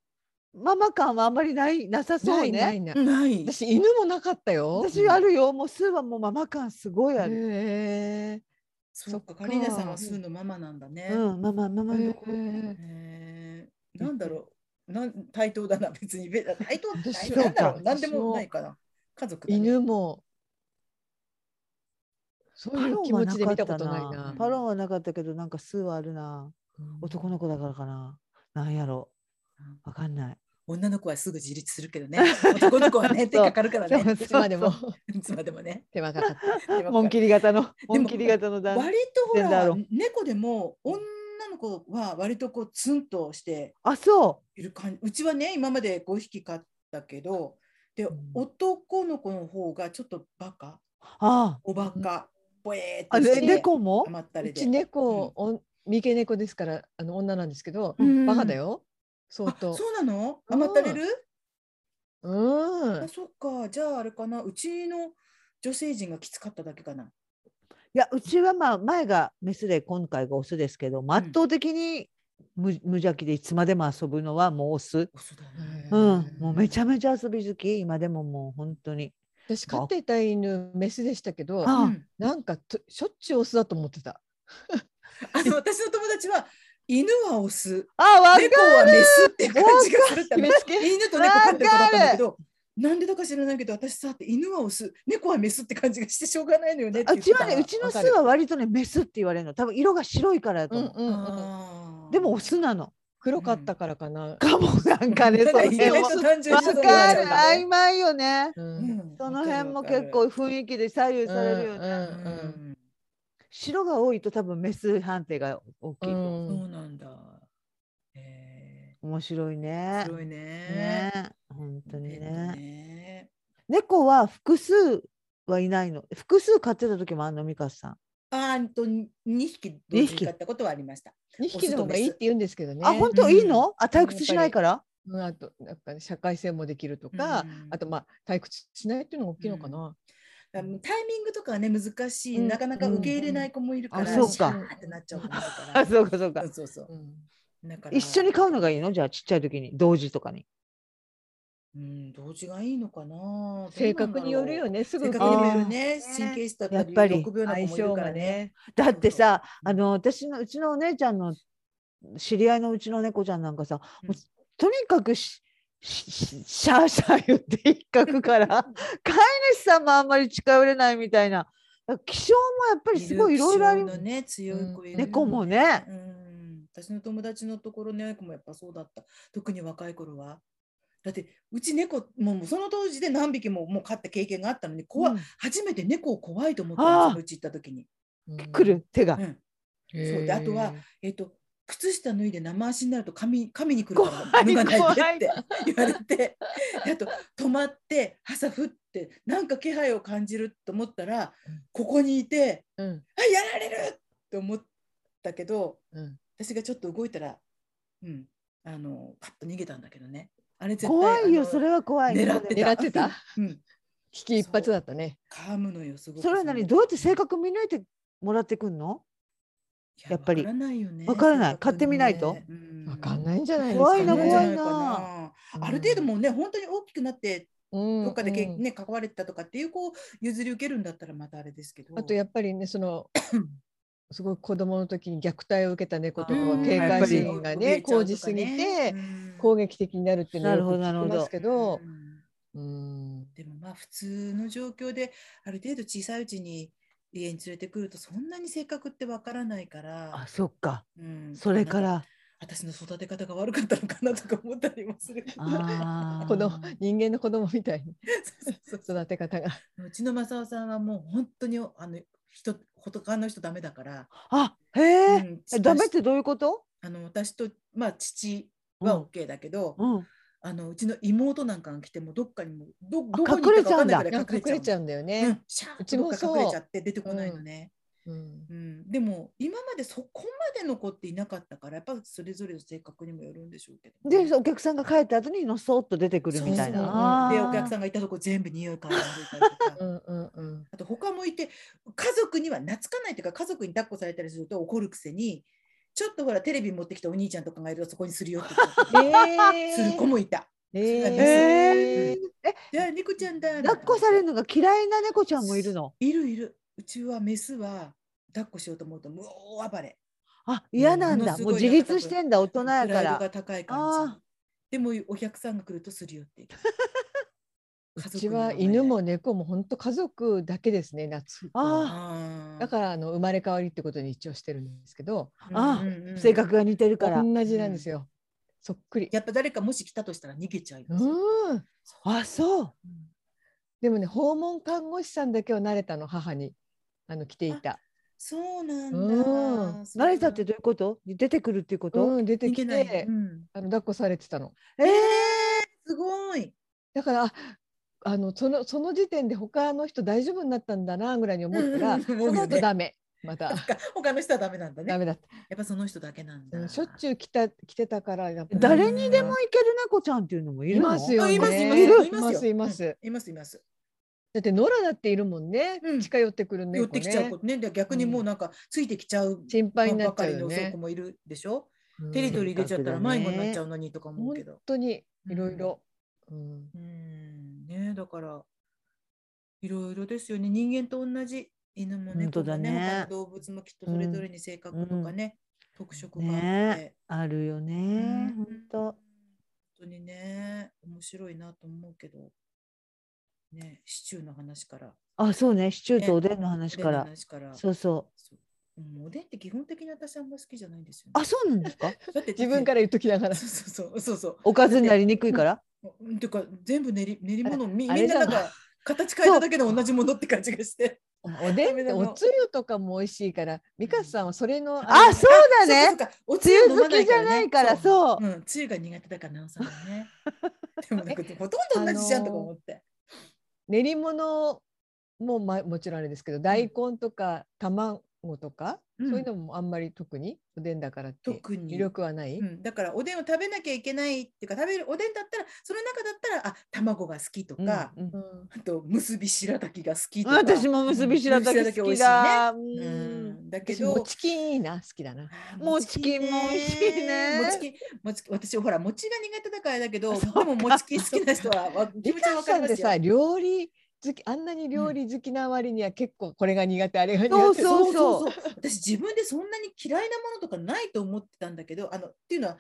Speaker 2: ママ感はあんまりないなさそう
Speaker 3: ないな
Speaker 2: ね
Speaker 3: いない。
Speaker 1: ない
Speaker 3: 私犬もなかったよ。
Speaker 2: 私あるよもうスーはもうママ感すごいある、
Speaker 3: へえ
Speaker 1: そう
Speaker 3: そ
Speaker 1: か
Speaker 3: っ
Speaker 1: カリーナさん
Speaker 3: か
Speaker 1: はスーのママなんだね、
Speaker 2: うんママママのところ
Speaker 3: へ
Speaker 1: えーなんだろうなん対等だな別 にべ対等
Speaker 3: 私
Speaker 1: 対等なんだろなんで
Speaker 3: そううか
Speaker 1: もないかな家族だね
Speaker 3: 犬もそう
Speaker 2: パ
Speaker 3: い
Speaker 2: ロ
Speaker 3: う
Speaker 2: ン
Speaker 3: 気
Speaker 2: は
Speaker 3: 持
Speaker 2: な
Speaker 3: ちで
Speaker 2: かっ
Speaker 3: 見たこ
Speaker 2: た
Speaker 3: とない
Speaker 2: な
Speaker 3: な。
Speaker 2: パロンはなかったけどなんかスーはあるな男の子だからかななんやろわかんない
Speaker 1: 女の子はすぐ自立するけどね男の子は ね手かかるからね
Speaker 3: いつま でも
Speaker 1: いつまでもね
Speaker 3: 手間かかった。
Speaker 2: 紋切り型の
Speaker 1: も
Speaker 2: 紋切り型の男
Speaker 1: 割とほ
Speaker 2: 全然だ
Speaker 1: ら
Speaker 2: ろう
Speaker 1: 猫でも女の子は割とこうツンとして
Speaker 2: あそ
Speaker 1: いる感じうちはね今まで5匹飼ったけどで
Speaker 3: うん
Speaker 1: 男の子の方がちょっとバカ
Speaker 2: うあ
Speaker 1: おバカぼえー
Speaker 2: あ
Speaker 1: っとし
Speaker 2: で
Speaker 1: て
Speaker 2: 猫も
Speaker 1: 甘ったれ
Speaker 3: う
Speaker 1: で
Speaker 3: ち猫、おん、三毛猫ですからあの女なんですけど、
Speaker 1: うん
Speaker 3: バカだよ相
Speaker 1: あ
Speaker 3: 当
Speaker 1: そうなの
Speaker 3: うん
Speaker 1: 甘ったれる、
Speaker 3: うん
Speaker 1: あそっかじゃああれかなうちの女性陣がきつかっただけかない
Speaker 2: やうちはまあ前がメスで今回がオスですけど圧倒的に無,、無邪気でいつまでも遊ぶのはもうオス、
Speaker 1: オスだ
Speaker 2: う
Speaker 3: うんん
Speaker 2: もうめちゃめちゃ遊び好き今でももう本当に
Speaker 3: 私飼っていた犬メスでしたけど
Speaker 2: あ
Speaker 1: うん
Speaker 3: なんかとしょっちゅうオスだと思ってた
Speaker 1: あの私の友達は犬はオス
Speaker 2: あわかる
Speaker 1: 猫はメスっていう感じがするって
Speaker 3: 決めつけ
Speaker 1: 犬と猫飼ってる子だったんだけどなんでだか知らないけど私さって犬はオス猫はメスって感じがしてしょうがないのよねって
Speaker 2: あう
Speaker 1: 言っ
Speaker 2: ち
Speaker 1: て
Speaker 2: は
Speaker 1: た
Speaker 2: ねうちの
Speaker 3: わ
Speaker 2: 巣
Speaker 3: かる
Speaker 2: は割とねメスって言われるの多分色が白いからだと
Speaker 3: うん
Speaker 2: 思う、
Speaker 3: うんうん
Speaker 1: あー
Speaker 2: でもオスなの
Speaker 3: 黒かったからかな、
Speaker 2: かもなんかね
Speaker 1: た
Speaker 2: そ
Speaker 1: だ
Speaker 2: の
Speaker 1: 意
Speaker 2: 辺
Speaker 1: 外
Speaker 2: も
Speaker 1: と単純
Speaker 2: わ
Speaker 1: に
Speaker 2: か
Speaker 1: そう
Speaker 2: る
Speaker 1: なっちゃうんだね
Speaker 2: 曖昧よね
Speaker 3: うん
Speaker 1: うん
Speaker 2: その辺も
Speaker 1: わかる
Speaker 2: 結構雰囲気で左右されるよね、
Speaker 1: わかる
Speaker 3: うん
Speaker 1: うん
Speaker 2: 白が多いと多分メス判定が大きいと思う、
Speaker 3: うん
Speaker 1: そうなんだへ
Speaker 2: 面白い
Speaker 1: ー面
Speaker 2: ね
Speaker 1: 白いね
Speaker 2: ね本当に
Speaker 1: ペッ
Speaker 2: ね
Speaker 1: トね
Speaker 2: 猫は複数はいないの複数飼ってた時もあんのミカさん、
Speaker 1: あーんとに2匹同
Speaker 2: 二
Speaker 1: 時
Speaker 2: 匹
Speaker 1: に買ったことはありました。
Speaker 3: 2匹の方がいいって言うんですけどね
Speaker 2: あ本当いいの、あ退
Speaker 3: やっぱ
Speaker 2: 屈
Speaker 3: り
Speaker 2: しないから
Speaker 3: うんあとなんか、ね、社会性もできるとか、
Speaker 1: うん
Speaker 3: あとまあ退屈しないっていうのが大きいのかな、
Speaker 1: あのタイミングとかはね難しい、
Speaker 3: うん
Speaker 1: なかなか受け入れない子もいるから、
Speaker 2: うんうんあそうか
Speaker 1: シャーってなっちゃう子もいるから
Speaker 2: あそうかそうか
Speaker 1: そうそうそう
Speaker 3: うん
Speaker 1: だから
Speaker 2: 一緒に飼うのがいいのじゃあちっちゃい時に同時とかに
Speaker 1: うん同時がいいのかな
Speaker 3: 性格によるよ
Speaker 1: ね
Speaker 3: ねすぐ
Speaker 1: 性格
Speaker 2: あ
Speaker 1: に
Speaker 2: ー
Speaker 1: もよるね
Speaker 2: ね
Speaker 1: 神経質だっ
Speaker 2: や
Speaker 1: た
Speaker 2: っ
Speaker 1: り
Speaker 2: ぱり
Speaker 1: 臆病な子
Speaker 3: 相
Speaker 1: もいるか
Speaker 3: 性が
Speaker 1: らね
Speaker 3: ね
Speaker 2: だってさあの私のうちのお姉ちゃんの知り合いのうちの猫ちゃんなんかさ、
Speaker 1: うん
Speaker 2: もうとにかくしししシャーシャー言って一角から飼い主さんもあんまり近寄れないみたいなだから気性もやっぱりすごいいろいろあり
Speaker 1: 気性のね強い子いる、
Speaker 2: 猫もね
Speaker 1: うん私の友達のところの猫もやっぱそうだった特に若い頃はだってうち猫ももうその当時で何匹ももう飼った経験があったのに怖、
Speaker 2: うん
Speaker 1: 初めて猫を怖いと思ったん
Speaker 2: あ
Speaker 1: で
Speaker 2: ー
Speaker 1: すようち行った時に、
Speaker 2: 来る手が
Speaker 1: う。ん
Speaker 3: へー
Speaker 1: そうであとはえっと靴下脱いで生足になると髪髪にくる
Speaker 2: 怖い
Speaker 1: から脱がないで って言われてであと止まって朝降ってなんか気配を感じると思ったら
Speaker 3: うん
Speaker 1: ここにいて
Speaker 3: うん
Speaker 1: あやられると思ったけど
Speaker 3: うん
Speaker 1: 私がちょっと動いたら、うん、あのパッと逃げたんだけどねあれ絶対
Speaker 2: 怖いよ
Speaker 1: あの
Speaker 2: それは怖い。
Speaker 1: 狙って
Speaker 3: 狙ってた
Speaker 1: うん、
Speaker 3: 危機一髪だったね
Speaker 1: 噛むのよすごく
Speaker 2: それは何どうやって性格見抜いてもらってくんの
Speaker 1: い
Speaker 2: やっぱり
Speaker 1: わからないよね
Speaker 2: わからない
Speaker 1: 性格
Speaker 2: 買ってみないと
Speaker 1: ねうん
Speaker 3: わかんないんじゃないですか、ね、
Speaker 2: 怖いな怖い
Speaker 1: わかんじゃ
Speaker 2: な
Speaker 1: かある程度もうね本当に大きくなって
Speaker 3: うん
Speaker 1: どっかでけ、
Speaker 3: うん
Speaker 1: ね関われてたとかっていう子を譲り受けるんだったらまたあれですけど
Speaker 3: あとやっぱりね そのすごい子供の時に虐待を受けた猫とか
Speaker 1: う
Speaker 3: は
Speaker 1: ん
Speaker 3: 警
Speaker 2: やっぱ
Speaker 3: 戒
Speaker 2: り
Speaker 3: 心がね
Speaker 1: 怯えちゃう
Speaker 3: 高
Speaker 1: と
Speaker 3: じ
Speaker 1: か
Speaker 3: す
Speaker 1: ね
Speaker 3: ぎて、
Speaker 1: うん
Speaker 3: 攻撃的になるっていうのはよく
Speaker 2: なる
Speaker 3: 聞
Speaker 2: ほど
Speaker 3: きますけど
Speaker 1: う、ん
Speaker 3: うん、
Speaker 1: でもまあ普通の状況である程度小さいうちに家に連れてくるとそんなに性格ってわからないから、
Speaker 2: あそっか
Speaker 1: うん
Speaker 2: それか
Speaker 1: なん
Speaker 2: ら
Speaker 1: 私の育て方が悪かったのかなとか思ったりもするけど
Speaker 2: あー
Speaker 3: この人間の子供みたいに
Speaker 1: そうそうそう
Speaker 3: 育て方が。
Speaker 1: うちの正雄さんはもう本当にあの人他の人ダメだから、
Speaker 2: あへえ、
Speaker 1: うん
Speaker 2: えダメってどういうこと、
Speaker 1: あの私と、まあ、父
Speaker 2: うん
Speaker 1: は OK だけど、う
Speaker 2: うん、
Speaker 1: あのうちの妹なんかが来てもどっかにもど
Speaker 2: あ
Speaker 1: どこに行ったか分かんない
Speaker 2: 隠
Speaker 1: か
Speaker 3: な
Speaker 1: ら
Speaker 3: んか
Speaker 1: 隠
Speaker 3: 隠れ
Speaker 1: れ
Speaker 3: ち
Speaker 1: ち
Speaker 3: ゃ
Speaker 1: ゃ
Speaker 3: う
Speaker 1: うん
Speaker 3: だよ
Speaker 1: う
Speaker 3: ね。
Speaker 1: ん、シャー
Speaker 3: う
Speaker 1: ッ
Speaker 3: ち
Speaker 1: とど
Speaker 3: も
Speaker 1: っか
Speaker 3: そう
Speaker 1: 隠れちゃって出てこないのね。
Speaker 3: うん
Speaker 1: うん、でも今までそこまでの子っていなかったからやっぱそれぞれの性格にもよるんでしょうけどね、
Speaker 2: でお客さんが帰った後にのそっと出てくるみた
Speaker 1: そ
Speaker 2: い
Speaker 1: うそう
Speaker 2: な。
Speaker 1: でお客さ
Speaker 2: ん
Speaker 1: んがいたとこ全部匂い嗅いでたりと
Speaker 3: う
Speaker 1: か
Speaker 3: んうんうん
Speaker 1: あと他もいて家族には懐かないというか家族に抱っこされたりすると怒るくせにちょっとほらテレビ持ってきたお兄ちゃんとかがいるとそこにするよって言ったりとか
Speaker 3: え
Speaker 1: する子もいた。
Speaker 3: えー
Speaker 1: じゃあ猫ちゃんだなんて
Speaker 2: 抱っこされるのが嫌いな猫ちゃんもいるの。
Speaker 1: いるいるうちはメスは抱っこしようと思うともう大暴れ。
Speaker 2: あ嫌なん
Speaker 1: も
Speaker 2: だ
Speaker 1: のす
Speaker 2: も
Speaker 1: ご
Speaker 2: う
Speaker 1: い
Speaker 2: 自立してんだ大人や
Speaker 1: プライ
Speaker 2: か
Speaker 1: ド
Speaker 2: ら
Speaker 1: が。高い
Speaker 2: あ
Speaker 1: 感じ。でもお客さんが来るとするよ って言う。
Speaker 3: うちは犬も猫も本当家族だけですね夏
Speaker 2: あ
Speaker 1: あ
Speaker 3: だからあの生まれ変わりってことに一応してるんですけど
Speaker 2: あ
Speaker 1: うんうんうん
Speaker 2: 性格が似てるから。
Speaker 3: 同じなんですよ、そっくり
Speaker 1: やっぱ誰かもし来たとしたら逃げちゃいますよ。
Speaker 3: うん
Speaker 2: あそう。
Speaker 3: でもね訪問看護師さんだけは慣れたの母にあの来ていた
Speaker 1: そうなん
Speaker 3: うん
Speaker 1: だ。そう
Speaker 2: 慣れたってどういうこと出てくるっていうこと、
Speaker 3: うん出て
Speaker 1: 逃げ
Speaker 3: きて、
Speaker 1: ないね。うん
Speaker 3: あの抱っこされてたの
Speaker 2: ええ
Speaker 1: すごい。
Speaker 3: だからああのそのその時点で他の人大丈夫になったんだなぐらいに思ったら、
Speaker 1: うんうんうん
Speaker 3: その
Speaker 1: 思うよ
Speaker 3: 後
Speaker 1: ね
Speaker 3: ダメまた
Speaker 1: 他の人はダメなんだね。
Speaker 3: ダ
Speaker 1: や
Speaker 3: メだった、
Speaker 1: っぱその人だけなん
Speaker 3: う
Speaker 1: だ。
Speaker 3: んしょっちゅう来た来てたからやっぱり
Speaker 2: 誰にでもいける猫ちゃんっていうのもい
Speaker 3: い
Speaker 2: るの。
Speaker 3: ますよ
Speaker 1: あ
Speaker 3: ね
Speaker 1: いますい
Speaker 2: いる
Speaker 1: ます
Speaker 3: い ますいます
Speaker 1: いますいます。
Speaker 3: だって野良だっているもんね、
Speaker 1: うん
Speaker 3: 近寄ってくる猫ね
Speaker 1: 寄ってきちゃうことね。で逆にもうなんかついてきちゃう
Speaker 3: 心配にな
Speaker 1: ば
Speaker 3: っち
Speaker 1: か
Speaker 3: ゃう
Speaker 1: り
Speaker 3: よ
Speaker 1: のそう
Speaker 3: ね
Speaker 1: 子、もいるでしょ。
Speaker 3: うん
Speaker 1: テリトリー入れちゃったら
Speaker 2: 性格だね
Speaker 1: 迷子になっちゃうのにとか思う
Speaker 3: 本
Speaker 1: けど。
Speaker 3: 当にいろいろ、うん
Speaker 1: うんねだからいろいろですよね人間と同じ犬も
Speaker 2: 本
Speaker 1: 猫も
Speaker 2: 当だ
Speaker 1: ね
Speaker 2: ね
Speaker 1: 他の動物もきっとそれぞれに性格とかね、特色があって、
Speaker 2: ねあるよね。
Speaker 1: うん
Speaker 2: 本当
Speaker 1: 本。当にね面白いなと思うけどねシチューの話から
Speaker 2: あそうねシチューと
Speaker 1: ね
Speaker 2: おでんの話か
Speaker 1: おで
Speaker 2: ら
Speaker 1: んの。話から
Speaker 2: そうそう。
Speaker 1: そううんおでんって基本的に私あんま好きじゃないんですよ、
Speaker 2: あそうなんですか。
Speaker 1: だって
Speaker 3: 自分からら言っとき ながら
Speaker 1: そうそうそうそうそう
Speaker 2: おかずになりにくいから。
Speaker 1: うんてか全部練り練り物み
Speaker 3: あ
Speaker 1: み
Speaker 3: れ
Speaker 1: ん
Speaker 3: じゃ
Speaker 1: な
Speaker 3: な
Speaker 1: ないんか形変えただけで同じものって感じがして。
Speaker 3: おでんっておつゆとかも美味しいから美香さんはそれの
Speaker 2: あそうだ
Speaker 1: そう
Speaker 2: ね。
Speaker 1: かそうかお
Speaker 2: 梅
Speaker 1: は飲
Speaker 2: 雨好
Speaker 1: ま
Speaker 2: きじゃないから
Speaker 1: う。
Speaker 2: そう
Speaker 1: う。ん、梅雨が苦手だからなおさら ね。でもなんかほとんど同じじゃんとか思って。
Speaker 3: 練り物も、ま、もちろんあれですけど大根とか卵とか、
Speaker 1: うん
Speaker 3: そういうのもあんまり特におでんだからって
Speaker 1: 特に
Speaker 3: 魅力はない、
Speaker 1: うん、だからおでんを食べなきゃいけないっていうか食べるおでんだったらその中だったらあ卵が好きとか、
Speaker 2: うんうん
Speaker 3: うん
Speaker 1: あと結び白滝が好きとか。
Speaker 2: 私も結び白
Speaker 1: うん
Speaker 2: 滝好
Speaker 1: 美
Speaker 2: き
Speaker 1: 味しいね。
Speaker 2: だ。
Speaker 1: う
Speaker 2: うん
Speaker 1: ん、だけ
Speaker 3: 私も
Speaker 1: ど。
Speaker 3: チキンいいな好きだな
Speaker 1: あー
Speaker 2: 餅きも美味しいね
Speaker 1: 餅き、餅き、私ほら、餅が苦手だからだけど、でも餅き好きな人は、 わ気
Speaker 3: 美
Speaker 1: 持ちは
Speaker 3: 香
Speaker 1: わか
Speaker 3: さ
Speaker 1: り
Speaker 3: んっ
Speaker 1: ま
Speaker 3: て
Speaker 1: すよ
Speaker 3: さ。料理好きあんなに料理好きな割には結構これが苦手あれが苦手
Speaker 2: そ
Speaker 1: そ
Speaker 2: う
Speaker 1: う
Speaker 2: そ
Speaker 1: そ
Speaker 2: うそう
Speaker 1: そう私自分でそんなに嫌いなものとかないと思ってたんだけどあのっていうのは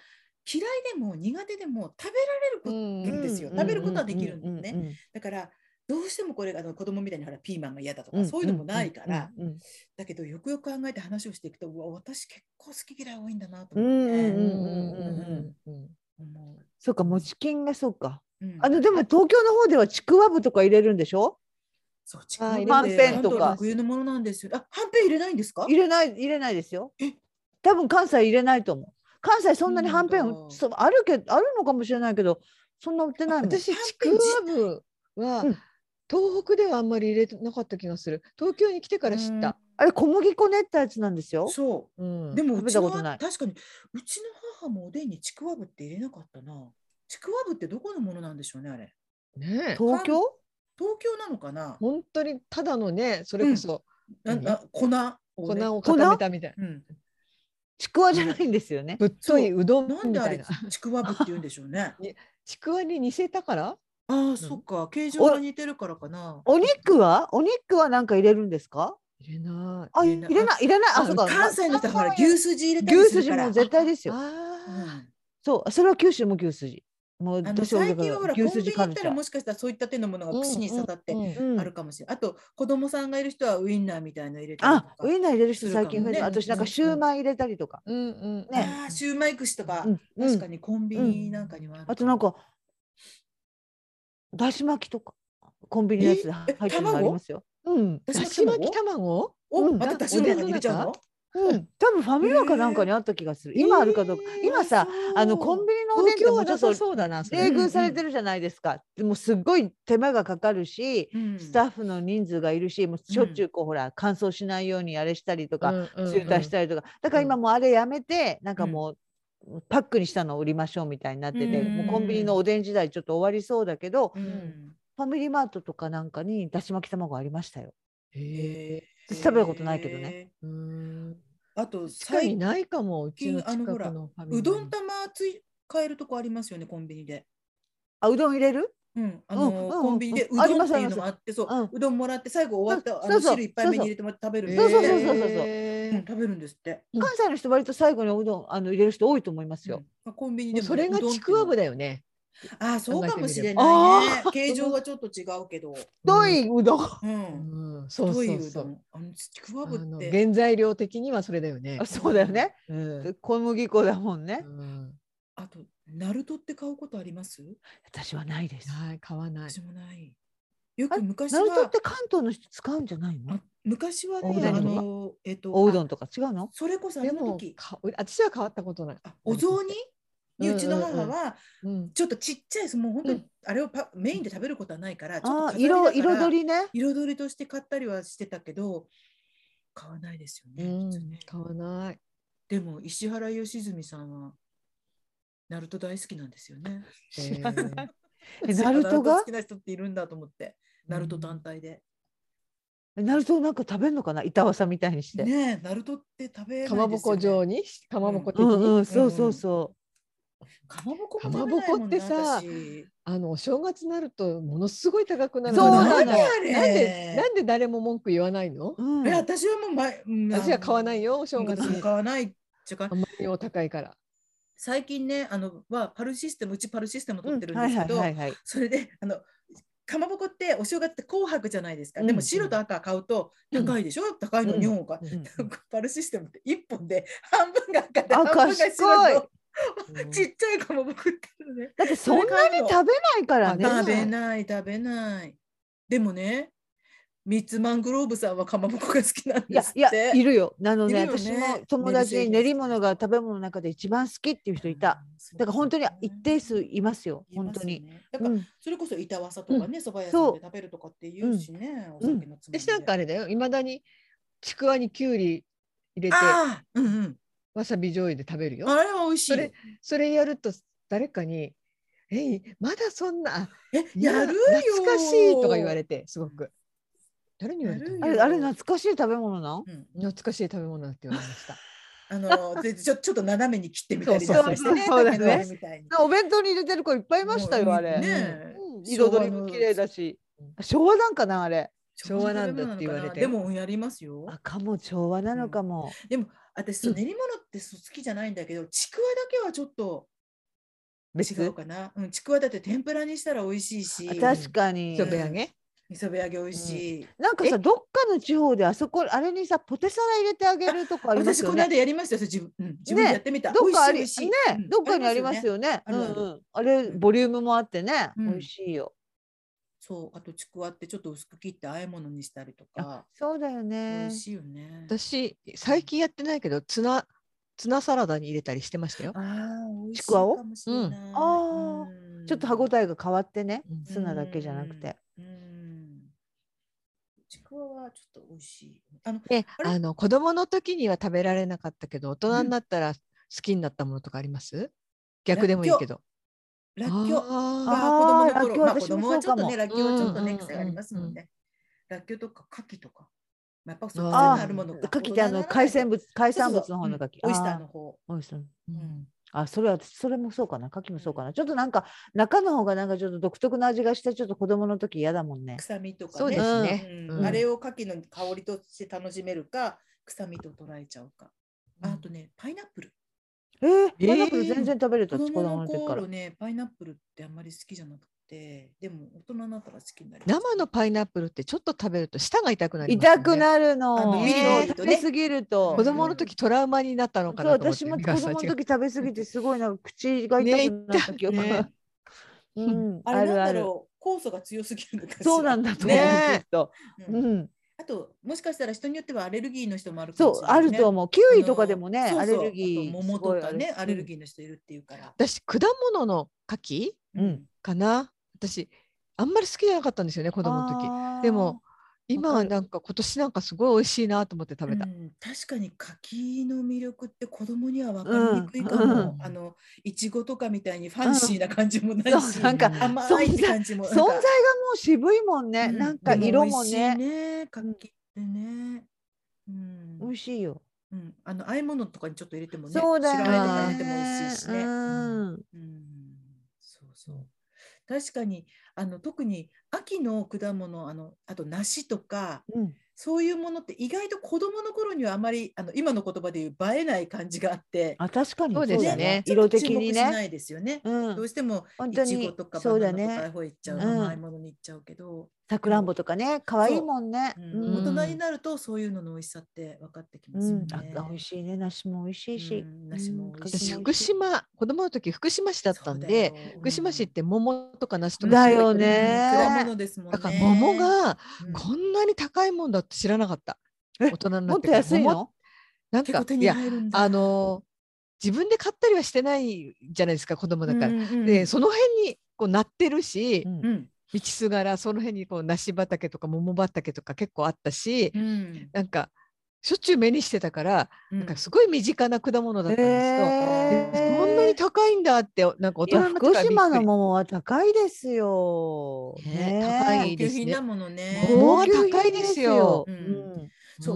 Speaker 1: 嫌いでも苦手でも食べられること、
Speaker 3: ん
Speaker 1: いいんですよ
Speaker 2: う
Speaker 1: 食べることはできるんだよね
Speaker 2: うううん
Speaker 1: だからどうしてもこれあの子供みたいにほらピーマンが嫌だとか、
Speaker 2: うん
Speaker 1: そういうのもないから、。
Speaker 2: うんうん
Speaker 1: だけどよくよく考えて話をしていくとうわ私結構好き嫌い多いんだなと
Speaker 2: うん
Speaker 1: 思っ
Speaker 2: うんう
Speaker 1: て
Speaker 2: んうんうんうん。
Speaker 3: うんうん
Speaker 1: 思う。
Speaker 2: そうか、もちきんがそうか。
Speaker 1: うん
Speaker 2: あのでも東京の方ではちくわぶとか入れるんでしょ？
Speaker 1: そうちくわぶ
Speaker 2: はんぺん
Speaker 1: って
Speaker 2: とか
Speaker 1: 本当特有のものなんですよ。あ、はんぺん入れないんですか？
Speaker 2: 入れない入れないですよ
Speaker 1: え。
Speaker 2: 多分関西入れないと思う。関西そんなにはんぺ
Speaker 1: そうなん
Speaker 2: ん
Speaker 1: だ
Speaker 2: そうあるけどあるのかもしれないけど、そんな売ってないもん。
Speaker 3: 私
Speaker 1: はん
Speaker 3: ち
Speaker 1: ぺ
Speaker 3: く
Speaker 1: ん
Speaker 3: わ
Speaker 1: 自
Speaker 3: ぶは、
Speaker 2: うん
Speaker 3: 東北ではあんまり入れてなかった気がする東京に来てから知った、
Speaker 2: あれ小麦粉練ったやつなんですよ。
Speaker 1: そう。
Speaker 3: うん
Speaker 1: でもう
Speaker 2: 食べ
Speaker 1: ち
Speaker 2: た
Speaker 1: の
Speaker 2: ことない
Speaker 1: 確かにうちの母もおでんにちくわぶって入れなかったな。ちくわぶってどこのものなんでしょうねあれ。
Speaker 3: ねえ
Speaker 2: 東京？
Speaker 1: 東京なのかな。
Speaker 3: 本当にただのねそれこそ
Speaker 1: なな粉を、ね。
Speaker 3: 粉を
Speaker 2: 粉
Speaker 3: 固めたみたい
Speaker 1: う
Speaker 3: な
Speaker 1: ん。
Speaker 2: ちくわじゃないんですよね。
Speaker 3: ぶっというどん
Speaker 1: なん
Speaker 3: み
Speaker 1: であ
Speaker 3: たい
Speaker 1: れ
Speaker 3: な
Speaker 1: ちくわぶって言うんでしょう ね。
Speaker 3: ちくわに似せたから
Speaker 1: ああそっか形状が似てるからかな。
Speaker 2: お肉はお肉はなんか入れるんですか？
Speaker 3: 入れない
Speaker 2: あ
Speaker 1: 入れな
Speaker 2: 入
Speaker 1: い
Speaker 2: れない入れないあ
Speaker 1: あ
Speaker 2: そうか
Speaker 1: 関西の人はほら
Speaker 2: 関西は
Speaker 1: 牛すじ入れたり
Speaker 2: 牛
Speaker 1: す
Speaker 2: す
Speaker 1: る
Speaker 2: じ
Speaker 1: から。
Speaker 2: も絶対ですよ。
Speaker 3: あー
Speaker 2: そうそれは九州も牛すじもう
Speaker 1: あの
Speaker 2: 年を
Speaker 1: 最近はほらコン
Speaker 2: 牛
Speaker 1: ビ
Speaker 2: す
Speaker 1: ニ
Speaker 2: じ
Speaker 1: 行
Speaker 2: カ
Speaker 1: っ
Speaker 2: ル
Speaker 1: た
Speaker 2: チャ
Speaker 1: らも
Speaker 2: ー
Speaker 1: しかしたらそういった手のものが串に刺さって
Speaker 2: うん
Speaker 1: あるかもしれない。あと子供さんがいる人はウインナーみたいなの入れて
Speaker 2: あウインナー入れる人
Speaker 1: するか
Speaker 2: 最
Speaker 1: も
Speaker 2: 近増えて
Speaker 1: ね
Speaker 2: 私なんかシューマイ入れたりとか、
Speaker 3: うんうん
Speaker 2: ね
Speaker 1: あーシューマイ串とか、
Speaker 2: うんうん
Speaker 1: 確かにコンビニなんかにはある
Speaker 2: あとなんかだし巻きとかコンビニのやつで入ってるのありますよ。うん、
Speaker 3: だし巻き卵
Speaker 1: お、
Speaker 2: うん
Speaker 1: まただしの中に入れちゃうの
Speaker 2: うん、多分ファミマかなんかにあった気がする。今あるかどうか。
Speaker 3: えー
Speaker 2: 今さ、あのコンビニのおでんってもうちょっと
Speaker 3: そうだなそ
Speaker 1: れ
Speaker 2: 冷遇されてるじゃないですか。でもすっごい手間がかかるし、
Speaker 1: うん
Speaker 2: スタッフの人数がいるし、もうしょっちゅうこう、ほら乾燥しないようにあれしたりとか、中退したりとか。だから今もうあれやめて、なんかもう。パックにしたのを売りましょうみたいになってて、
Speaker 1: うん
Speaker 2: もうコンビニのおでん時代ちょっと終わりそうだけど、
Speaker 1: うん
Speaker 2: ファミリーマートとかなんかにだし巻き卵ありましたよ。
Speaker 1: へー
Speaker 2: 食べたことないけどね。
Speaker 1: あと
Speaker 3: 確かに
Speaker 1: 最近
Speaker 3: ないかもうちの
Speaker 1: あの
Speaker 3: 近く
Speaker 1: ほら
Speaker 3: のファミマに
Speaker 1: うどん玉つい買えるとこありますよねコンビニで。
Speaker 2: あ、うどん入れる
Speaker 1: うん、あの
Speaker 2: うんうん
Speaker 1: コンビニでう
Speaker 2: あり
Speaker 1: どん
Speaker 2: ま
Speaker 1: っ
Speaker 2: す
Speaker 1: ていうのもあってそう、
Speaker 2: うん
Speaker 1: うどんもらって最後終わったあ
Speaker 2: そ
Speaker 1: の
Speaker 2: うそう
Speaker 1: 汁いっぱい目に入れてもらって食べるんで
Speaker 2: そうそうそう
Speaker 1: す
Speaker 2: そう
Speaker 1: よ
Speaker 2: そう
Speaker 1: うん
Speaker 3: へー
Speaker 1: 食べるんですって。
Speaker 3: うん
Speaker 2: 関西の人割と最後におうどんあの入れる人多いと思いますよ。
Speaker 1: うんコンビニ
Speaker 3: も
Speaker 1: で
Speaker 3: う
Speaker 1: も
Speaker 3: それがちくわぶ
Speaker 1: で。
Speaker 3: だよね
Speaker 1: あーそうかもしれ
Speaker 2: 考
Speaker 1: な
Speaker 2: えてみ
Speaker 1: いね。形状はちょっと違うけど。
Speaker 2: 太い うどん。
Speaker 1: う。
Speaker 3: うんんうんそう
Speaker 1: 太い
Speaker 3: そうう
Speaker 1: ど。
Speaker 3: そうん
Speaker 1: あのちくわ
Speaker 3: あ
Speaker 1: ぶっ
Speaker 3: の
Speaker 1: て。
Speaker 3: 原材料的にはそれだよね
Speaker 2: あそうだよね。
Speaker 3: うん
Speaker 2: 小麦粉だもんね
Speaker 3: う。ん
Speaker 1: あと、ナルトって買うことあります
Speaker 2: 私はないです。
Speaker 3: はい買わない
Speaker 1: 私もない。よ
Speaker 2: あれ
Speaker 1: く昔
Speaker 2: ナルトっ
Speaker 1: は、
Speaker 2: て関東の人使うんじゃないの
Speaker 1: あ？昔は
Speaker 3: おう
Speaker 1: ね、
Speaker 3: どん
Speaker 1: あ
Speaker 3: とか
Speaker 1: の、えっと、
Speaker 2: おうど
Speaker 1: あ
Speaker 2: んとか違うの？
Speaker 1: それこそあ
Speaker 3: で
Speaker 1: の
Speaker 3: も
Speaker 1: 時、
Speaker 3: か私は変わったことない
Speaker 1: あお雑煮にうちの母
Speaker 3: うんうん
Speaker 1: は、
Speaker 3: うん
Speaker 1: ちょっとちっちゃい、もう本当
Speaker 3: う
Speaker 1: にあれをパメインで食べることはないから、ちょっ
Speaker 2: あ
Speaker 1: と
Speaker 2: ー色
Speaker 1: 飾りだから
Speaker 2: 彩りね。
Speaker 1: 彩りとして買ったりはしてたけど、買わないですよ
Speaker 3: う
Speaker 1: ね。普通
Speaker 3: ん
Speaker 1: ね
Speaker 3: 買わない
Speaker 1: でも石原良純さんはナルト大好きなんですよね。
Speaker 2: 知らない
Speaker 3: えー
Speaker 2: えナルトが
Speaker 1: 好きな人っているんだと思って、ナルト単体で。
Speaker 2: ナルトなんか食べるのかな？板わさみたいにして。
Speaker 1: ねえ、ナルトって食べないですよ、ね。
Speaker 3: かまぼこ状にかまぼこ的
Speaker 2: う
Speaker 3: に、
Speaker 2: んうんそうそうそ
Speaker 1: かまぼこ
Speaker 3: か
Speaker 1: も
Speaker 3: ま
Speaker 1: 食べ
Speaker 3: ぼ
Speaker 1: ないも
Speaker 3: こ
Speaker 1: ん
Speaker 3: っ
Speaker 1: な
Speaker 3: てさ
Speaker 1: 私
Speaker 3: あのお正月になるとものすごい高くなる
Speaker 2: そうなの
Speaker 3: なんで
Speaker 1: あれ
Speaker 3: なんでなんで誰も文句言わないの
Speaker 2: う。うん
Speaker 1: え、私はもう前、うん
Speaker 3: 私は買わない。よお
Speaker 1: あ
Speaker 3: 正
Speaker 1: の
Speaker 3: 月
Speaker 1: うん
Speaker 3: に
Speaker 1: 買わない。っていうか
Speaker 3: あまりにも高いから
Speaker 1: 最近ね、あのはパルシステム、うちパルシステム取
Speaker 2: う
Speaker 1: っ
Speaker 2: ん
Speaker 1: てるん
Speaker 2: は
Speaker 1: で
Speaker 2: い
Speaker 1: す
Speaker 2: は
Speaker 1: け
Speaker 2: い
Speaker 1: ど
Speaker 2: は、いはい。
Speaker 1: それであのかまぼこってお正月って紅白じゃないですか、
Speaker 2: うん
Speaker 1: でも白と赤買うと高いでしょ、高いの2本か、 パルシステムって1本で半分が赤で
Speaker 2: あ
Speaker 1: 半分が白の
Speaker 3: 賢い
Speaker 1: ちっちゃいかまぼこってあるね
Speaker 2: だってそんなに食べないからね。
Speaker 1: 食べない食べないでもねミッツマングローブさんはかまぼこが好きなん
Speaker 2: い
Speaker 1: で
Speaker 2: や
Speaker 1: すって
Speaker 2: いやいるよ。なのね
Speaker 1: いるよ
Speaker 2: 私
Speaker 1: ね
Speaker 2: も友達に練り物が食べ物の中で一番好きっていう人いた。だから本当に一定数いますよ。
Speaker 1: い
Speaker 2: 本
Speaker 1: ます
Speaker 2: 当
Speaker 1: よね
Speaker 2: に。
Speaker 1: だから
Speaker 2: うん
Speaker 1: それこそ板わさとかね、蕎麦屋さ
Speaker 2: そ
Speaker 1: ん
Speaker 2: う
Speaker 1: で食べるとかって言うしね、
Speaker 2: うん
Speaker 1: お酒のつまみで
Speaker 3: 私なんかあれだよいまだにちくわにきゅうり入れて
Speaker 1: ああうんうん
Speaker 3: わさび醤油で食べるよ
Speaker 1: あれは美味しい
Speaker 3: それそれやると誰かに「えいまだそんなあ
Speaker 1: え
Speaker 3: いや
Speaker 1: やるよ
Speaker 3: 懐かしい」とか言われてすごく誰に言われた
Speaker 1: や
Speaker 2: あ
Speaker 1: る
Speaker 2: れ
Speaker 1: よ
Speaker 2: あれ懐かしい食べ物なん？
Speaker 1: うん
Speaker 3: 懐かしい食べ物だって言われました。
Speaker 1: あのでちょちょっと斜めに切ってみたりと
Speaker 3: そうそう
Speaker 1: かしてね
Speaker 2: そうだ
Speaker 1: 竹
Speaker 2: ね
Speaker 1: のあれみたいに
Speaker 2: お弁当に入れてる子いっぱいいましたよあれ。
Speaker 1: ね
Speaker 2: うん
Speaker 1: 昭和の
Speaker 2: 彩りも綺麗だし。昭和なんかなあれ。
Speaker 3: 昭和なんだって言われて
Speaker 1: でもやりますよ
Speaker 2: あかも昭和なのかも。
Speaker 1: でも私そう
Speaker 3: うん
Speaker 1: 練り物ってそう好きじゃないんだけどちくわだけはちょっと
Speaker 2: 別
Speaker 1: 違うかな、うん、ちくわだって天ぷらにしたら美味しいし
Speaker 2: あ
Speaker 1: 味
Speaker 2: 確かに
Speaker 3: 磯。辺揚げ
Speaker 1: 噌べ揚げ美味しい、
Speaker 2: なんかさどっかの地方であそこあれにさポテサラ入れてあげるとかあります
Speaker 1: 私こ
Speaker 2: よ
Speaker 1: の
Speaker 2: ね。
Speaker 1: 間やりましたよそれ自分、うん、自分でやってみた、
Speaker 2: どっかあ
Speaker 1: 美
Speaker 2: り
Speaker 1: 味しい
Speaker 2: ね
Speaker 1: 美味しいうん
Speaker 2: どっかにありますよね。
Speaker 1: あ
Speaker 2: う
Speaker 1: りま
Speaker 2: んう
Speaker 1: すよね
Speaker 2: んあれボリュームもあってね
Speaker 1: うん
Speaker 2: 美味しいよ。
Speaker 1: そうあとちくわってちょっと薄く切って和え物にしたりとか
Speaker 2: そうだよ
Speaker 1: 美
Speaker 2: ね
Speaker 1: 味。しいよね
Speaker 3: 私最近やってないけどツナツナサラダに入れたりしてましたよ
Speaker 1: あ。ー美味しい
Speaker 2: ちくわを
Speaker 1: かもしれない
Speaker 2: あー
Speaker 1: うん
Speaker 2: ちょっと歯ごたえが変わってね
Speaker 3: うん、
Speaker 2: ツナだけじゃなくて。。
Speaker 1: うんうんちくわはちょっと美味しい。あの、
Speaker 3: で
Speaker 1: あれ
Speaker 3: あの子供の時には食べられなかったけど大人になったら好きになったものとかあります逆でもいいけど。
Speaker 1: らっきょう
Speaker 3: あ
Speaker 1: は子供の
Speaker 2: らっきょ
Speaker 1: 頃、
Speaker 2: う
Speaker 1: まあ子
Speaker 2: 私も
Speaker 1: 供はちょっと
Speaker 2: そう
Speaker 1: ね、
Speaker 2: から
Speaker 1: っきょうはちょっと
Speaker 3: う
Speaker 1: ね、
Speaker 3: ん
Speaker 1: 癖がありますもんね。らっきょうとか牡蠣とか。まあやっぱそういう
Speaker 2: あー
Speaker 1: のあるものか。
Speaker 2: 牡蠣ってあの海鮮
Speaker 1: 物、
Speaker 2: 物海
Speaker 1: そう
Speaker 2: 産
Speaker 1: そう
Speaker 2: 物の方の
Speaker 1: う
Speaker 2: 牡蠣。
Speaker 1: んオイスターの方。
Speaker 2: あー。オイスターの
Speaker 3: ー
Speaker 1: うん
Speaker 2: あそれはそれもそうかな牡蠣もそうかなちょっとなんか中の方がなんかちょっと独特な味がしてちょっと子供の時嫌だもんね。
Speaker 1: 臭みとかね。
Speaker 3: そうですね。
Speaker 1: うん
Speaker 2: うん
Speaker 1: あれを牡蠣の香りとして楽しめるか、臭みと捉えちゃうか。あとね、パイナップル。
Speaker 2: えー、
Speaker 3: えー
Speaker 2: パイナップル全然食べれた、
Speaker 1: 子
Speaker 2: 子
Speaker 1: 供
Speaker 2: 供
Speaker 1: の
Speaker 2: の時から
Speaker 1: 頃。ね、パイナップルってあんまり好きじゃなくて、でも大人になったら好きになりました
Speaker 3: 生のパイナップルってちょっと食べると舌が痛くなりますよね
Speaker 2: 痛くなる
Speaker 1: あ
Speaker 2: の。
Speaker 1: の
Speaker 3: 緑の
Speaker 2: ね
Speaker 1: 糸
Speaker 2: 食
Speaker 1: ね
Speaker 2: べ過ぎると。
Speaker 3: 子供の時トラウマになったのか
Speaker 2: そう
Speaker 3: なと思って
Speaker 2: 私も子
Speaker 3: 美香
Speaker 2: 供
Speaker 3: さん
Speaker 2: の
Speaker 3: 違う
Speaker 2: 時食べ過ぎてすごいなんか口が痛くなった記憶が、
Speaker 3: ね痛
Speaker 2: うん、
Speaker 1: あ
Speaker 2: あ
Speaker 1: れ
Speaker 2: る
Speaker 1: なん
Speaker 2: あ
Speaker 1: だ
Speaker 2: る
Speaker 1: ろう、酵素が強すぎるのかしら
Speaker 2: そうなんだと思う、
Speaker 3: ね
Speaker 2: ずっと、
Speaker 1: う
Speaker 2: うんん、
Speaker 1: あと、もしかしたら人によってはアレルギーの人もあるか
Speaker 2: そ
Speaker 1: も
Speaker 2: う
Speaker 1: しれな
Speaker 2: あ
Speaker 1: いね、
Speaker 2: ると思うキウイとかでもね
Speaker 1: あの
Speaker 2: ア
Speaker 1: そうそう
Speaker 2: レルギ
Speaker 1: あ
Speaker 2: ー
Speaker 1: と桃
Speaker 2: すごい
Speaker 1: と
Speaker 2: あ
Speaker 1: か
Speaker 2: る
Speaker 1: ね、アレル
Speaker 2: ー
Speaker 1: ギーの人いるっていうから。
Speaker 3: 私果物の柿
Speaker 2: うんうん
Speaker 3: かな私あんまり好きじゃなかったんですよね子供の時
Speaker 2: 時
Speaker 3: でも今
Speaker 2: わか
Speaker 3: は
Speaker 2: る
Speaker 3: なんか今年なんかすごい美味しいなと思って食べた、
Speaker 1: うん確かに柿の魅力って子供には分かりにくいかも、
Speaker 3: うん
Speaker 1: あのいちごとかみたいにファンシーな感じもない
Speaker 2: そう
Speaker 1: し、
Speaker 2: なんか
Speaker 3: うん
Speaker 1: 甘いって感じも
Speaker 2: 存
Speaker 1: な
Speaker 2: 在
Speaker 1: ん
Speaker 2: がも
Speaker 1: か
Speaker 2: う渋いもんね、
Speaker 1: う
Speaker 2: なんか
Speaker 1: で
Speaker 2: 色も
Speaker 1: 美
Speaker 2: ね
Speaker 1: 味しいね柿ってね、うん
Speaker 2: 美味しいよ、
Speaker 1: うん、あの和え物とかにちょっと入れてもね
Speaker 2: そうだよ
Speaker 1: 白
Speaker 2: ね
Speaker 1: 和えとかに入れても美味しいしね、
Speaker 2: うん
Speaker 1: うん、そうそう確かにあの特に秋の果物あのあと梨とか
Speaker 2: うん
Speaker 1: そういうものって意外と子供の頃にはあまりあの今の言葉で言う映えない感じがあって
Speaker 2: あ確かに
Speaker 3: そうです
Speaker 2: だ
Speaker 3: ね
Speaker 1: ちょ
Speaker 2: 色
Speaker 1: っと注
Speaker 2: 的
Speaker 1: 目
Speaker 2: に
Speaker 1: しな
Speaker 2: ね
Speaker 1: いですよね。
Speaker 2: う
Speaker 1: どうんしても
Speaker 2: 本
Speaker 1: い
Speaker 2: 当
Speaker 1: ち
Speaker 2: に
Speaker 1: ごとか
Speaker 2: そ
Speaker 1: バ
Speaker 2: うだ
Speaker 1: ナナと
Speaker 2: ね
Speaker 1: かああいう方行っちゃう
Speaker 2: うん
Speaker 1: 甘いものに行っちゃうけど、
Speaker 2: さくらんぼとかね可愛いもんね
Speaker 1: うん
Speaker 2: うん
Speaker 3: うん
Speaker 1: 大人になるとそういうのの美味しさって分かってきま
Speaker 2: う
Speaker 1: すよね
Speaker 2: ん、。あ美味しいね梨も美味しいし、
Speaker 1: うん梨も美味しい
Speaker 3: 私
Speaker 1: うん
Speaker 3: 福島子供の時福島市だったんで
Speaker 1: そうだよ、
Speaker 3: 福島市っ
Speaker 1: うん
Speaker 3: て桃とか梨とか
Speaker 2: だ
Speaker 3: すごい
Speaker 2: よね
Speaker 1: うん果物ですもんね。
Speaker 3: だから桃が
Speaker 1: うん
Speaker 3: こんなに高いもんだって知らなかった、
Speaker 2: え
Speaker 3: 大人にな
Speaker 2: も
Speaker 3: っ
Speaker 2: ってと
Speaker 3: から
Speaker 2: 安い
Speaker 3: 桃
Speaker 2: の
Speaker 3: なん
Speaker 1: 結構
Speaker 3: か
Speaker 1: 手
Speaker 3: い
Speaker 1: に
Speaker 3: や
Speaker 1: 入るんだ。
Speaker 3: あの自分で買ったりはしてないじゃないですか子供だから、
Speaker 1: うんうんうん
Speaker 3: でその辺にこうなってるし、
Speaker 2: うん
Speaker 1: うん
Speaker 3: 道すがらその辺にこう梨畑とか桃畑とか結構あったし、
Speaker 1: うん
Speaker 3: なんかしょっちゅう目にしてたから、
Speaker 1: うん
Speaker 3: なんかすごい身近な果物だったんですよ。
Speaker 2: え
Speaker 3: でこんなに高いんだってなんか大
Speaker 2: いや
Speaker 3: 人になって
Speaker 2: 福
Speaker 3: からびっ
Speaker 2: 島
Speaker 3: く
Speaker 2: の
Speaker 3: り。
Speaker 2: 桃は高いですよ。
Speaker 3: ね
Speaker 2: ねえ
Speaker 3: 高
Speaker 1: 高
Speaker 3: いで
Speaker 1: 級
Speaker 3: すね
Speaker 1: 品だものね。
Speaker 3: 桃は高いです
Speaker 2: 高
Speaker 3: よ
Speaker 2: 級品です
Speaker 1: そ
Speaker 2: よ
Speaker 1: う、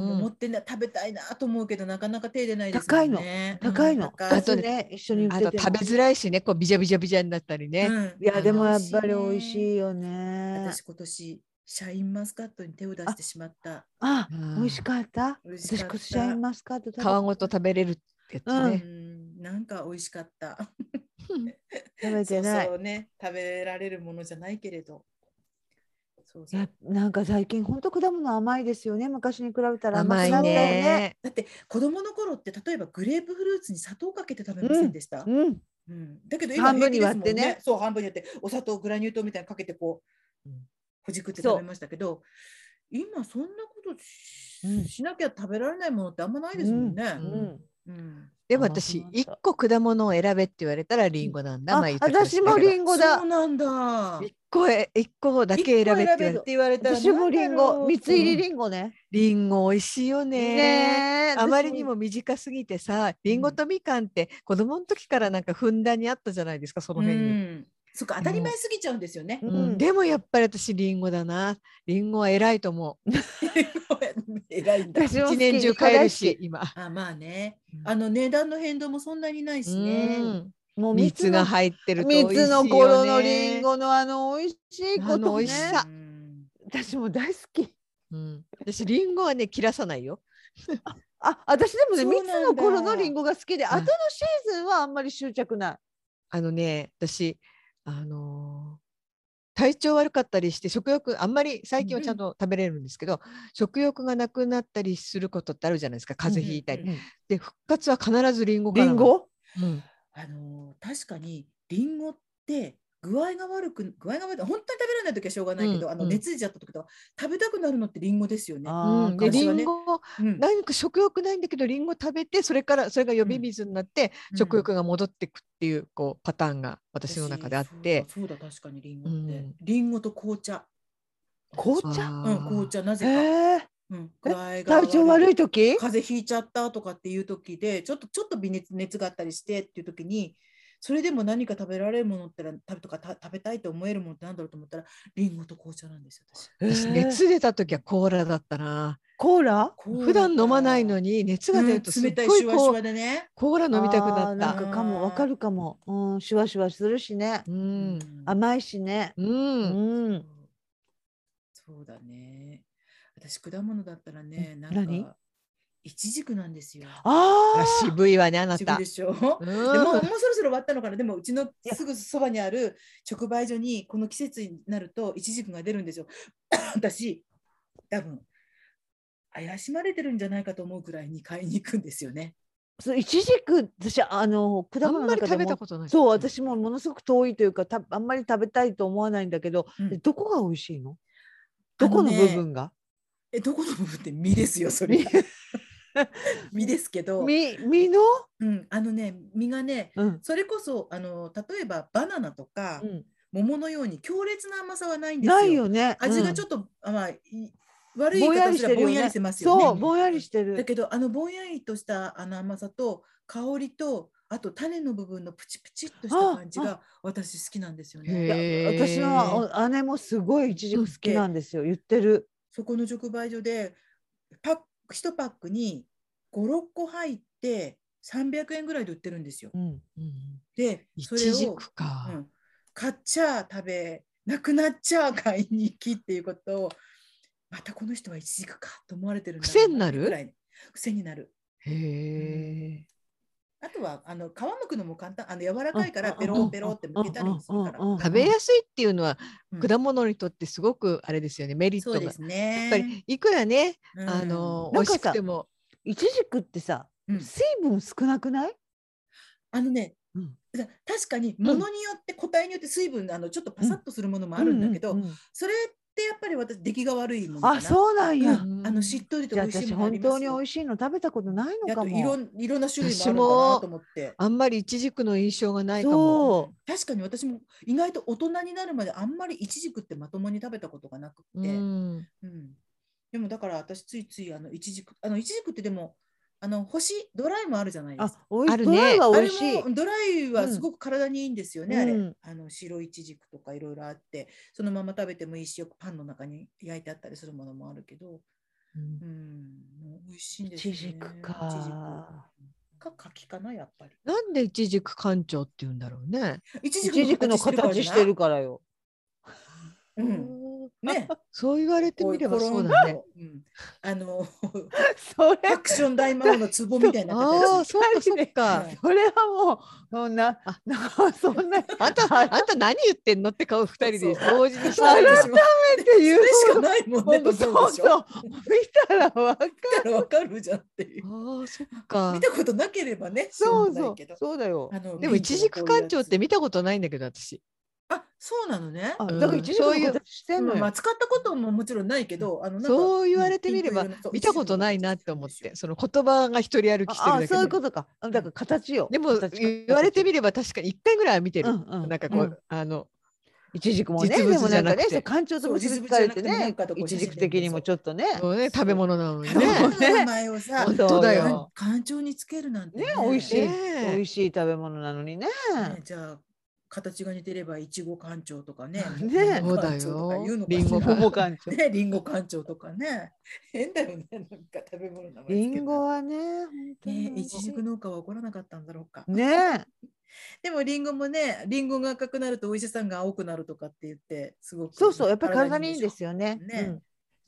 Speaker 3: うん
Speaker 1: 桃ってな食べたいなと思うけどなかなか手出ないです
Speaker 2: 高いの
Speaker 1: ね。
Speaker 2: うん高いの。
Speaker 1: うん
Speaker 2: 二つ
Speaker 3: あと
Speaker 2: ね一緒に売
Speaker 3: あ
Speaker 2: っ
Speaker 3: と
Speaker 2: てても
Speaker 3: 食べづらいしねこうビジャビジャビジャになったりね。
Speaker 1: うん
Speaker 2: いやでもやっぱり美味
Speaker 1: いね。
Speaker 2: しいよね。
Speaker 1: 私今年シャインマスカットに手を出してしまった。
Speaker 2: あ
Speaker 3: うん
Speaker 2: 美味しかった。
Speaker 1: 美味し
Speaker 2: 私
Speaker 1: かった
Speaker 2: こシャインマスカット食べ
Speaker 3: 皮
Speaker 2: 食
Speaker 3: ごと食べれるってやつ
Speaker 1: う
Speaker 2: うん
Speaker 3: ね。
Speaker 1: ん、なんか美味しかった。
Speaker 2: べてない
Speaker 1: そう。そうね、食べられるものじゃないけれど。そう
Speaker 2: い
Speaker 1: そう
Speaker 2: やなんか最近本当果物甘いですよね昔に比べたら甘
Speaker 3: 甘
Speaker 2: く
Speaker 3: い
Speaker 2: なったよね。
Speaker 3: ね。
Speaker 1: だって子供の頃って例えばグレープフルーツに砂糖かけて食べませんでした、うん
Speaker 2: うん
Speaker 1: だけど今
Speaker 2: 半分に
Speaker 1: 平気ですもん
Speaker 2: 割ってね
Speaker 1: そう半分に割ってお砂糖グラニュー糖みたいにかけてこう
Speaker 3: うん
Speaker 1: ほじくって
Speaker 2: そう
Speaker 1: 食べましたけど今そんなことし,、
Speaker 2: うん
Speaker 1: なきゃ食べられないものってあんまないですもんね
Speaker 2: う。
Speaker 3: ん
Speaker 2: ん。
Speaker 1: うん
Speaker 3: でも
Speaker 2: 甘くなった
Speaker 3: 私一個果物を選べって言われたらリンゴなんだ。
Speaker 2: あ
Speaker 3: まあ言うときま
Speaker 2: 私
Speaker 3: したけど
Speaker 2: もリンゴだ
Speaker 1: そう。なんだ。
Speaker 3: 一個え一個だけ選べって言
Speaker 1: 一
Speaker 3: われ
Speaker 1: 個選べ
Speaker 3: て
Speaker 1: と
Speaker 3: 言われたら
Speaker 2: 私もリンゴ三つ入り
Speaker 3: リン
Speaker 2: リンゴね。
Speaker 3: リンゴ美味しいよね
Speaker 2: ねえ
Speaker 3: あまりに
Speaker 2: 私
Speaker 3: も短すぎてさリンゴとみかんって子供の時からなんかふんだんにあったじゃないですかその
Speaker 1: う
Speaker 3: 辺に、
Speaker 1: ん、そっか当たり前すぎちゃうんですよね。
Speaker 2: う
Speaker 3: うんんでもやっぱり私リンゴだなリンゴは偉いと思う
Speaker 1: 偉いんだ。
Speaker 2: 私も好き
Speaker 3: 一年中買えるし今
Speaker 1: あまあね
Speaker 3: う。ん
Speaker 1: あの値段の変動もそんなにないしね。
Speaker 3: うん
Speaker 2: もう
Speaker 3: 蜜が入ってると美味しいよ
Speaker 2: 蜜
Speaker 3: ね
Speaker 2: の頃のリン、ゴのあの美味しいこ
Speaker 3: あの
Speaker 2: と
Speaker 3: 美
Speaker 2: ね
Speaker 3: 味しさ
Speaker 1: うん
Speaker 2: 私も大好き
Speaker 3: うん、私リンゴはね切らさないよ
Speaker 2: あ私でもね
Speaker 1: そうなんだ
Speaker 2: 蜜の頃のリンゴが好きで
Speaker 3: ん
Speaker 2: 後のシーズンはあんまり執着ない
Speaker 3: あのね私あのー体調悪かったりして食欲あんまり最近はちゃんと食べれるんですけど、食欲がなくなったりすることってあるじゃないですか風邪ひいたり、
Speaker 1: うん
Speaker 3: で復活は必ずリンゴか
Speaker 2: リ
Speaker 3: らな
Speaker 2: ン
Speaker 3: の
Speaker 2: ゴ
Speaker 3: うん
Speaker 1: あのー確かにリンゴって具合が悪く具合が悪い本当に食べられない時はしょうがないけど、
Speaker 3: うん
Speaker 1: あの
Speaker 3: うん
Speaker 1: 熱出ちゃった時とか食べたくなるのってリンゴですよね。
Speaker 2: あー
Speaker 3: うん、で
Speaker 1: 昔
Speaker 3: リ
Speaker 1: はね
Speaker 3: ンゴ
Speaker 1: うん
Speaker 3: 何か食欲ないんだけどリンゴ食べてそれからそれが呼び水になって、食欲が戻ってくっていうこうパターンが私の中であって、
Speaker 1: そうだそうだ確かにリンゴって、
Speaker 3: うん
Speaker 1: リンゴと紅茶。
Speaker 2: 紅
Speaker 3: あ
Speaker 2: 茶
Speaker 1: う
Speaker 3: ー
Speaker 1: ん紅茶なぜ
Speaker 2: え
Speaker 1: か。
Speaker 2: ー、
Speaker 1: うん、具合が
Speaker 2: 体調悪
Speaker 1: い
Speaker 2: い時
Speaker 1: 風邪ひいちゃったとかっていう時でちょっとちょっと微熱熱があったりしてっていう時にそれでも何か食べられるものってら食べとかた食べたいと思えるものってなんだろうと思ったらリンゴと紅茶なんですよ私。
Speaker 3: 私
Speaker 2: えー
Speaker 3: 熱出た時はコーラだったな
Speaker 2: コーラ
Speaker 3: 普段飲まないの
Speaker 1: に
Speaker 3: に熱が出るとす
Speaker 1: 冷
Speaker 3: った
Speaker 1: い
Speaker 3: ごい
Speaker 1: シュワシュ
Speaker 3: こう
Speaker 1: ワでね。
Speaker 3: コーラ飲みたく
Speaker 2: あ
Speaker 3: な
Speaker 2: ー
Speaker 3: っ
Speaker 2: な
Speaker 3: た
Speaker 2: ん。かかもわかるかもうんシュワシュワするしね
Speaker 3: う、
Speaker 1: うん
Speaker 2: 甘いしね
Speaker 3: う、
Speaker 2: うんん
Speaker 1: そうだね。私果物だったらね、なん
Speaker 2: 何
Speaker 1: かいちじくなんですよ。
Speaker 2: あ
Speaker 3: あ
Speaker 2: あ
Speaker 3: 渋いわねあな
Speaker 1: 渋い
Speaker 3: た
Speaker 1: で。しょでも
Speaker 3: うん
Speaker 1: もうもうそろそろ終わったのかなでもうちのすぐそばにある直売所にこの季節になるといちじくが出るんですよ。 私多分怪しまれてるんじゃないかと思うくらいに買いに行くんですよね。
Speaker 2: そういちじく私あの果
Speaker 3: あ
Speaker 2: 物
Speaker 3: ん
Speaker 2: の
Speaker 3: まり
Speaker 2: 中で
Speaker 3: 食べ
Speaker 2: も
Speaker 3: たことない。
Speaker 2: そう私もものすごく遠いというかたあんまり食べたいと思わないんだけど、
Speaker 1: うん
Speaker 2: えどこが美味しいの
Speaker 1: あ
Speaker 2: どこの
Speaker 1: ね
Speaker 2: 部分が、
Speaker 1: えどこの部分って実ですよそれが 実ですけど、
Speaker 2: みみの、
Speaker 1: うん、あのね実がね
Speaker 2: うん
Speaker 1: それこそあの例えばバナナとか、
Speaker 2: うん
Speaker 1: 桃のように強烈な甘さはないんですよ。
Speaker 2: ないよね
Speaker 1: 味がちょ
Speaker 2: っ
Speaker 1: っと、あまあい悪い言い方したらぼんやりしてますよね。
Speaker 2: そうぼんやりして
Speaker 1: だ
Speaker 2: る
Speaker 1: けどあのぼんやりとしたあの甘さと香りとあと種の部分のプチプチっとした感じが私好きなんですよね。
Speaker 2: いや私のお姉もすごいいちじく好きなんですよ言ってる
Speaker 1: そこの直売所でパック1パックに56個入って300円ぐらいで売ってるんですよ。
Speaker 2: うん
Speaker 3: うん
Speaker 1: で
Speaker 3: い
Speaker 1: それ
Speaker 3: ちじ
Speaker 1: を
Speaker 3: くか。
Speaker 1: うん、買っちゃあ食べなくなっちゃあ買いに行きっていうことをまたこの人はイチジクかと思われてるんだろ
Speaker 3: 癖になる
Speaker 1: ぐらい癖になる
Speaker 3: へえ。
Speaker 1: あとはあの皮むくのも簡単あの柔らかいから
Speaker 2: うん
Speaker 1: ペロンペロンってむけたりもするから
Speaker 2: うんうんうんうん
Speaker 3: 食べやすいっていうのは
Speaker 1: うん
Speaker 3: 果物にとってすごくあれですよねメリッ
Speaker 1: そ
Speaker 3: ト
Speaker 1: う
Speaker 3: が。
Speaker 1: で
Speaker 3: や
Speaker 1: すね
Speaker 3: っぱりいくらね
Speaker 1: うん
Speaker 3: あの
Speaker 2: な
Speaker 3: 美
Speaker 2: ん
Speaker 3: 味
Speaker 2: かさ
Speaker 3: しくても
Speaker 2: いちじくってさ、
Speaker 1: うん
Speaker 2: 水分少なくない、
Speaker 1: あのね
Speaker 2: うん
Speaker 1: だ確かにものによって個体によって水分あのちょっとパサッとするものもあるんだけど、
Speaker 2: うううん
Speaker 1: それってやっぱり私出来が悪いものかな
Speaker 2: あそうなんや、
Speaker 1: うんあのしっとりと
Speaker 2: じ
Speaker 1: 美
Speaker 2: ゃあ
Speaker 1: 味しい
Speaker 2: 私
Speaker 1: ものあ
Speaker 2: 本
Speaker 1: りますよ
Speaker 2: 当に美味しいの食べたことないの
Speaker 1: あ
Speaker 2: か
Speaker 1: と
Speaker 2: も
Speaker 1: いろんいろんな種類もあるのかなと思って。
Speaker 3: あんまりイチジクの印象がないかも。
Speaker 2: そう
Speaker 1: 確かに私も意外と大人になるまであんまりイチジクってまともに食べたことがなく
Speaker 3: う
Speaker 1: て、うん
Speaker 3: ん
Speaker 1: でもだから私ついついあのイチジクあのイチジクってでもあの干しドライもあるじゃないで
Speaker 2: あ
Speaker 1: すか。、
Speaker 2: おい
Speaker 3: ある
Speaker 2: ド
Speaker 3: ね
Speaker 2: ライは
Speaker 1: あ
Speaker 2: 美
Speaker 1: れ
Speaker 2: 味しい。
Speaker 1: もドライはすごく体にいいんですよね、
Speaker 2: うん
Speaker 1: あれ、
Speaker 2: うん
Speaker 1: あの白いちじくとかいろいろあってそのまま食べてもいいしよくパンの中に焼いてあったりするものもあるけど、うん、もう美味しいんですよね。
Speaker 2: イチジクか
Speaker 1: イチジクか柿かなやっぱり。
Speaker 3: なんでイチジク館長って言うんだろうね。
Speaker 1: イチ
Speaker 2: いちじくの形してる。からよ。
Speaker 1: うん、ね。
Speaker 3: そう言われてみれば
Speaker 1: こい
Speaker 3: そ
Speaker 1: コロン
Speaker 3: うだね。
Speaker 1: とうんあの
Speaker 2: それ
Speaker 1: アクション大魔王の壺みたいな
Speaker 3: ああー
Speaker 1: 形。
Speaker 3: そうかそう
Speaker 1: は
Speaker 3: か
Speaker 1: い。
Speaker 2: それ はもうそんな
Speaker 3: あ
Speaker 2: なそんな
Speaker 3: あんたあんた何言ってんのって顔二人で同時にし
Speaker 1: 改め
Speaker 3: たり
Speaker 2: 笑
Speaker 3: しま
Speaker 2: て言う
Speaker 1: それしかないもんね。
Speaker 2: ほんとそう
Speaker 1: でしょ
Speaker 2: そう見たらわかる。
Speaker 1: 見たらわかるじゃんっていう。
Speaker 3: ああそっか
Speaker 1: 見。たことなければね。
Speaker 2: そう
Speaker 1: 知らない
Speaker 2: そ
Speaker 1: うけど
Speaker 2: そうだよ
Speaker 1: あ。の
Speaker 3: でもイチジク館長って見たことないんだけど私。
Speaker 1: あ、そうなのね。
Speaker 2: あ、
Speaker 3: うん
Speaker 2: だからいちじ
Speaker 3: そう
Speaker 2: く
Speaker 3: いう
Speaker 2: の形してんの
Speaker 1: うんま
Speaker 2: よ
Speaker 1: あ。使ったことももちろんないけど、あのなんか
Speaker 3: そう言われてみれば
Speaker 1: うんピンク色のそう
Speaker 3: 見たことないなって思ってその言葉が一人歩きして
Speaker 2: ああ、
Speaker 3: るだけで
Speaker 2: そういうことか。あだから形よ。
Speaker 3: でも
Speaker 2: 形
Speaker 3: 言われてみれば確かに一回ぐらいは見てる、
Speaker 2: うんうん
Speaker 3: なんかこう、
Speaker 2: うん
Speaker 3: あの
Speaker 2: いちじくもね、で
Speaker 3: 実物
Speaker 2: も
Speaker 3: じ
Speaker 2: な
Speaker 3: ゃ
Speaker 2: ん
Speaker 3: な
Speaker 2: か
Speaker 3: くて
Speaker 2: ね、そう感情と結びつかれて
Speaker 1: そう実物じゃなくてな
Speaker 2: ね
Speaker 1: んかと、こう
Speaker 2: いちじく的にもちょっとね。
Speaker 3: もうね食べ物なのに
Speaker 1: 形
Speaker 3: ね。
Speaker 1: ね
Speaker 2: ね
Speaker 1: え。名前をさ、
Speaker 3: 本当だよ
Speaker 1: なんか感情につけるなんて
Speaker 2: ね、美味しい、
Speaker 3: ねえ
Speaker 2: 美味しい食べ物なのにね。
Speaker 1: ね、じゃあ形が似てればいちご館長とかね。
Speaker 2: ね
Speaker 1: 桃館長とか言うのかしら
Speaker 3: りんご
Speaker 2: もも感情。
Speaker 1: ね、リンゴ館長とかね。変だよね。なんか食べ物の名前つけ
Speaker 2: リ
Speaker 1: たら
Speaker 2: ンゴはね、本当
Speaker 1: ね
Speaker 2: に、
Speaker 1: いちじく農家は怒らなかったんだろうか。
Speaker 2: ねえ、
Speaker 1: でもリンゴもね、リンゴが赤くなるとお医者さんが青くなるとかって言って、すごく。
Speaker 2: そうそう、やっぱり体にいいんですよね。
Speaker 1: ね
Speaker 2: うん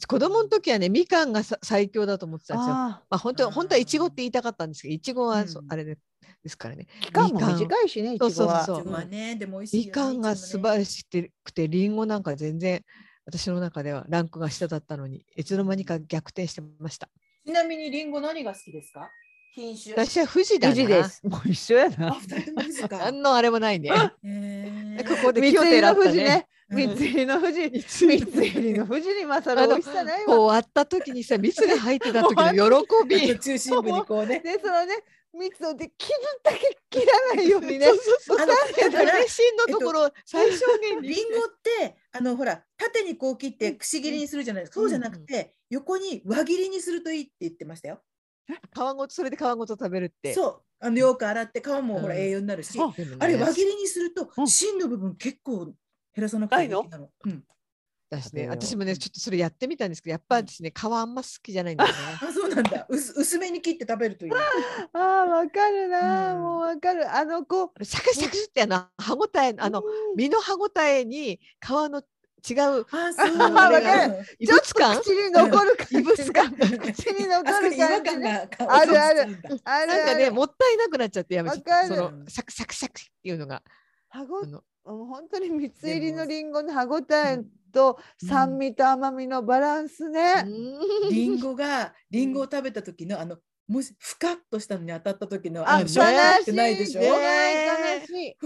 Speaker 3: 子供の時はねみかんがさ最強だと思ってたんですよ。
Speaker 2: あ
Speaker 3: まあ本当は
Speaker 1: あー
Speaker 3: 本当はいちごって言いたかったんですけどいちごはそ、
Speaker 1: うん
Speaker 3: あれでですからね。
Speaker 2: あ、期間も
Speaker 3: みかん
Speaker 2: 短いしね、いちごは。
Speaker 3: そう
Speaker 1: いちごはね、でも美味しいよね。
Speaker 3: みかんが素晴らしくてりんごなんか全然私の中ではランクが下だったのにいつの間にか逆転してました。
Speaker 1: ちなみにリンゴ何が好きですか品種。
Speaker 3: 私は富士だ
Speaker 2: 無
Speaker 3: な。
Speaker 2: 事です。もう一緒 や
Speaker 1: あ、
Speaker 2: な。
Speaker 1: 二人とも富士か。
Speaker 3: 何のあれもないね。
Speaker 1: へー
Speaker 3: ここで
Speaker 2: 三
Speaker 3: 気を
Speaker 2: 井
Speaker 3: てら
Speaker 2: の
Speaker 3: った
Speaker 2: 富士
Speaker 3: ね
Speaker 2: ね。。
Speaker 1: うん
Speaker 2: 三井の富士。
Speaker 3: 蜜
Speaker 2: 三井の富士に勝る美味しさないわ。
Speaker 3: こう割った時にさ蜜が入ってた時の 喜
Speaker 1: あ
Speaker 3: び
Speaker 1: の中心部にこうね。
Speaker 2: で、そのね、蜜をで、傷だけ切らないようにね。
Speaker 1: あの、だから、
Speaker 3: 内心のところ最小限に
Speaker 1: リンゴってあのほら縦にこう切ってくし切りにするじゃないですか、そうじゃなくて、横に輪切りにするといいって言ってましたよ。
Speaker 3: 皮ごとそれで皮ごと食べるって
Speaker 1: そうあのよく洗って皮もほら
Speaker 3: うん
Speaker 1: 栄養になるし、
Speaker 2: あ
Speaker 3: でもね
Speaker 1: あれ輪切りにすると
Speaker 2: うん
Speaker 1: 芯の部分結構減らさなくて平気なの。うん、
Speaker 3: 私
Speaker 2: 食べ
Speaker 3: ね
Speaker 2: よう
Speaker 3: 私もねちょっとそれやってみたんですけどやっぱ私ね皮あんま好きじゃないんだよね
Speaker 1: あそうなんだ薄薄めに切って食べるといい。
Speaker 2: ああ、わかるな。
Speaker 1: うん
Speaker 2: もうわかる。あの、こう。
Speaker 3: あれシャクシャクシャクってあの歯ごたえあの
Speaker 2: うん
Speaker 3: 身の歯ごたえに皮の違う
Speaker 1: あ、そう
Speaker 2: あわか
Speaker 1: る。
Speaker 3: 異物感
Speaker 2: 口に残る
Speaker 3: 異
Speaker 2: 感
Speaker 3: 物
Speaker 2: じ
Speaker 3: 感が
Speaker 2: 口に残
Speaker 1: あそこ
Speaker 2: る
Speaker 1: に違和
Speaker 2: 感じ
Speaker 1: 感
Speaker 2: ね
Speaker 1: が
Speaker 2: あるあるある
Speaker 3: なん
Speaker 2: あ
Speaker 3: かね
Speaker 2: る
Speaker 3: もったいなくなっちゃってやめちゃっ
Speaker 2: わ
Speaker 3: た
Speaker 2: か
Speaker 3: そ
Speaker 2: る
Speaker 3: のサクサクサクっていうのが
Speaker 2: 歯
Speaker 3: あ
Speaker 2: ご
Speaker 3: の
Speaker 2: もう本当に三つ入り
Speaker 1: で
Speaker 2: の
Speaker 1: も
Speaker 2: リンゴの歯ごたえと
Speaker 1: うん
Speaker 2: 酸味と甘みのバランスね、
Speaker 3: うん
Speaker 1: リンゴがリンゴを食べた時のあのもしふかっとしたのに当たった時のの
Speaker 2: あ悲
Speaker 3: ね
Speaker 2: し
Speaker 1: ショックっ
Speaker 2: い
Speaker 1: てないでしょ。
Speaker 2: ね
Speaker 1: うわ
Speaker 2: 悲しい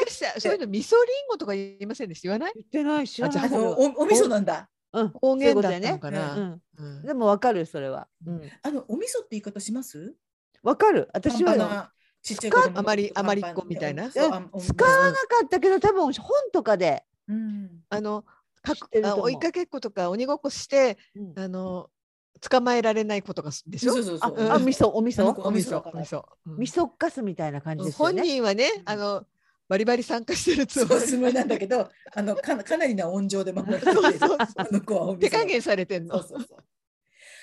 Speaker 3: 昔さそういうの味噌リンゴとか言いませんでした言わない
Speaker 2: 言ってない知ら
Speaker 3: あじゃ
Speaker 1: ー。あ
Speaker 2: ないそれ
Speaker 1: の
Speaker 2: は
Speaker 1: おお味噌なんだ。
Speaker 2: うん
Speaker 3: 方
Speaker 2: そういう
Speaker 3: 言
Speaker 2: こと
Speaker 3: だ
Speaker 2: や
Speaker 3: ったの
Speaker 2: ね
Speaker 3: か
Speaker 2: う
Speaker 3: な。
Speaker 2: ん
Speaker 3: うん
Speaker 2: でもわかるそれは
Speaker 3: う
Speaker 2: うんん
Speaker 1: あのお味噌って言い方します？
Speaker 2: わかる私は
Speaker 1: パン
Speaker 2: よ
Speaker 1: パンなちっちゃい子供の
Speaker 3: あま
Speaker 1: パ
Speaker 3: り
Speaker 1: ンパン
Speaker 3: あまりっ子みたいな
Speaker 1: そうあ
Speaker 2: うん使わなかったけど多分本とかで、
Speaker 1: うん。
Speaker 3: あのかく
Speaker 2: 知ってると
Speaker 3: あ
Speaker 2: 思う
Speaker 3: 追いかけっことか鬼ごっこしてあの捕まえられないことがでしょ
Speaker 1: そうそうそう。
Speaker 2: ああ味噌お味
Speaker 1: あ
Speaker 2: 噌
Speaker 1: の子お味噌だから
Speaker 3: お味噌うん
Speaker 2: 味噌かすみたいな感じ
Speaker 3: うん
Speaker 2: ですよ
Speaker 3: 本
Speaker 2: ね
Speaker 3: 人はねあのバリバリ参加してるつも
Speaker 1: そう
Speaker 3: り
Speaker 1: つもりなんだけど、あのかかなりな温情で守られてる。
Speaker 3: そうそう
Speaker 1: あの子はお味噌
Speaker 3: 手加減されてん
Speaker 1: そ
Speaker 3: の
Speaker 1: うそうそう。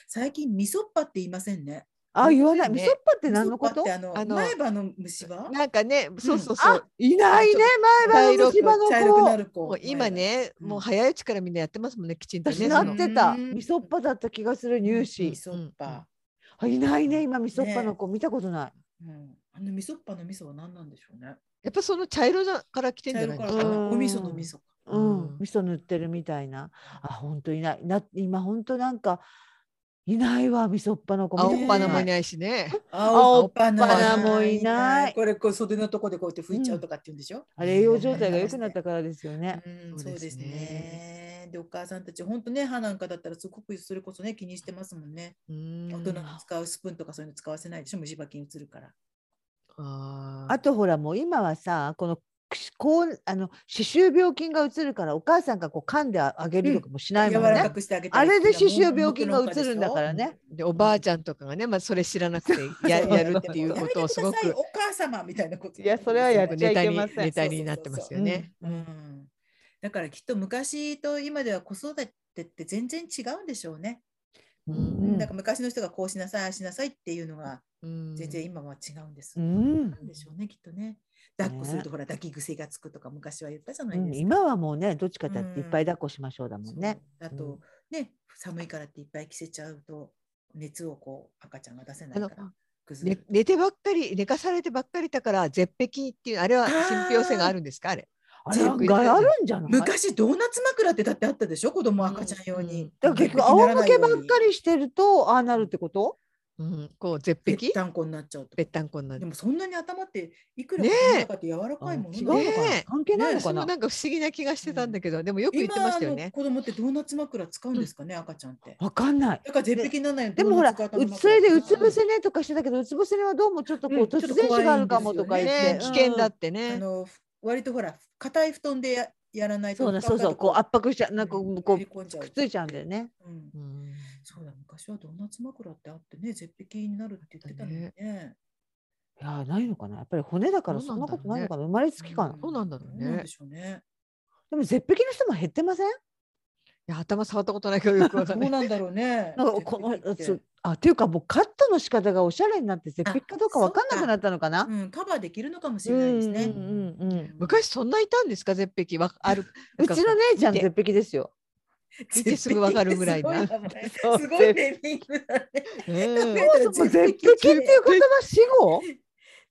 Speaker 1: 最近味噌っぱって言いませんね。
Speaker 2: あ言わない味
Speaker 3: ね
Speaker 2: 噌っぱって何のこ
Speaker 1: 味噌っ
Speaker 2: と
Speaker 1: ぱってあの
Speaker 3: あの
Speaker 1: 前歯の虫歯？
Speaker 3: なんかねそうそうそ
Speaker 2: あ
Speaker 3: う
Speaker 2: いないね前歯の虫歯の
Speaker 1: 茶色くな
Speaker 2: 子
Speaker 1: る子
Speaker 3: もう今ね
Speaker 1: うん
Speaker 3: もう早いうちからみんなやってますもんねきちんとね
Speaker 2: 私
Speaker 1: ね
Speaker 2: な
Speaker 3: そ
Speaker 2: っ
Speaker 3: の
Speaker 2: てた
Speaker 1: うん
Speaker 2: 味噌っぱだった気がする乳歯
Speaker 1: 味噌っぱ、
Speaker 2: あいないね今味噌っぱの子見たことない
Speaker 1: うん、あの味噌っぱの味噌は何なんでしょうね
Speaker 3: やっぱその茶色だから来てん
Speaker 1: 茶
Speaker 3: じゃな
Speaker 1: 色
Speaker 3: い
Speaker 1: か
Speaker 3: の
Speaker 1: ら
Speaker 3: か
Speaker 1: か
Speaker 3: な
Speaker 1: な
Speaker 2: うん
Speaker 1: お味噌の味噌か
Speaker 2: う
Speaker 3: うん
Speaker 2: ん味噌塗ってるみたいなあ本当いないな今本当なんかいないわ味噌っぱの子
Speaker 3: 青
Speaker 2: 見
Speaker 3: っ
Speaker 2: こ
Speaker 3: ぱ
Speaker 2: と
Speaker 3: な
Speaker 1: の
Speaker 3: も
Speaker 2: ない
Speaker 3: ないしね
Speaker 1: 青っぱ
Speaker 2: 青っぱ
Speaker 1: な
Speaker 2: なもいない
Speaker 1: これこう袖のとこでこうやって拭いちゃうとかって言うんでしょ、
Speaker 2: あれ栄養状態が良くなったからですよね。
Speaker 1: うん
Speaker 3: そ
Speaker 1: そうう
Speaker 3: で
Speaker 1: ですす
Speaker 3: ね
Speaker 1: ねでお母さんたち本当ね歯なんかだったらすごくそれこそね気にしてますもんね、
Speaker 3: うん
Speaker 1: 大人の使うスプーンとかそういうの使わせないでしょ虫歯菌移るから
Speaker 3: あー
Speaker 2: あとほらもう今はさこのくしこうあの歯周病菌がうつるからお母さんがこう噛んでああげるとかもしない
Speaker 1: 柔
Speaker 2: もん
Speaker 1: ら
Speaker 2: ね
Speaker 1: か。くしてあげた
Speaker 2: あ
Speaker 1: り
Speaker 2: れで
Speaker 1: 好き
Speaker 2: 歯
Speaker 1: な
Speaker 2: 周病菌がうつるんだから
Speaker 1: も
Speaker 2: ね。
Speaker 3: でおばあちゃんとかがね、まあ、それ知らなくてや
Speaker 1: そう
Speaker 3: やるっていうことをすご
Speaker 1: やめて
Speaker 3: く
Speaker 1: ださいお母様みたいなこと。
Speaker 2: いやそれはやっちゃいけません
Speaker 3: ネタになってますよね。
Speaker 1: そうそうそうそううんだからきっと昔と今では子育てって全然違うんでしょうね。
Speaker 2: う
Speaker 3: うん
Speaker 1: なんか昔の人がこうしなさい、ああしなさいっていうのが全然今は違うんです。
Speaker 2: う
Speaker 1: なんんでしょうね、きっとね。抱っこするとほら抱き癖がつくとか昔は言ったじゃな
Speaker 2: う
Speaker 1: い
Speaker 2: ん
Speaker 1: ですか。
Speaker 2: 今はもうねどっちかだっていっぱい
Speaker 1: うん
Speaker 2: 抱っこしましょうだもんね。
Speaker 1: そう。あ
Speaker 2: う
Speaker 1: とね、寒いからっていっぱい着せちゃうと熱をこう赤ちゃんが出せない
Speaker 3: あの
Speaker 1: から崩れ
Speaker 3: ね
Speaker 1: る。
Speaker 3: 寝てばっかり寝かされてばっかりだから絶壁っていうあれは
Speaker 1: あー
Speaker 3: 信憑性があるんですかあれ
Speaker 2: あれ
Speaker 1: 全
Speaker 2: 案
Speaker 1: 部
Speaker 2: 外あるんじゃない
Speaker 1: 昔ドーナツ枕ってだってあったでしょ子供赤ちゃん用
Speaker 3: うん
Speaker 1: に。
Speaker 2: だから結局仰向けばっかりしてるとああなるってこと
Speaker 3: うん、こう絶
Speaker 1: べっ
Speaker 3: 壁
Speaker 1: たんこになっちゃうと
Speaker 3: ぺ。ったんこになっ
Speaker 1: で
Speaker 3: て
Speaker 1: もそんなに頭っていくら
Speaker 3: ねえ
Speaker 1: 硬いかって柔ら
Speaker 2: あ
Speaker 1: か
Speaker 2: 違
Speaker 1: いうもの
Speaker 2: の
Speaker 1: なの
Speaker 2: か
Speaker 3: ね
Speaker 2: な関係ないの
Speaker 3: 私
Speaker 2: か
Speaker 3: も
Speaker 2: な
Speaker 3: なんか不思議な気がしてたんだけど、でもよく言ってま
Speaker 1: 今
Speaker 3: したよ
Speaker 1: の
Speaker 3: ね
Speaker 1: 子供ってドーナツ枕使うんですかね、赤ちゃんって。
Speaker 2: わかんない。
Speaker 1: だから絶壁にならないように
Speaker 2: でもほら、
Speaker 1: ドーナツ型
Speaker 2: う
Speaker 1: の枕
Speaker 2: それでうつ伏せ寝とかしてたけど、うつ伏せ寝はどうもちょっとこう、
Speaker 1: うんちょっと
Speaker 2: 突然死があるかもとか
Speaker 1: 怖
Speaker 2: 言
Speaker 1: い
Speaker 2: っ
Speaker 1: ん
Speaker 2: て、
Speaker 3: ね、危険だ
Speaker 2: う
Speaker 3: っ
Speaker 2: ん
Speaker 3: てね、
Speaker 1: あのふ割とほら硬い布団でややらないと
Speaker 2: そうだ、そうそう、こう圧迫しちゃう、なんかこう、
Speaker 1: 入れ込んじゃ
Speaker 2: く
Speaker 1: う
Speaker 2: っついちゃうんだよね。
Speaker 1: うん
Speaker 3: うん
Speaker 1: そうだ昔はドーナツ枕ってあってね絶壁になるって言ってたのにね
Speaker 2: いやー、ないのかな、やっぱり骨だから、
Speaker 3: ど
Speaker 2: そう
Speaker 3: なんん
Speaker 2: な
Speaker 3: だろうね
Speaker 2: ことないのかな、生まれつきかな。
Speaker 3: そうなんだろうね
Speaker 1: どなんでしょうね
Speaker 2: でも絶壁の人も減ってません。
Speaker 3: いや頭触ったことないけどよくわか
Speaker 1: そ
Speaker 3: んな
Speaker 1: う
Speaker 3: い
Speaker 1: なんだろうね
Speaker 2: なんかこ
Speaker 1: 絶壁
Speaker 2: の、
Speaker 1: って
Speaker 2: そうあ、っていうか、もうカットの仕方がおしゃれになって、絶壁かどうかわかんなくなったのかな。
Speaker 1: うん、カバーできるのかもし
Speaker 2: う
Speaker 1: れ
Speaker 2: ん、
Speaker 1: な
Speaker 2: う
Speaker 1: い
Speaker 2: ん
Speaker 1: ですね。
Speaker 2: うん、うん。
Speaker 3: 昔そんないたんですか絶壁わある
Speaker 2: うちの姉ちゃん、
Speaker 3: 見
Speaker 2: 絶
Speaker 3: て
Speaker 2: 壁ですよ。
Speaker 1: 見
Speaker 3: てすぐわかるぐらいな
Speaker 2: そう
Speaker 1: すごいネーミングだね。
Speaker 3: う ん
Speaker 2: そもそも絶壁っていう言葉、死語。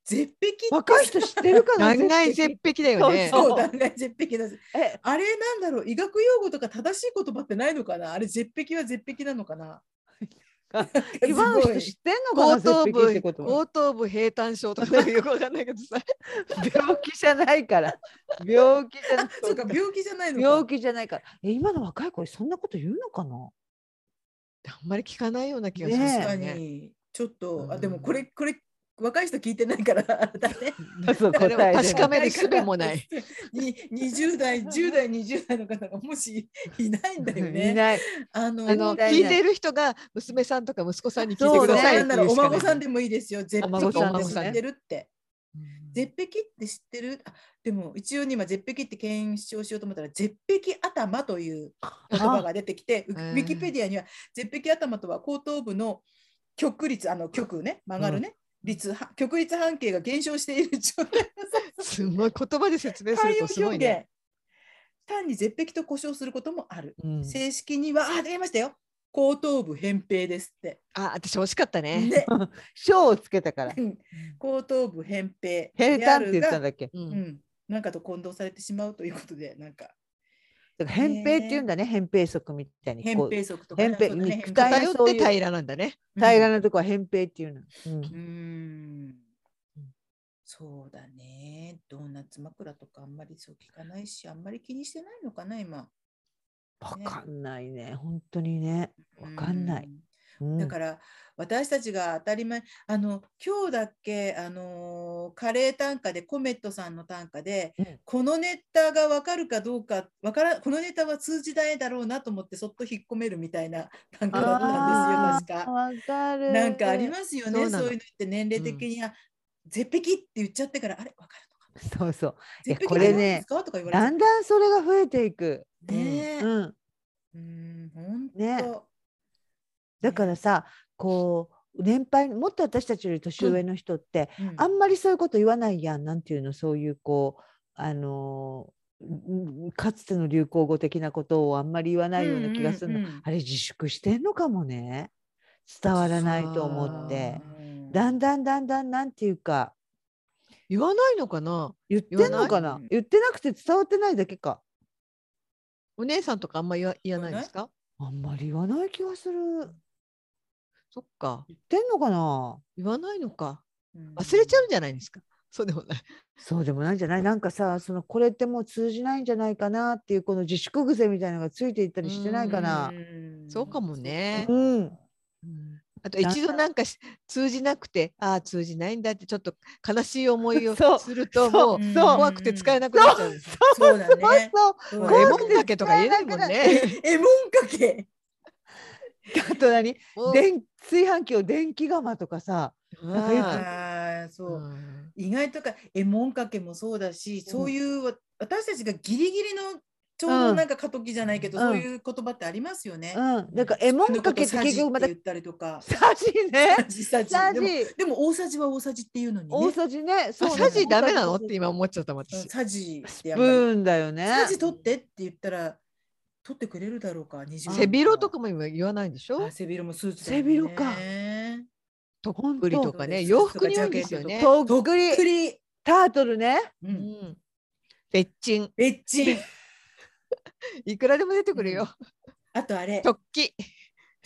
Speaker 1: 絶壁って
Speaker 2: 若い人知ってるか な。
Speaker 3: 断崖絶壁だよね。
Speaker 1: そう断崖絶壁だし
Speaker 2: え、
Speaker 1: あれなんだろう医学用語とか正しい言葉ってないのかなあれ絶壁は絶壁なのかな
Speaker 2: 今の人知ってんのかな
Speaker 3: 後頭
Speaker 2: 絶壁っ
Speaker 3: 部
Speaker 2: てことは
Speaker 3: 後頭部平坦症とかなんかよくわかんないけどさ
Speaker 2: 病気じゃないから病気じゃな
Speaker 1: あ
Speaker 2: い
Speaker 1: そうか病気じゃないのか
Speaker 2: 病気じゃないからえ今の若い子にそんなこと言うのかな
Speaker 3: あんまり聞かないような気がします
Speaker 2: ね
Speaker 1: 確
Speaker 3: よ
Speaker 1: か
Speaker 3: ね。
Speaker 1: にちょっと
Speaker 3: う
Speaker 1: あ
Speaker 3: ん
Speaker 1: でもこれこれ若い人聞いてないからあれだね
Speaker 2: そう
Speaker 3: 誰も
Speaker 2: 答えで
Speaker 3: 確かめる術もない。
Speaker 1: に20代10代20代の方がもしいないんだよ
Speaker 2: い
Speaker 1: ね
Speaker 2: ない
Speaker 1: あの
Speaker 3: あの
Speaker 2: 絶対
Speaker 3: 聞
Speaker 2: ない
Speaker 3: いてる人が娘さんとか息子さんに聞い
Speaker 2: そ
Speaker 3: て
Speaker 2: う
Speaker 3: ください
Speaker 1: な
Speaker 3: っ
Speaker 1: ん
Speaker 3: て
Speaker 1: だろ
Speaker 3: いう
Speaker 1: うお
Speaker 3: しか
Speaker 1: 孫
Speaker 3: ない
Speaker 1: さんでもいいですよ。絶壁
Speaker 2: お孫さんで
Speaker 1: っ
Speaker 2: も
Speaker 1: て
Speaker 2: ね
Speaker 1: 知ってるって。
Speaker 3: うん
Speaker 1: 絶壁って知ってるあでも一応に今絶壁って検証しようと思ったら絶壁頭という言葉が出てきてウウ
Speaker 3: えー
Speaker 1: ィキペディアには絶壁頭とは後頭部の極率あの極ね曲がるね、率は極率半径が減少している状態
Speaker 3: すごい言葉で説明する
Speaker 1: 汎
Speaker 3: とす
Speaker 1: 用
Speaker 3: ごい
Speaker 1: 表現
Speaker 3: ね。
Speaker 1: 単に絶壁と故障することもある。
Speaker 3: うん
Speaker 1: 正式には、あ、出ましたよ。後頭部扁平ですって。
Speaker 3: あ私惜しかった ね。
Speaker 1: ね、
Speaker 2: 賞をつけたから。
Speaker 1: うん後頭部扁平
Speaker 2: 平
Speaker 1: であ
Speaker 2: 坦って
Speaker 1: る
Speaker 2: 言っ
Speaker 1: が
Speaker 2: たんだっけ。
Speaker 3: う
Speaker 1: うんん、なんかと混同されてしまうということで、なんか
Speaker 2: だから扁平って言うんだね。扁平足みたいに。
Speaker 1: 扁
Speaker 2: こう
Speaker 1: 平足とか、
Speaker 2: 扁平
Speaker 1: そうだね
Speaker 2: 肉体
Speaker 1: 扁平
Speaker 3: 偏っ
Speaker 2: そういう
Speaker 3: て平らなんだね。
Speaker 2: 平ら
Speaker 1: な。
Speaker 2: なとこは扁平っていうの。うん
Speaker 1: うーん。そうだね。ドーナツ枕とかあんまりそう聞かないし、あんまり気にしてないのかな、今。。
Speaker 2: わかんないね。本当にね。わかんないううん
Speaker 1: だから私たちが当たり前あの今日だっけあのーカレー単価でコメットさんの単価で、
Speaker 2: うん
Speaker 1: このネタが分かるかどうかわからこのネタは通じないだろうなと思ってそっと引っ込めるみたいな単価だったんですよ確か。
Speaker 2: わかる。
Speaker 1: なんかありますよね
Speaker 3: そ
Speaker 1: そうう
Speaker 3: なの
Speaker 1: いうのって年齢的に、あ絶壁って言っちゃってからあれ分かるのかな
Speaker 2: そうそう。いや
Speaker 1: 絶壁
Speaker 2: これ
Speaker 1: あん
Speaker 2: ね
Speaker 1: ですかとか言われちゃ
Speaker 2: だ
Speaker 1: うん
Speaker 2: だんそれが増えていく。
Speaker 1: ねえ
Speaker 2: うんうん。
Speaker 1: うん本当、
Speaker 2: ねだから
Speaker 1: ね
Speaker 2: さ、こう年配もっと私たちより年上の人って、
Speaker 1: うん
Speaker 2: あんまりそういうこと言わないやん。なんていうのそういうこうあのーうんかつての流行語的なことをあんまり言わないような気がするの。
Speaker 1: うんうんうん
Speaker 2: あれ自粛してんのかもね。伝わらないと思って。
Speaker 1: うん
Speaker 2: だんだんだんだんなんていうか
Speaker 3: 言わないのかな
Speaker 2: 言ってんのか
Speaker 1: 言わ
Speaker 2: な
Speaker 1: ない
Speaker 2: 言ってなくて伝わってないだけか。
Speaker 3: お姉さんとかあんま言わ言わない
Speaker 1: 言わな
Speaker 3: で
Speaker 1: い
Speaker 3: すか
Speaker 2: あんまり言わない気がする。
Speaker 3: そっか
Speaker 2: 言ってんのかな
Speaker 3: 言わないのか
Speaker 1: うん
Speaker 3: 忘れちゃうんじゃないですか そうでもない
Speaker 2: そうでもないんじゃないなんかさそのこれってもう通じないんじゃないかなっていうこの自粛癖みたいなのがついていったりしてないかな。
Speaker 1: ん
Speaker 3: そうかもね
Speaker 2: うん、
Speaker 3: あと一度なんかし通じなくてああ通じないんだってちょっと悲しい思いを
Speaker 2: そう
Speaker 3: すると
Speaker 2: そ
Speaker 3: も
Speaker 2: う
Speaker 3: う
Speaker 1: うん
Speaker 3: 怖くて使えなくなっちゃうんですよ
Speaker 1: そうだね。
Speaker 2: そう
Speaker 1: そう
Speaker 3: も
Speaker 1: だね
Speaker 3: うレ
Speaker 2: 怖
Speaker 3: モ
Speaker 2: くて
Speaker 3: ンだけとか言えないもんね
Speaker 1: え、もんかけ。
Speaker 2: あと何
Speaker 3: もう
Speaker 2: 電炊飯器を電気釜とかさなんか言って
Speaker 3: はい
Speaker 1: ああ、そうう。
Speaker 3: ん
Speaker 1: 意外とか、え、もんかけもそうだし、そういうわ私たちがギリギリの。ちょうどなんか過渡期じゃないけど、
Speaker 2: うん
Speaker 1: そういう言葉ってありますよね。
Speaker 2: うんだからえもんかけって
Speaker 1: さじ
Speaker 2: 結局また
Speaker 1: 言ったりとか。
Speaker 2: さじね
Speaker 1: さじさじ
Speaker 2: さ
Speaker 1: で
Speaker 2: じ
Speaker 1: もでも大さじは大さじっていうのに
Speaker 2: 大
Speaker 1: ね。
Speaker 2: さじね
Speaker 3: あ
Speaker 2: そう
Speaker 3: サジダメな
Speaker 2: 大
Speaker 3: のっ
Speaker 2: さ
Speaker 3: て
Speaker 2: じ
Speaker 3: 今思っちゃった
Speaker 1: うん
Speaker 3: 私
Speaker 1: さじっ
Speaker 2: スプ
Speaker 1: てあんまり
Speaker 2: ーンだよね
Speaker 1: さじ取ってって言ったら。取ってくれるだろうか、二十。
Speaker 3: 背広とかも今言わないんでしょ
Speaker 1: あ。背広もスーツだ
Speaker 2: 背広か
Speaker 1: ね
Speaker 3: とっぷりとかね
Speaker 1: 本当
Speaker 3: 洋服に多いんですよね
Speaker 2: と
Speaker 1: と
Speaker 2: っ
Speaker 1: っ
Speaker 2: くり
Speaker 1: くり。
Speaker 2: タートルね
Speaker 1: う。
Speaker 3: うんんべっちん
Speaker 1: べっちん。
Speaker 3: いくらでも出てくるよ
Speaker 1: あとあれ、
Speaker 3: 直 帰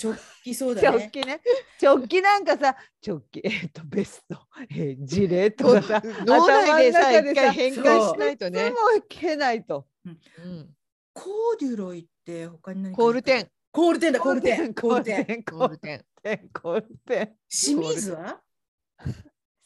Speaker 1: 直帰そうだ
Speaker 2: 直
Speaker 1: ね。
Speaker 2: 帰ね直帰なんかさ直帰えっとベストえージレットがさ
Speaker 3: 脳内でさ
Speaker 2: 頭の中でさ
Speaker 3: 一回変換しないと
Speaker 2: で
Speaker 3: ね
Speaker 2: も、けないと
Speaker 3: うん
Speaker 1: コーデュロイって他に何か
Speaker 3: コールテン
Speaker 1: コールテンだ、コールテン。コールテン。
Speaker 2: ン
Speaker 3: コールテン
Speaker 2: コールテン
Speaker 1: シミーズは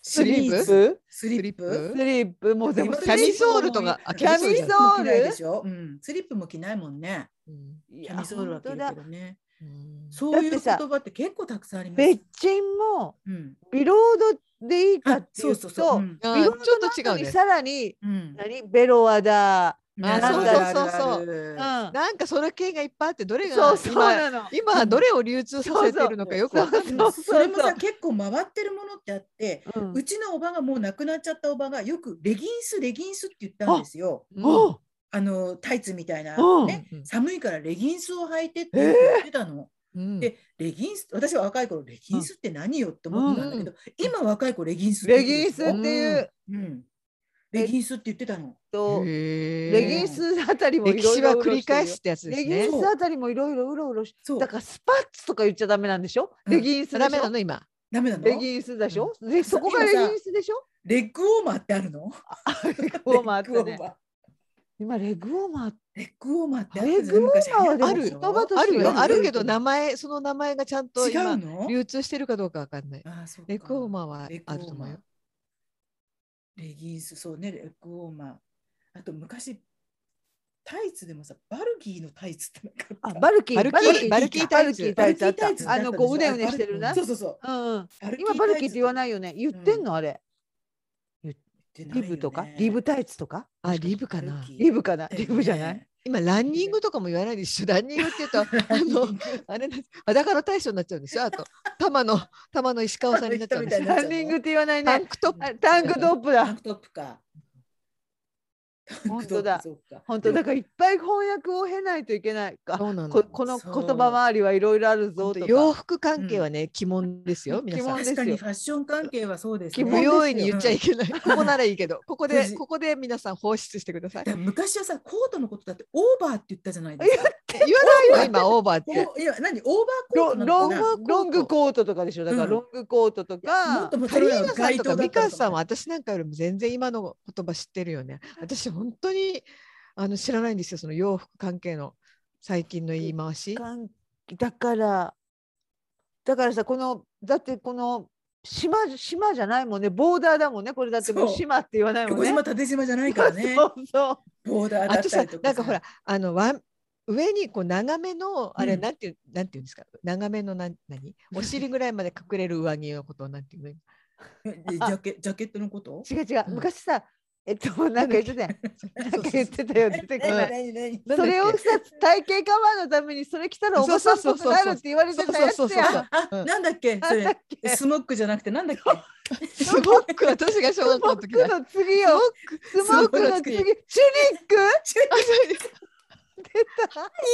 Speaker 2: ス
Speaker 3: スリーブ
Speaker 1: シミーズスリッ
Speaker 3: スリッ
Speaker 1: プ
Speaker 3: プ
Speaker 2: スリップもうでも
Speaker 1: 今
Speaker 3: キャミソールとか
Speaker 1: スリップも
Speaker 2: キャミソ
Speaker 1: キ
Speaker 2: ール
Speaker 1: ャミ着ないでしょうん。スリップも着ないもんね。
Speaker 3: うん
Speaker 2: い
Speaker 1: キ
Speaker 2: や
Speaker 1: ャミソールは着
Speaker 2: 本当
Speaker 1: る
Speaker 2: だ
Speaker 1: けどね。
Speaker 3: うん
Speaker 1: そういう言
Speaker 2: だってさ
Speaker 1: 葉って結構たくさんありま
Speaker 2: 別
Speaker 1: す。
Speaker 2: 人も
Speaker 1: うん。
Speaker 2: ビロードでいいか
Speaker 1: あ
Speaker 2: っ、てい
Speaker 1: そうう
Speaker 2: と
Speaker 1: そうそう。うん
Speaker 3: あ
Speaker 2: ビロー
Speaker 3: ーちょ
Speaker 2: ドの
Speaker 3: っと違
Speaker 2: 後
Speaker 3: う
Speaker 2: に
Speaker 3: ね
Speaker 2: さらに
Speaker 1: うん。
Speaker 2: 何ベロワだ、
Speaker 1: あ
Speaker 2: そう
Speaker 3: そうそうそ
Speaker 1: う
Speaker 3: う
Speaker 2: うんん、
Speaker 3: なんかその系がいっぱいあってどれが
Speaker 2: そうそうなの
Speaker 3: 今今どれを流通させてるのかよくわかんない
Speaker 1: でも
Speaker 2: そう
Speaker 1: それも
Speaker 2: そう
Speaker 1: さ結構回ってるものってあって、
Speaker 2: うん
Speaker 1: うちのおばがもう亡くなっちゃったおばがよくレギンスレギンスって言ったんですよ。
Speaker 3: うん
Speaker 2: お
Speaker 1: あのタイツみたいな、
Speaker 2: うん
Speaker 1: ね
Speaker 3: うん
Speaker 1: 寒いからレギンスを履いてって言
Speaker 2: えー
Speaker 1: ってたの。
Speaker 3: うん
Speaker 1: でレギンス私は若い頃レギンスって何よって思ってたんだけど、今若い子レギンスって
Speaker 2: レ
Speaker 1: 言
Speaker 2: ギ
Speaker 1: うんですよ
Speaker 2: ンスっていう
Speaker 1: うん、レギンスって言ってたの。
Speaker 2: と
Speaker 3: へー
Speaker 2: レギンスあたりもい
Speaker 3: 歴
Speaker 2: ろ
Speaker 3: 史
Speaker 2: いろ
Speaker 3: は
Speaker 2: うろう
Speaker 3: 繰
Speaker 2: ろ
Speaker 3: り
Speaker 2: してるよ
Speaker 3: 返すってやつで
Speaker 2: レ
Speaker 3: す
Speaker 2: ギ
Speaker 3: ね
Speaker 2: ンスあたりもいろいろうろうろし
Speaker 1: そう
Speaker 2: だからスパッツとか言っちゃダメなんでしょ
Speaker 1: うん
Speaker 2: レギンスで
Speaker 3: ダ
Speaker 2: し
Speaker 3: メな
Speaker 2: ょ
Speaker 3: の今
Speaker 1: ダメなの
Speaker 2: レギンスでしょでそこがレ
Speaker 1: 今さ
Speaker 2: ギンスでしょ
Speaker 1: レッグウォーマーってあるの
Speaker 2: レッグウォーマーあった
Speaker 1: レッグウォ
Speaker 2: ね
Speaker 1: ーマー
Speaker 2: 今レッグウォーマー
Speaker 1: レッグウォーマーって
Speaker 2: レッグウォーマーはでも
Speaker 1: ある
Speaker 2: 言葉と
Speaker 3: あ
Speaker 2: して
Speaker 3: る
Speaker 2: は
Speaker 3: よあるけど
Speaker 1: うん
Speaker 3: 名前その名前がちゃんと
Speaker 1: 違う
Speaker 3: 今
Speaker 1: の
Speaker 3: 流通してるかどうかわかんない
Speaker 1: ああそうか
Speaker 3: レッグウォーマーは
Speaker 1: レッグ
Speaker 3: あると思う
Speaker 1: ウォーマ
Speaker 3: よ
Speaker 1: ーレギンス、そうね、レッグウォーマー。あと昔、タイツでもさ、バルギーのタイツってなかった。
Speaker 2: あバルキー
Speaker 3: バルキー
Speaker 2: バ
Speaker 3: バ
Speaker 2: ル
Speaker 3: ル
Speaker 2: キ
Speaker 3: キ
Speaker 2: ー
Speaker 3: ー
Speaker 2: タ
Speaker 3: タ
Speaker 2: イ
Speaker 3: イ
Speaker 2: ツ
Speaker 3: ツ
Speaker 2: あ
Speaker 1: バ
Speaker 2: っ
Speaker 1: ルキータイツ
Speaker 2: たあのこううねうねしてるな
Speaker 1: そうそうそう。
Speaker 2: うんうん
Speaker 1: ルキー
Speaker 2: 今バルキーって言わ
Speaker 1: タイ
Speaker 2: ないよね言ってんのあれ
Speaker 1: ツってない
Speaker 2: リ
Speaker 1: よね
Speaker 2: ブとかリブタイツとか
Speaker 3: あリブか
Speaker 1: バ
Speaker 3: な
Speaker 1: ルキー
Speaker 2: リブかな
Speaker 1: だよ
Speaker 2: リ
Speaker 1: ね
Speaker 2: ブじゃ ない
Speaker 3: 今ランニングとかも言わないでし ょランニングって言うとあのあれなんです裸の大将になっちゃうんですよあと玉の玉の石川さんになっちゃうんですよ
Speaker 1: なっ
Speaker 2: ラ
Speaker 1: ちゃうの
Speaker 2: ンニングって言わない
Speaker 3: タ
Speaker 2: ね
Speaker 3: ンクトップ
Speaker 2: あタンクトップ
Speaker 1: タン
Speaker 2: だ
Speaker 1: クトップか。
Speaker 2: 本当だ
Speaker 1: そうかそうか
Speaker 2: 本当だからいっぱい翻訳を経ないといけないか
Speaker 3: そうなの
Speaker 2: ここの言
Speaker 1: そう
Speaker 2: 葉周りはいろいろあるぞ
Speaker 3: 本
Speaker 2: と
Speaker 3: 当
Speaker 2: か
Speaker 3: 洋服関係はね、鬼門ですよ
Speaker 2: うん
Speaker 3: 皆さ
Speaker 2: 鬼門で
Speaker 3: ん
Speaker 2: すよ
Speaker 1: 確かにファッション関係はそうです
Speaker 2: 鬼
Speaker 3: 不
Speaker 2: 門
Speaker 3: 用意に言っちゃい
Speaker 1: け
Speaker 3: けない、ここならいいけどこ こ
Speaker 1: 無
Speaker 3: で
Speaker 1: 事
Speaker 3: ここで皆さん放出してください
Speaker 1: ない、うんだから昔はさコートのことだってオーバーって言ったじゃないですか。
Speaker 3: 言わないよ今オーバーって
Speaker 1: おいや何オーバーコー
Speaker 2: ロ
Speaker 1: トなの
Speaker 2: ロン
Speaker 1: かな
Speaker 2: グロングコートとかでしょだから
Speaker 1: うん
Speaker 2: ロングコートと
Speaker 1: もっ
Speaker 2: か
Speaker 1: とも
Speaker 3: カ
Speaker 1: そ
Speaker 3: リ
Speaker 1: れは
Speaker 3: ーナさん
Speaker 1: 街
Speaker 3: と
Speaker 1: 頭
Speaker 3: か
Speaker 1: だ
Speaker 3: 美
Speaker 1: った
Speaker 3: 香
Speaker 1: のか
Speaker 3: さんは
Speaker 1: も
Speaker 3: 私なんかよりも全然今の言葉知ってるよね私本当にあの知らないんですよその洋服関係の最近の言い回し
Speaker 2: 関だからだからさこのだってこの島島じゃないもんねボーダーだもんねこれだってもう
Speaker 1: そう
Speaker 2: 島って言わないもん
Speaker 1: 横
Speaker 2: ね
Speaker 1: 島縦島じゃないからね
Speaker 2: そうそう
Speaker 1: ボーダーだ
Speaker 3: あ
Speaker 1: っ
Speaker 3: と
Speaker 1: た
Speaker 3: さ
Speaker 1: りとか
Speaker 3: なんかほらあのわ上にこう長めのあれ
Speaker 1: うん
Speaker 3: なんていう、なんていうんですか長めのなん何お尻ぐらいまで隠れる上着のことをなんていうの
Speaker 1: えジャケジャケットのこと
Speaker 2: 違う違う
Speaker 3: うん
Speaker 2: 昔さえっとなんか言ってたよなんか言ってたよ出てこな
Speaker 1: 何
Speaker 2: い
Speaker 1: 何
Speaker 3: そう
Speaker 2: それをさ体型カバーのためにそれ着たらおばさんっぽくなるって言われてたやつ
Speaker 3: そうそうそうそう
Speaker 2: や
Speaker 3: そうそうそう
Speaker 1: ああなんだっけそ
Speaker 2: なんだっ
Speaker 1: れ
Speaker 2: け
Speaker 1: スモックじゃなくてなんだっけ
Speaker 3: すごく私が小
Speaker 2: スモ
Speaker 3: 学校の
Speaker 2: ッ
Speaker 3: 時
Speaker 2: ク
Speaker 3: だ。
Speaker 2: の次よスモックの次チュニック
Speaker 3: あそういう
Speaker 2: 出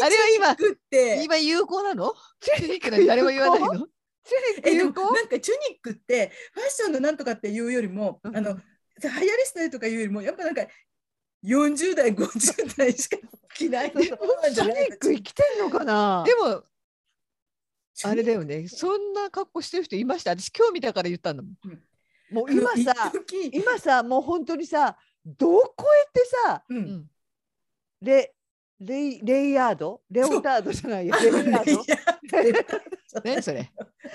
Speaker 3: あれは
Speaker 1: 作って
Speaker 3: 今今有効なの？
Speaker 2: たチュニ
Speaker 3: いくら誰も言わないの？
Speaker 2: チュニック
Speaker 1: えで
Speaker 2: 有
Speaker 1: も
Speaker 2: 効
Speaker 1: なんかチュニックってファッションのなんとかっていうよりも、
Speaker 2: うん
Speaker 1: あの流行りしたりとかいうよりもやっぱなんか40代50代しか着ない
Speaker 2: そうそうチュニック生きてんのかな
Speaker 3: でも
Speaker 1: チュ
Speaker 3: あ
Speaker 1: ニ
Speaker 3: れ
Speaker 1: ッ
Speaker 3: だよね。そんな格好してる人いました。私今日見たから言ったんだもん。
Speaker 2: もう
Speaker 1: ク
Speaker 2: 今さ
Speaker 1: 一時
Speaker 2: 今さもう本当にさどこへってさ
Speaker 1: う、
Speaker 3: うんん
Speaker 2: レレイレイヤードレオタードじゃないやレイヤード
Speaker 1: レイヤー
Speaker 3: 何 それ？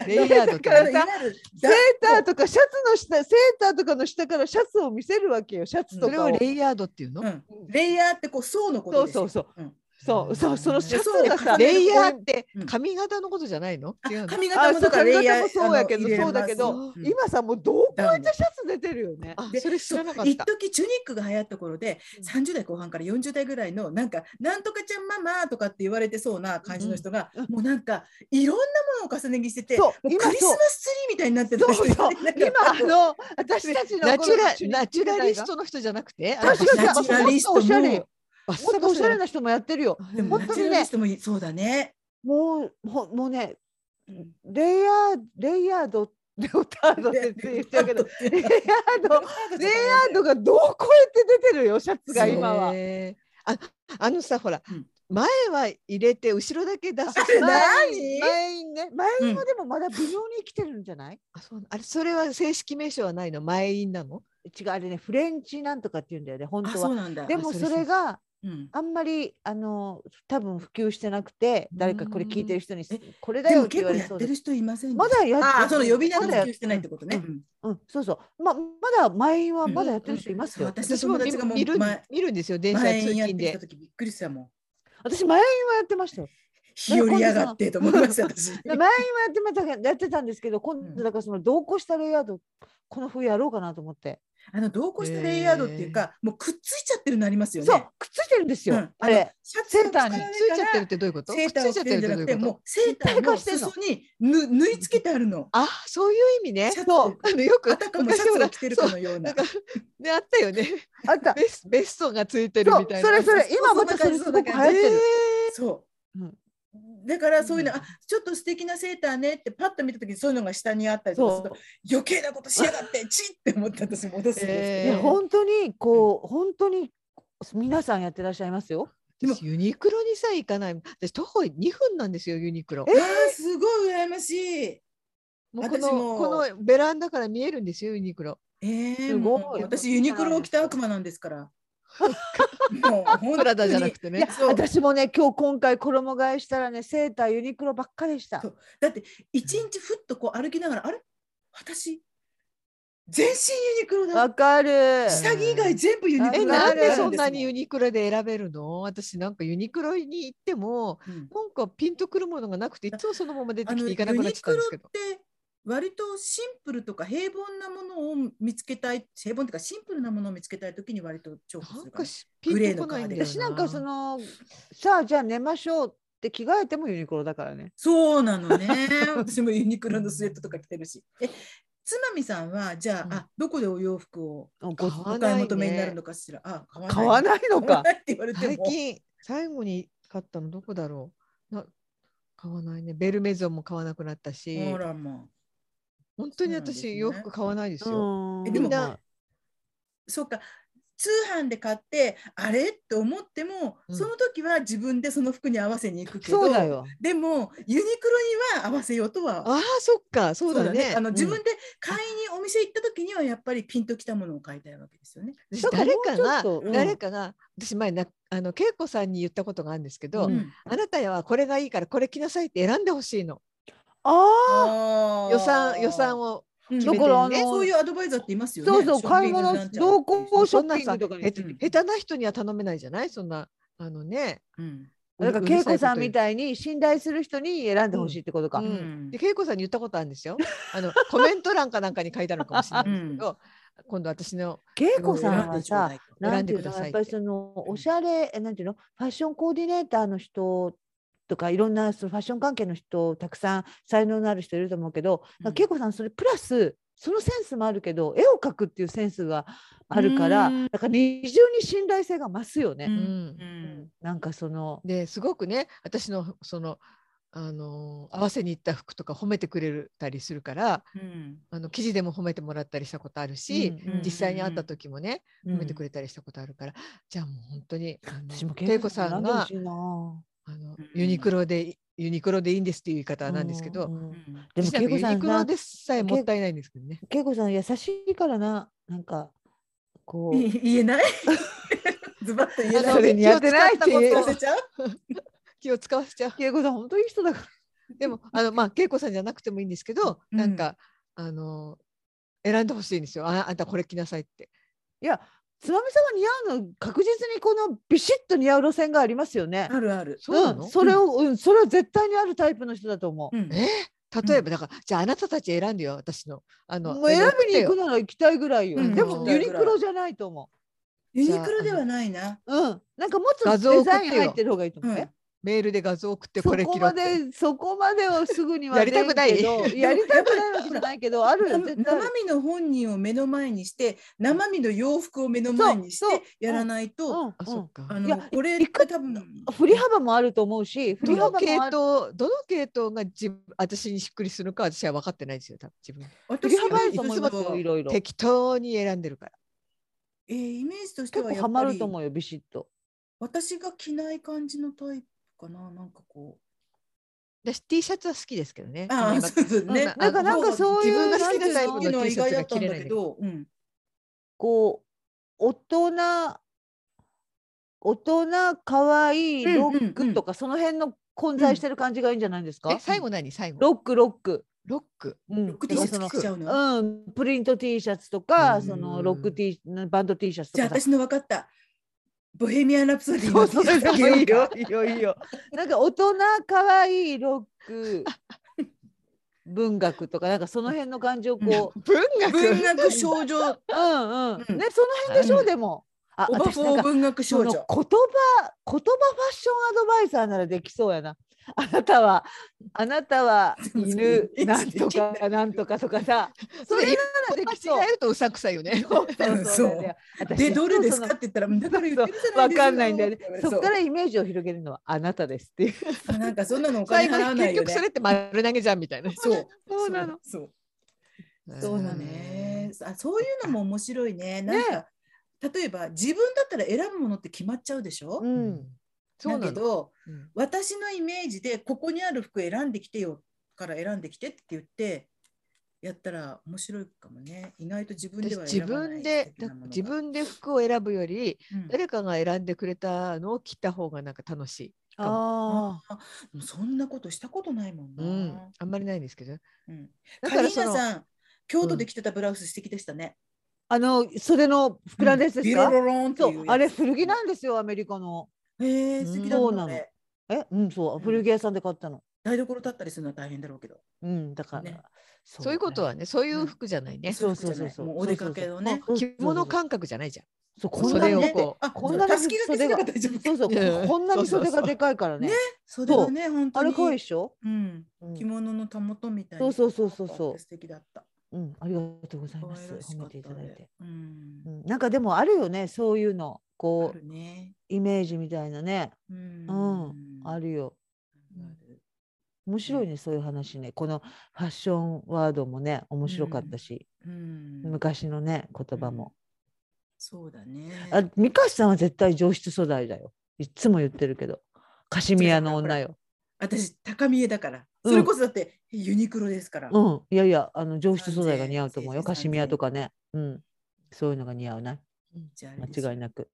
Speaker 3: レイヤードって何
Speaker 2: だからセーターとかシャツの下セーターとかの下からシャツを見せるわけよシャツと
Speaker 3: それ
Speaker 2: かを
Speaker 3: をレイヤードっていうの？
Speaker 1: うん、レイヤーってこう層のこと
Speaker 2: そう
Speaker 1: ですよ
Speaker 2: そうそ
Speaker 1: う
Speaker 2: う
Speaker 1: ん
Speaker 2: そうそうそのシャツ
Speaker 1: そう
Speaker 2: がさ
Speaker 3: レイヤーって
Speaker 1: うん
Speaker 3: 髪型のことじゃないの？違うの。
Speaker 1: 髪型も
Speaker 2: あそう
Speaker 1: だから
Speaker 2: 髪
Speaker 1: レイヤ
Speaker 2: 型
Speaker 1: ー
Speaker 2: もそうやけど
Speaker 1: あの
Speaker 2: そうだけ
Speaker 1: 入れま
Speaker 2: ど
Speaker 1: すうん
Speaker 2: 今さもうどこ行ってシャツ出てるよね
Speaker 3: あ
Speaker 1: で
Speaker 3: それ知らなかっ
Speaker 1: そう一
Speaker 3: た。
Speaker 1: 時チュニックが流行った頃で、
Speaker 3: うん
Speaker 1: 30代後半から40代ぐらいのなんか「なんとかちゃんママ」とかって言われてそうな感じの人が、
Speaker 2: うんうん
Speaker 1: もうなんかいろんなものを重ね着してて
Speaker 2: そう
Speaker 1: もう
Speaker 2: 今
Speaker 1: クリス
Speaker 2: そ
Speaker 1: マ
Speaker 2: う
Speaker 1: スツリーみたいになってた
Speaker 2: そうそう
Speaker 1: なんか
Speaker 2: 今あの私たちの
Speaker 3: ナチ
Speaker 2: 頃
Speaker 3: ュ
Speaker 2: の
Speaker 3: ラ
Speaker 2: 中
Speaker 3: ナチュラリス
Speaker 2: 中
Speaker 3: トの人じゃなくて、
Speaker 2: 学生時代が
Speaker 1: ナチュラリスト
Speaker 2: もっとおしゃれよ
Speaker 3: も
Speaker 2: もっとおしゃれな人もやってるよ
Speaker 1: でも
Speaker 2: 本
Speaker 1: ナ
Speaker 2: 当
Speaker 1: チ
Speaker 2: にね
Speaker 1: ュラリストもいいそうだね。
Speaker 2: もうほもうね
Speaker 1: うん
Speaker 2: レイヤーレイヤードレオタードってつい言っちゃうけどレイヤードレイヤードがどこへって出てるよシャツが今は。
Speaker 3: へーああのさほら、
Speaker 1: うん
Speaker 3: 前は入れて後ろだけ出す
Speaker 1: あれ
Speaker 3: 前
Speaker 1: 何
Speaker 3: 前にね
Speaker 2: 前
Speaker 1: う
Speaker 2: も
Speaker 1: ん
Speaker 2: でもまだ微妙に生きてるんじゃない、
Speaker 3: あそうあれそれは正式名称はないの前院なの
Speaker 2: 違うあれねフレンチなんとかって言うんだよね本
Speaker 1: あ
Speaker 2: 当
Speaker 1: そ
Speaker 2: は
Speaker 1: う。なんだ。
Speaker 2: でも
Speaker 3: あそれ
Speaker 2: それが
Speaker 1: うん
Speaker 2: あんまりあの多分普及してなくて誰かこれ聞いてる人に
Speaker 1: うん
Speaker 2: これだ
Speaker 1: で
Speaker 2: よ
Speaker 1: も
Speaker 2: って
Speaker 1: 結構
Speaker 2: 言われ
Speaker 1: や
Speaker 2: そ
Speaker 1: っ
Speaker 2: う
Speaker 1: て
Speaker 2: で
Speaker 1: る人いません
Speaker 2: まだや
Speaker 1: ああその呼び名
Speaker 2: ま
Speaker 1: が
Speaker 2: だや
Speaker 1: 普及してないってことね。
Speaker 2: うん
Speaker 1: うん
Speaker 2: うんそうそうままだ満員はまだやってる人いますよ、
Speaker 1: うんうんうん私の友達がもう
Speaker 3: 見る
Speaker 1: 前
Speaker 3: 見るんですよ電車
Speaker 1: 前
Speaker 3: 通
Speaker 1: にやって
Speaker 3: 勤
Speaker 1: きた
Speaker 3: で
Speaker 1: 時びっくりしたも ん。
Speaker 2: 私満員はやってましたよ
Speaker 1: 日和やがってと思いました私。
Speaker 2: で前はやってまたやってたんですけど今
Speaker 1: うん
Speaker 2: 度だからその同行したレイヤードこの冬やろうかなと思って、
Speaker 1: あの同行したレイヤードっていうか、もうくっついちゃってるのありますよね。
Speaker 2: そうくっついてるんですよ、
Speaker 1: うん
Speaker 2: あれ
Speaker 1: シャツ
Speaker 2: センター
Speaker 3: く
Speaker 2: に
Speaker 3: っついちゃってるってどういうこと
Speaker 1: セーター
Speaker 3: くっ
Speaker 1: を着
Speaker 3: ついちゃってて
Speaker 1: る
Speaker 3: る
Speaker 1: ん
Speaker 3: っ
Speaker 1: じ
Speaker 3: て
Speaker 1: ゃなくて
Speaker 3: どういうこ
Speaker 1: も
Speaker 3: と
Speaker 1: うセーターの裾にぬ縫い付けてあるの。
Speaker 3: あそういう意味ね
Speaker 1: シャツ
Speaker 3: そうあのよく
Speaker 1: あたかもシャツを着てるかのような。
Speaker 3: そうねあった よね
Speaker 2: あった
Speaker 3: ベスベストがついてる
Speaker 2: そう
Speaker 3: みたいな
Speaker 2: それそれ
Speaker 1: そう
Speaker 2: 今またそれす
Speaker 1: そん
Speaker 2: ご
Speaker 1: な
Speaker 2: く流
Speaker 1: 感じ
Speaker 2: 行ってる、
Speaker 1: そう
Speaker 2: うん。
Speaker 1: だからそういうの、
Speaker 3: うん
Speaker 1: あちょっと素敵なセーターねってパッと見た時にそういうのが下にあったりとかすると余計なことしやが ってチッって思った私戻すんです
Speaker 2: い
Speaker 1: け
Speaker 2: や
Speaker 3: えー
Speaker 1: ど、
Speaker 2: 本当にこう本当に皆さんやってらっしゃいますよ。
Speaker 1: でも
Speaker 3: 私ユニクロにさえ行かない私徒歩2分なんですよユニクロ
Speaker 2: えー
Speaker 1: あーすごい羨ましい。
Speaker 3: もうこの
Speaker 1: 私も
Speaker 3: このベランダから見えるんですよユニクロ
Speaker 1: えー、
Speaker 2: すごい
Speaker 1: もう私ユニクロを着た悪魔なんですから。もう本
Speaker 3: プラダじゃなく
Speaker 1: て
Speaker 3: て
Speaker 2: いや
Speaker 3: ね
Speaker 1: そう
Speaker 2: 私もね今日今回衣替えしたらねセーターユニクロばっかでした
Speaker 1: そ。うだって一日ふっとこう歩きながらあれ私全身ユニクロ
Speaker 2: わ
Speaker 1: だ
Speaker 2: かる。
Speaker 1: 下着以外全部ユニク
Speaker 3: え
Speaker 1: ロ
Speaker 3: な
Speaker 1: だ
Speaker 2: あ
Speaker 1: っ
Speaker 3: ん
Speaker 1: てあ
Speaker 3: で
Speaker 1: る
Speaker 3: そん
Speaker 1: です
Speaker 3: な
Speaker 1: も
Speaker 3: にユニクロで選べるの私なんかユニクロに行っても
Speaker 1: うん
Speaker 3: なんかピンとくるものがなくていつもそのまま出て
Speaker 1: あ
Speaker 3: き
Speaker 1: の
Speaker 3: て
Speaker 1: ユ
Speaker 3: い
Speaker 1: ニ
Speaker 3: か
Speaker 1: ク
Speaker 3: な
Speaker 1: ロっ
Speaker 3: くなっちゃったんですけ
Speaker 1: て
Speaker 3: ど
Speaker 1: 割とシンプルとか平凡なものを見つけたい平凡というかシンプルなものを見つけたい時に割と重宝す
Speaker 3: なん
Speaker 1: る
Speaker 3: か
Speaker 1: か
Speaker 3: しピンとこないんだよな
Speaker 2: 私なんかそのさあじゃあ寝ましょうって着替えてもユニクロだからね。
Speaker 1: そうなのね私もユニクロのスウェットとか着てるしえつまみさんはじゃあ,、
Speaker 3: うん
Speaker 1: あどこでお洋服を
Speaker 2: あご
Speaker 3: 買
Speaker 1: お
Speaker 3: わ
Speaker 1: お
Speaker 3: な
Speaker 1: 買
Speaker 3: い、
Speaker 1: い
Speaker 3: ね、
Speaker 1: 求めになるのかしら。あ買わない
Speaker 2: 買わないの
Speaker 1: 買わ
Speaker 2: か
Speaker 1: な。いって言われて
Speaker 3: 最
Speaker 1: も。
Speaker 3: 近最後に買ったのどこだろうな買わないねベルメゾンも買わなくなったし
Speaker 1: あらまあ。
Speaker 3: 本当に
Speaker 1: そうなんです
Speaker 3: 私、
Speaker 1: ね
Speaker 3: 洋服買わないですよ。
Speaker 2: うん
Speaker 1: えで
Speaker 3: も
Speaker 2: ま
Speaker 1: そうか。通販で買ってあれって思っても、
Speaker 3: うん
Speaker 1: その時は自分でその服に合わせに行く
Speaker 2: あ
Speaker 1: けど
Speaker 2: そうだよ。
Speaker 1: でもユニクロには合わせようとは
Speaker 3: ああそっかそうだね
Speaker 1: あの
Speaker 3: うん
Speaker 1: 自分で買いにお店行った時にはやっぱりピンときたものを買いたいわけですよね。
Speaker 3: 私
Speaker 2: だから
Speaker 3: 誰か
Speaker 2: もうち
Speaker 3: が
Speaker 2: ょっとうん
Speaker 3: 誰かが私前なあの恵子さんに言ったことがあるんですけど、
Speaker 2: うん
Speaker 3: あなたはこれがいいからこれ着なさいって選んでほしいの
Speaker 2: あ
Speaker 3: 予算予算
Speaker 1: を、
Speaker 3: を
Speaker 1: うん
Speaker 3: 決
Speaker 2: だ
Speaker 3: めて
Speaker 2: からあの
Speaker 3: ね
Speaker 1: そういうアドバイザーっていますよね。
Speaker 2: そうそう
Speaker 1: ショッピング
Speaker 2: 買い
Speaker 1: なん
Speaker 2: 物
Speaker 1: ちゃらっていう
Speaker 2: 同行
Speaker 1: 人
Speaker 2: ショ
Speaker 3: そ
Speaker 2: ッ
Speaker 3: ん
Speaker 2: ピ
Speaker 3: な
Speaker 2: ング
Speaker 3: さ
Speaker 2: とかに
Speaker 3: へた
Speaker 1: うん
Speaker 3: 下手な人には頼めないじゃないそんなあのね
Speaker 1: うん
Speaker 2: あだから
Speaker 3: う
Speaker 2: 恵子さんみ
Speaker 3: い
Speaker 2: たいに信頼する人に選んでほしいってことか。
Speaker 3: う
Speaker 1: うんん
Speaker 3: で恵子さんに言ったことあるんですよあのコメント欄かなんかに書いてあるのかもしれないんですけ ど、今度私の
Speaker 2: 恵子さんはさ、
Speaker 3: 選ん
Speaker 2: なんてい
Speaker 3: で
Speaker 2: う
Speaker 3: くだ
Speaker 2: の
Speaker 3: さい
Speaker 2: やっ
Speaker 3: っ
Speaker 2: てぱりそのおしゃれえなんていうのファッションコーディネーターの人とかいろんなそのファッション関係の人たくさん才能のある人いると思うけど、
Speaker 1: うん
Speaker 2: なんか恵子さんそれプラスそのセンスもあるけど絵を描くっていうセンスがあるから
Speaker 1: うん
Speaker 2: だから二重に信頼性が増すよ
Speaker 1: う
Speaker 2: ね。
Speaker 1: ん
Speaker 3: うん
Speaker 1: うん
Speaker 2: なんかその
Speaker 3: ですごくね私のそのあの合わせに行った服とか褒めてくれたりするから
Speaker 1: うん
Speaker 3: あの記事でも褒めてもらったりしたことあるし、
Speaker 2: うん
Speaker 1: うん
Speaker 3: 実際に会った時もね、
Speaker 2: うん
Speaker 3: 褒めてくれたりしたことあるからじゃあもう本当にあの
Speaker 2: 私も
Speaker 3: 恵子さん
Speaker 2: 選でほ
Speaker 3: が
Speaker 2: しいな
Speaker 3: あの
Speaker 1: うん
Speaker 3: ユニクロでユニクロでいいんですっていう言い方なんですけど、
Speaker 2: うんうん
Speaker 1: うん
Speaker 2: でも
Speaker 3: 実は
Speaker 2: 恵子
Speaker 3: ユ
Speaker 2: さ
Speaker 3: ニ
Speaker 2: ん
Speaker 3: クロ
Speaker 2: さ
Speaker 3: でさえもったいないんですけどね。
Speaker 2: 恵子さん優しいからななんかこう
Speaker 1: い言えない ズバッと言え
Speaker 3: あの
Speaker 1: ない
Speaker 2: それ似合ってないって
Speaker 3: 気
Speaker 2: 言
Speaker 3: を
Speaker 2: え
Speaker 1: 言
Speaker 3: 使っ
Speaker 1: わせ
Speaker 3: たこ
Speaker 1: ちゃう
Speaker 3: 気を使わせちゃう
Speaker 2: 恵子さん本当いい人だから。
Speaker 3: でもあのまあ恵子さんじゃなくてもいいんですけど、
Speaker 1: うん
Speaker 3: なんかあの選んでほしいんですよああんたこれ着なさいって。
Speaker 2: いや、つまみさんは似合うの、確実にこのビシッと似合う路線がありますよね。
Speaker 1: あるある。
Speaker 3: そうなの
Speaker 2: ん、それを、うん、それは絶対にあるタイプの人だと思う。
Speaker 1: うん
Speaker 3: えー例えばだから、じゃああなたたち選んでよ私のあの
Speaker 2: もう選びに行く
Speaker 3: の
Speaker 2: なら行きたいぐらいよ。
Speaker 1: うん
Speaker 2: で
Speaker 3: う
Speaker 2: も
Speaker 3: ん
Speaker 2: ユニクロじゃないと思
Speaker 1: ユニクロではないな。
Speaker 2: う。うん、なんかもうちょ
Speaker 3: 画
Speaker 2: っ
Speaker 3: 像
Speaker 2: とデ
Speaker 3: 送ってよ
Speaker 2: ザイン入ってる方がいいと思うね。
Speaker 3: メールで画像送って
Speaker 2: そ
Speaker 3: これ
Speaker 2: こ
Speaker 3: 着ろ
Speaker 2: ま
Speaker 3: って
Speaker 2: で、そこまでをすぐ には
Speaker 3: やりたくない
Speaker 2: 出んけどやりたくないわけじゃないけど、ある よ。
Speaker 1: 生
Speaker 2: 絶対ある
Speaker 1: 生身の本人を目の前にして生身の洋服を目の前にし
Speaker 2: そうそう
Speaker 1: てやらないと
Speaker 2: うん
Speaker 3: あそっか。
Speaker 1: あ
Speaker 2: い
Speaker 1: の
Speaker 2: や
Speaker 1: これっ
Speaker 2: いく
Speaker 1: て多分
Speaker 2: うん振り幅もあると思うし、振
Speaker 3: ど
Speaker 2: り
Speaker 3: の
Speaker 2: 幅
Speaker 3: 系
Speaker 2: もある。
Speaker 3: 統どの系統が自分私にしっくりするか私は分かってないですよ多分自分
Speaker 2: 振
Speaker 1: 私
Speaker 2: り幅あると思い
Speaker 1: い
Speaker 2: ま
Speaker 1: ますす
Speaker 2: よ。いろいろ。結
Speaker 3: 適当に選んでるから
Speaker 1: えーイメージとしては
Speaker 2: 構
Speaker 1: や
Speaker 2: ハ
Speaker 1: っ
Speaker 2: マ
Speaker 1: ぱ
Speaker 2: る
Speaker 1: り
Speaker 2: と思うよ、ビシッと。
Speaker 1: 私が着ない感じのタイプかななんかこ
Speaker 3: 私 T シャツは好きですけどね
Speaker 1: うああ
Speaker 3: 今
Speaker 1: そうそうね
Speaker 3: なんかなんか
Speaker 2: そうい
Speaker 1: 自
Speaker 2: う
Speaker 1: 分が好き
Speaker 2: なんていう
Speaker 1: なタイ
Speaker 2: の
Speaker 1: プの T シャツが着れないんだけど、うん、
Speaker 2: こう大人大人可愛い
Speaker 1: うん
Speaker 2: ロ
Speaker 1: うん
Speaker 2: ックとか、その辺の混在してる感じがいいんじゃないですか、
Speaker 3: え最後何最後
Speaker 2: ロックロック、
Speaker 3: ロック
Speaker 2: うん
Speaker 1: ロック T シャツ着ちゃうの
Speaker 2: うん、プリント T シャツとか、
Speaker 3: うん
Speaker 2: そのロック T バンド T シャツと
Speaker 1: じゃあ
Speaker 2: かさ
Speaker 1: 私の分かったボヘミアン・ラプソディ
Speaker 2: そ
Speaker 1: の
Speaker 2: う
Speaker 1: T
Speaker 2: そう
Speaker 1: シャツ着
Speaker 2: そういい
Speaker 1: よう
Speaker 2: よ
Speaker 1: か
Speaker 2: いいよいいよなんか大人可愛いロック文学とかなんかその辺の感じをこう、
Speaker 3: 文学
Speaker 1: 文学少女
Speaker 2: うんうん、ね
Speaker 1: うん
Speaker 2: その辺でしょうでもあ
Speaker 1: オバ
Speaker 2: 私
Speaker 1: フ
Speaker 2: な
Speaker 1: ォ
Speaker 2: ん
Speaker 1: ー
Speaker 2: か
Speaker 1: 文学
Speaker 2: そ
Speaker 1: 少
Speaker 2: の言
Speaker 1: 女
Speaker 2: 葉言葉ファッションアドバイザーならできそうやな。あなたはあなたは犬
Speaker 1: いつ
Speaker 2: なんとかなんとかとかさ、それならできそう
Speaker 3: 間違。えるとうさくさいよね。
Speaker 2: そうそう
Speaker 1: そう
Speaker 2: だよ私
Speaker 1: でどれです
Speaker 2: そう
Speaker 1: かって言ったらだから言ってるじゃ
Speaker 2: そ
Speaker 1: ない
Speaker 2: うわ
Speaker 1: です
Speaker 2: かんないんだよね
Speaker 1: って言わ。れ
Speaker 2: そ
Speaker 1: そ
Speaker 2: こ
Speaker 1: う
Speaker 2: からイメージを広げるのはあなたですっていう。
Speaker 1: あなんかそんなのお金
Speaker 3: 最
Speaker 1: 払わ
Speaker 3: 後に
Speaker 1: ない
Speaker 3: 結
Speaker 1: よ
Speaker 3: 局
Speaker 1: ね
Speaker 3: それって丸投げじゃんみたいな。
Speaker 1: そう
Speaker 2: そうなの。
Speaker 1: そう
Speaker 3: うん
Speaker 1: そうだね。あそういうのも面白いね。なんか、例えば自分だったら選ぶものって決まっちゃうでしょ、
Speaker 2: う。
Speaker 3: うんん。そうな
Speaker 1: だけ
Speaker 3: の。
Speaker 1: ど
Speaker 3: うん
Speaker 1: 私のイメージでここにある服選んできてよから選んできてって言ってやったら面白いかもね。意外と自分で
Speaker 3: 私
Speaker 1: は
Speaker 3: 自
Speaker 1: 選ばない
Speaker 3: 分で
Speaker 1: 素敵なものが
Speaker 3: 自分で服を選ぶより
Speaker 1: うん
Speaker 3: 誰かが選んでくれたのを着た方がなんか楽しい。
Speaker 2: あ
Speaker 1: あそんなことしたことないもんな。
Speaker 3: うん。あんまりないんですけど。
Speaker 1: うん
Speaker 3: だ
Speaker 1: カ
Speaker 3: か
Speaker 1: リー
Speaker 3: らそ
Speaker 1: ナ
Speaker 3: の
Speaker 1: さん、京都で着てたブラウス素敵でしたね。
Speaker 2: あ。あの袖の膨らんだやつですか
Speaker 1: ビ。ロロローンって
Speaker 2: そ
Speaker 1: いうや
Speaker 2: う
Speaker 1: つ
Speaker 2: あれ古着なんですよアメリカの。
Speaker 1: えー、素敵だ
Speaker 2: そ
Speaker 1: も
Speaker 2: うんなの
Speaker 1: ね。
Speaker 2: えうんそう古着屋さんで買ったの。
Speaker 1: 台所立ったりするのは大変だろうけど。
Speaker 2: うんだから、
Speaker 1: ね
Speaker 3: そういうことはねそういう服じゃないね。
Speaker 2: そうそうそうそう
Speaker 1: もうお出かけのね
Speaker 2: そうそうそう
Speaker 3: 着物感覚じゃないじゃん。
Speaker 2: そうこ
Speaker 1: そ
Speaker 2: ん
Speaker 1: う
Speaker 2: な
Speaker 1: だ
Speaker 2: に
Speaker 1: よ
Speaker 3: 袖を
Speaker 1: ね
Speaker 3: こう
Speaker 1: あ、
Speaker 2: こんなに
Speaker 1: 助けがけ
Speaker 2: 袖
Speaker 1: すれ
Speaker 2: が
Speaker 1: ば大丈夫
Speaker 2: そうそう、
Speaker 3: うん
Speaker 2: こんなに袖がでかいからね。
Speaker 1: ね袖がね、本当
Speaker 2: あ
Speaker 1: に。
Speaker 2: れかわいいでしょ。
Speaker 1: うん、
Speaker 2: うん
Speaker 1: 着物のたもとみたいな。
Speaker 2: そうそうそうそうそう
Speaker 1: 素敵だった。
Speaker 2: うん、ありがとうござい
Speaker 1: 可
Speaker 2: ま
Speaker 1: 愛
Speaker 2: す。
Speaker 1: らし
Speaker 2: 褒
Speaker 1: か
Speaker 2: め
Speaker 1: って
Speaker 2: い
Speaker 1: た
Speaker 2: ただいて
Speaker 1: ね。。うん
Speaker 2: う。ん、なんかでもあるよね、そういうの、
Speaker 1: あ
Speaker 2: こう
Speaker 1: るね。
Speaker 2: イメージみたいなね、
Speaker 1: うん
Speaker 2: あ
Speaker 1: る。
Speaker 2: るよ。
Speaker 1: ある
Speaker 2: 面白いね、そういう話ね。このファッションワードもね、面白かったし、
Speaker 1: うん。
Speaker 2: 昔のね、言葉も。
Speaker 1: そうだね。
Speaker 2: あ、三橋さんは絶対上質素材だよ。いっつも言ってるけど、カシミヤの女よ。
Speaker 1: 私、高見えだから。
Speaker 2: うん
Speaker 1: それこそだって、ユニクロですから。
Speaker 2: うん、いやいや、あの上質素材が似合うと思うよ。
Speaker 1: 3000
Speaker 2: カシミヤとかね、うん、そういうのが似合うな、
Speaker 1: じゃああれですよ
Speaker 2: 間違いなく。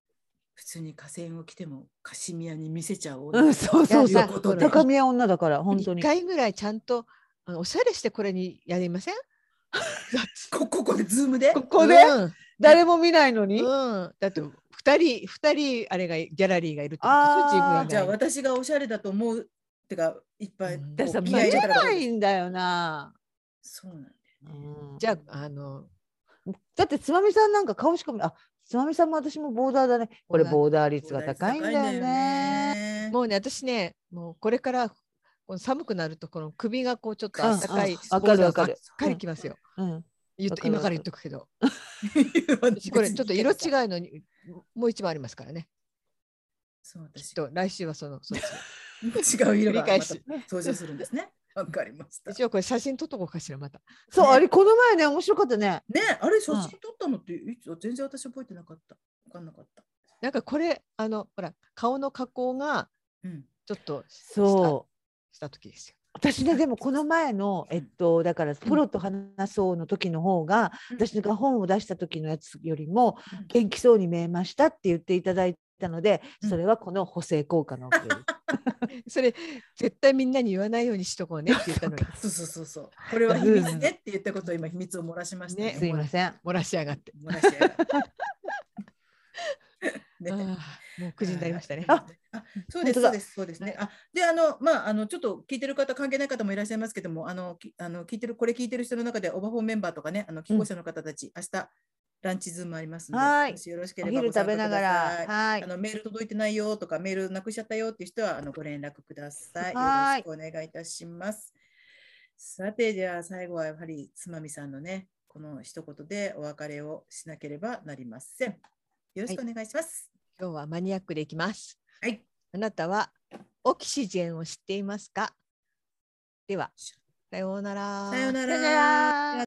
Speaker 1: 普通に河川を着てもカシミヤに見せちゃおう。
Speaker 2: うん、そうそう
Speaker 1: い
Speaker 2: そ
Speaker 1: や
Speaker 2: う
Speaker 1: ということ。で
Speaker 2: 高宮女だから、本当
Speaker 3: 一
Speaker 2: に。
Speaker 3: 回ぐらいちゃんとあのおしゃれしてこれにやりませんだって
Speaker 1: こここでズームで。
Speaker 2: ここで
Speaker 3: うん
Speaker 2: 誰も見ないのに。
Speaker 3: うん、だって二人二人あれがギャラリーがいるってこと
Speaker 2: あー
Speaker 3: 自分以外に
Speaker 1: じゃあ私がおしゃれだと思うってかいっぱい
Speaker 3: うん
Speaker 2: だからさ、
Speaker 1: こう
Speaker 2: 見
Speaker 1: 見合い
Speaker 2: れ
Speaker 1: だから
Speaker 2: ないんだよな。
Speaker 1: そうなんだよね。
Speaker 2: うん
Speaker 3: じゃああの
Speaker 2: だってつまみさんなんか顔しか見あつまみさんも私もボーダーだねこれボーダー率が高いんだよね。
Speaker 1: ね。
Speaker 3: もうね私ねもうこれからこの寒くなるとこの首がこうちょっと
Speaker 2: うん
Speaker 3: あったかい
Speaker 2: うんわかるわかる
Speaker 3: しっかりきますよ、
Speaker 2: うん、
Speaker 3: 言っと
Speaker 2: わかる
Speaker 3: 今
Speaker 2: わ
Speaker 3: か
Speaker 2: からる
Speaker 3: 言っとくけど
Speaker 1: 私
Speaker 3: これちょっと色違い
Speaker 1: い。
Speaker 3: のにもう一枚ありますからね
Speaker 1: そう
Speaker 3: きっ
Speaker 1: 私
Speaker 3: と来週はそのそっち
Speaker 1: 違う色がまた
Speaker 3: 繰り返し
Speaker 1: 登場するん ですね。わかりました。ね
Speaker 3: 一応これ写真撮っとこうかしらまた
Speaker 2: そう、
Speaker 1: ね
Speaker 2: あれこの前ね面白かったね。
Speaker 1: あれ写真撮ったのっていつ全然私覚えてなかった。わかんなかった。
Speaker 3: なんかこれあのほら顔の加工が
Speaker 1: うん。
Speaker 3: ちょっと
Speaker 2: そう
Speaker 3: した時ですよ
Speaker 2: 私ねでもこの前のえっとだからプロと話そうの時の方が
Speaker 1: うん
Speaker 2: 私が本を出した時のやつよりも
Speaker 1: うん
Speaker 2: 元気そうに見えましたって言っていただいたので
Speaker 1: うん
Speaker 2: それはこの補正効果のおかげです。
Speaker 3: それ絶対みんなに言わないようにしとこうねって言ったのに
Speaker 1: そうそうそうそう。これは秘密ねって言ったことを今秘密を漏らしましたね。
Speaker 3: ね
Speaker 2: すいません。
Speaker 3: 漏らしやがって
Speaker 1: 漏ら しやがった。
Speaker 3: あ
Speaker 1: ね。
Speaker 3: ーもう9時になりましたね
Speaker 1: あ、あそうです、
Speaker 2: 本当
Speaker 1: そ
Speaker 2: だ
Speaker 1: うです、そうですね。あ、で、あの、まあ、あの、ちょっと聞いてる方、関係ない方もいらっしゃいますけども、あの、きあの、聞いてる、これ聞いてる人の中で、オバホンメンバーとかね、あの、寄稿者の方たち、明日。ランチズームありますので、
Speaker 2: はい
Speaker 1: もしよろしけ
Speaker 2: お
Speaker 1: れば
Speaker 2: 昼
Speaker 1: ご参
Speaker 2: 食
Speaker 1: 加くだ
Speaker 2: べなが
Speaker 1: さ
Speaker 2: ら
Speaker 1: い。
Speaker 2: はい
Speaker 1: あのメール届いてないよとかメールなくしちゃったよっていう人はあのご連絡ください。
Speaker 2: はい
Speaker 1: よろしくお願いいたします。さてじゃあ最後はやはりつまみさんのねこの一言でお別れをしなければなりません。よろしくお願いします。
Speaker 3: 今日はマニアックでいきます
Speaker 1: はい。
Speaker 3: あなたはオキシジェンを知っていますかではさようなら
Speaker 1: さような
Speaker 2: さ
Speaker 1: ら
Speaker 2: よな。ら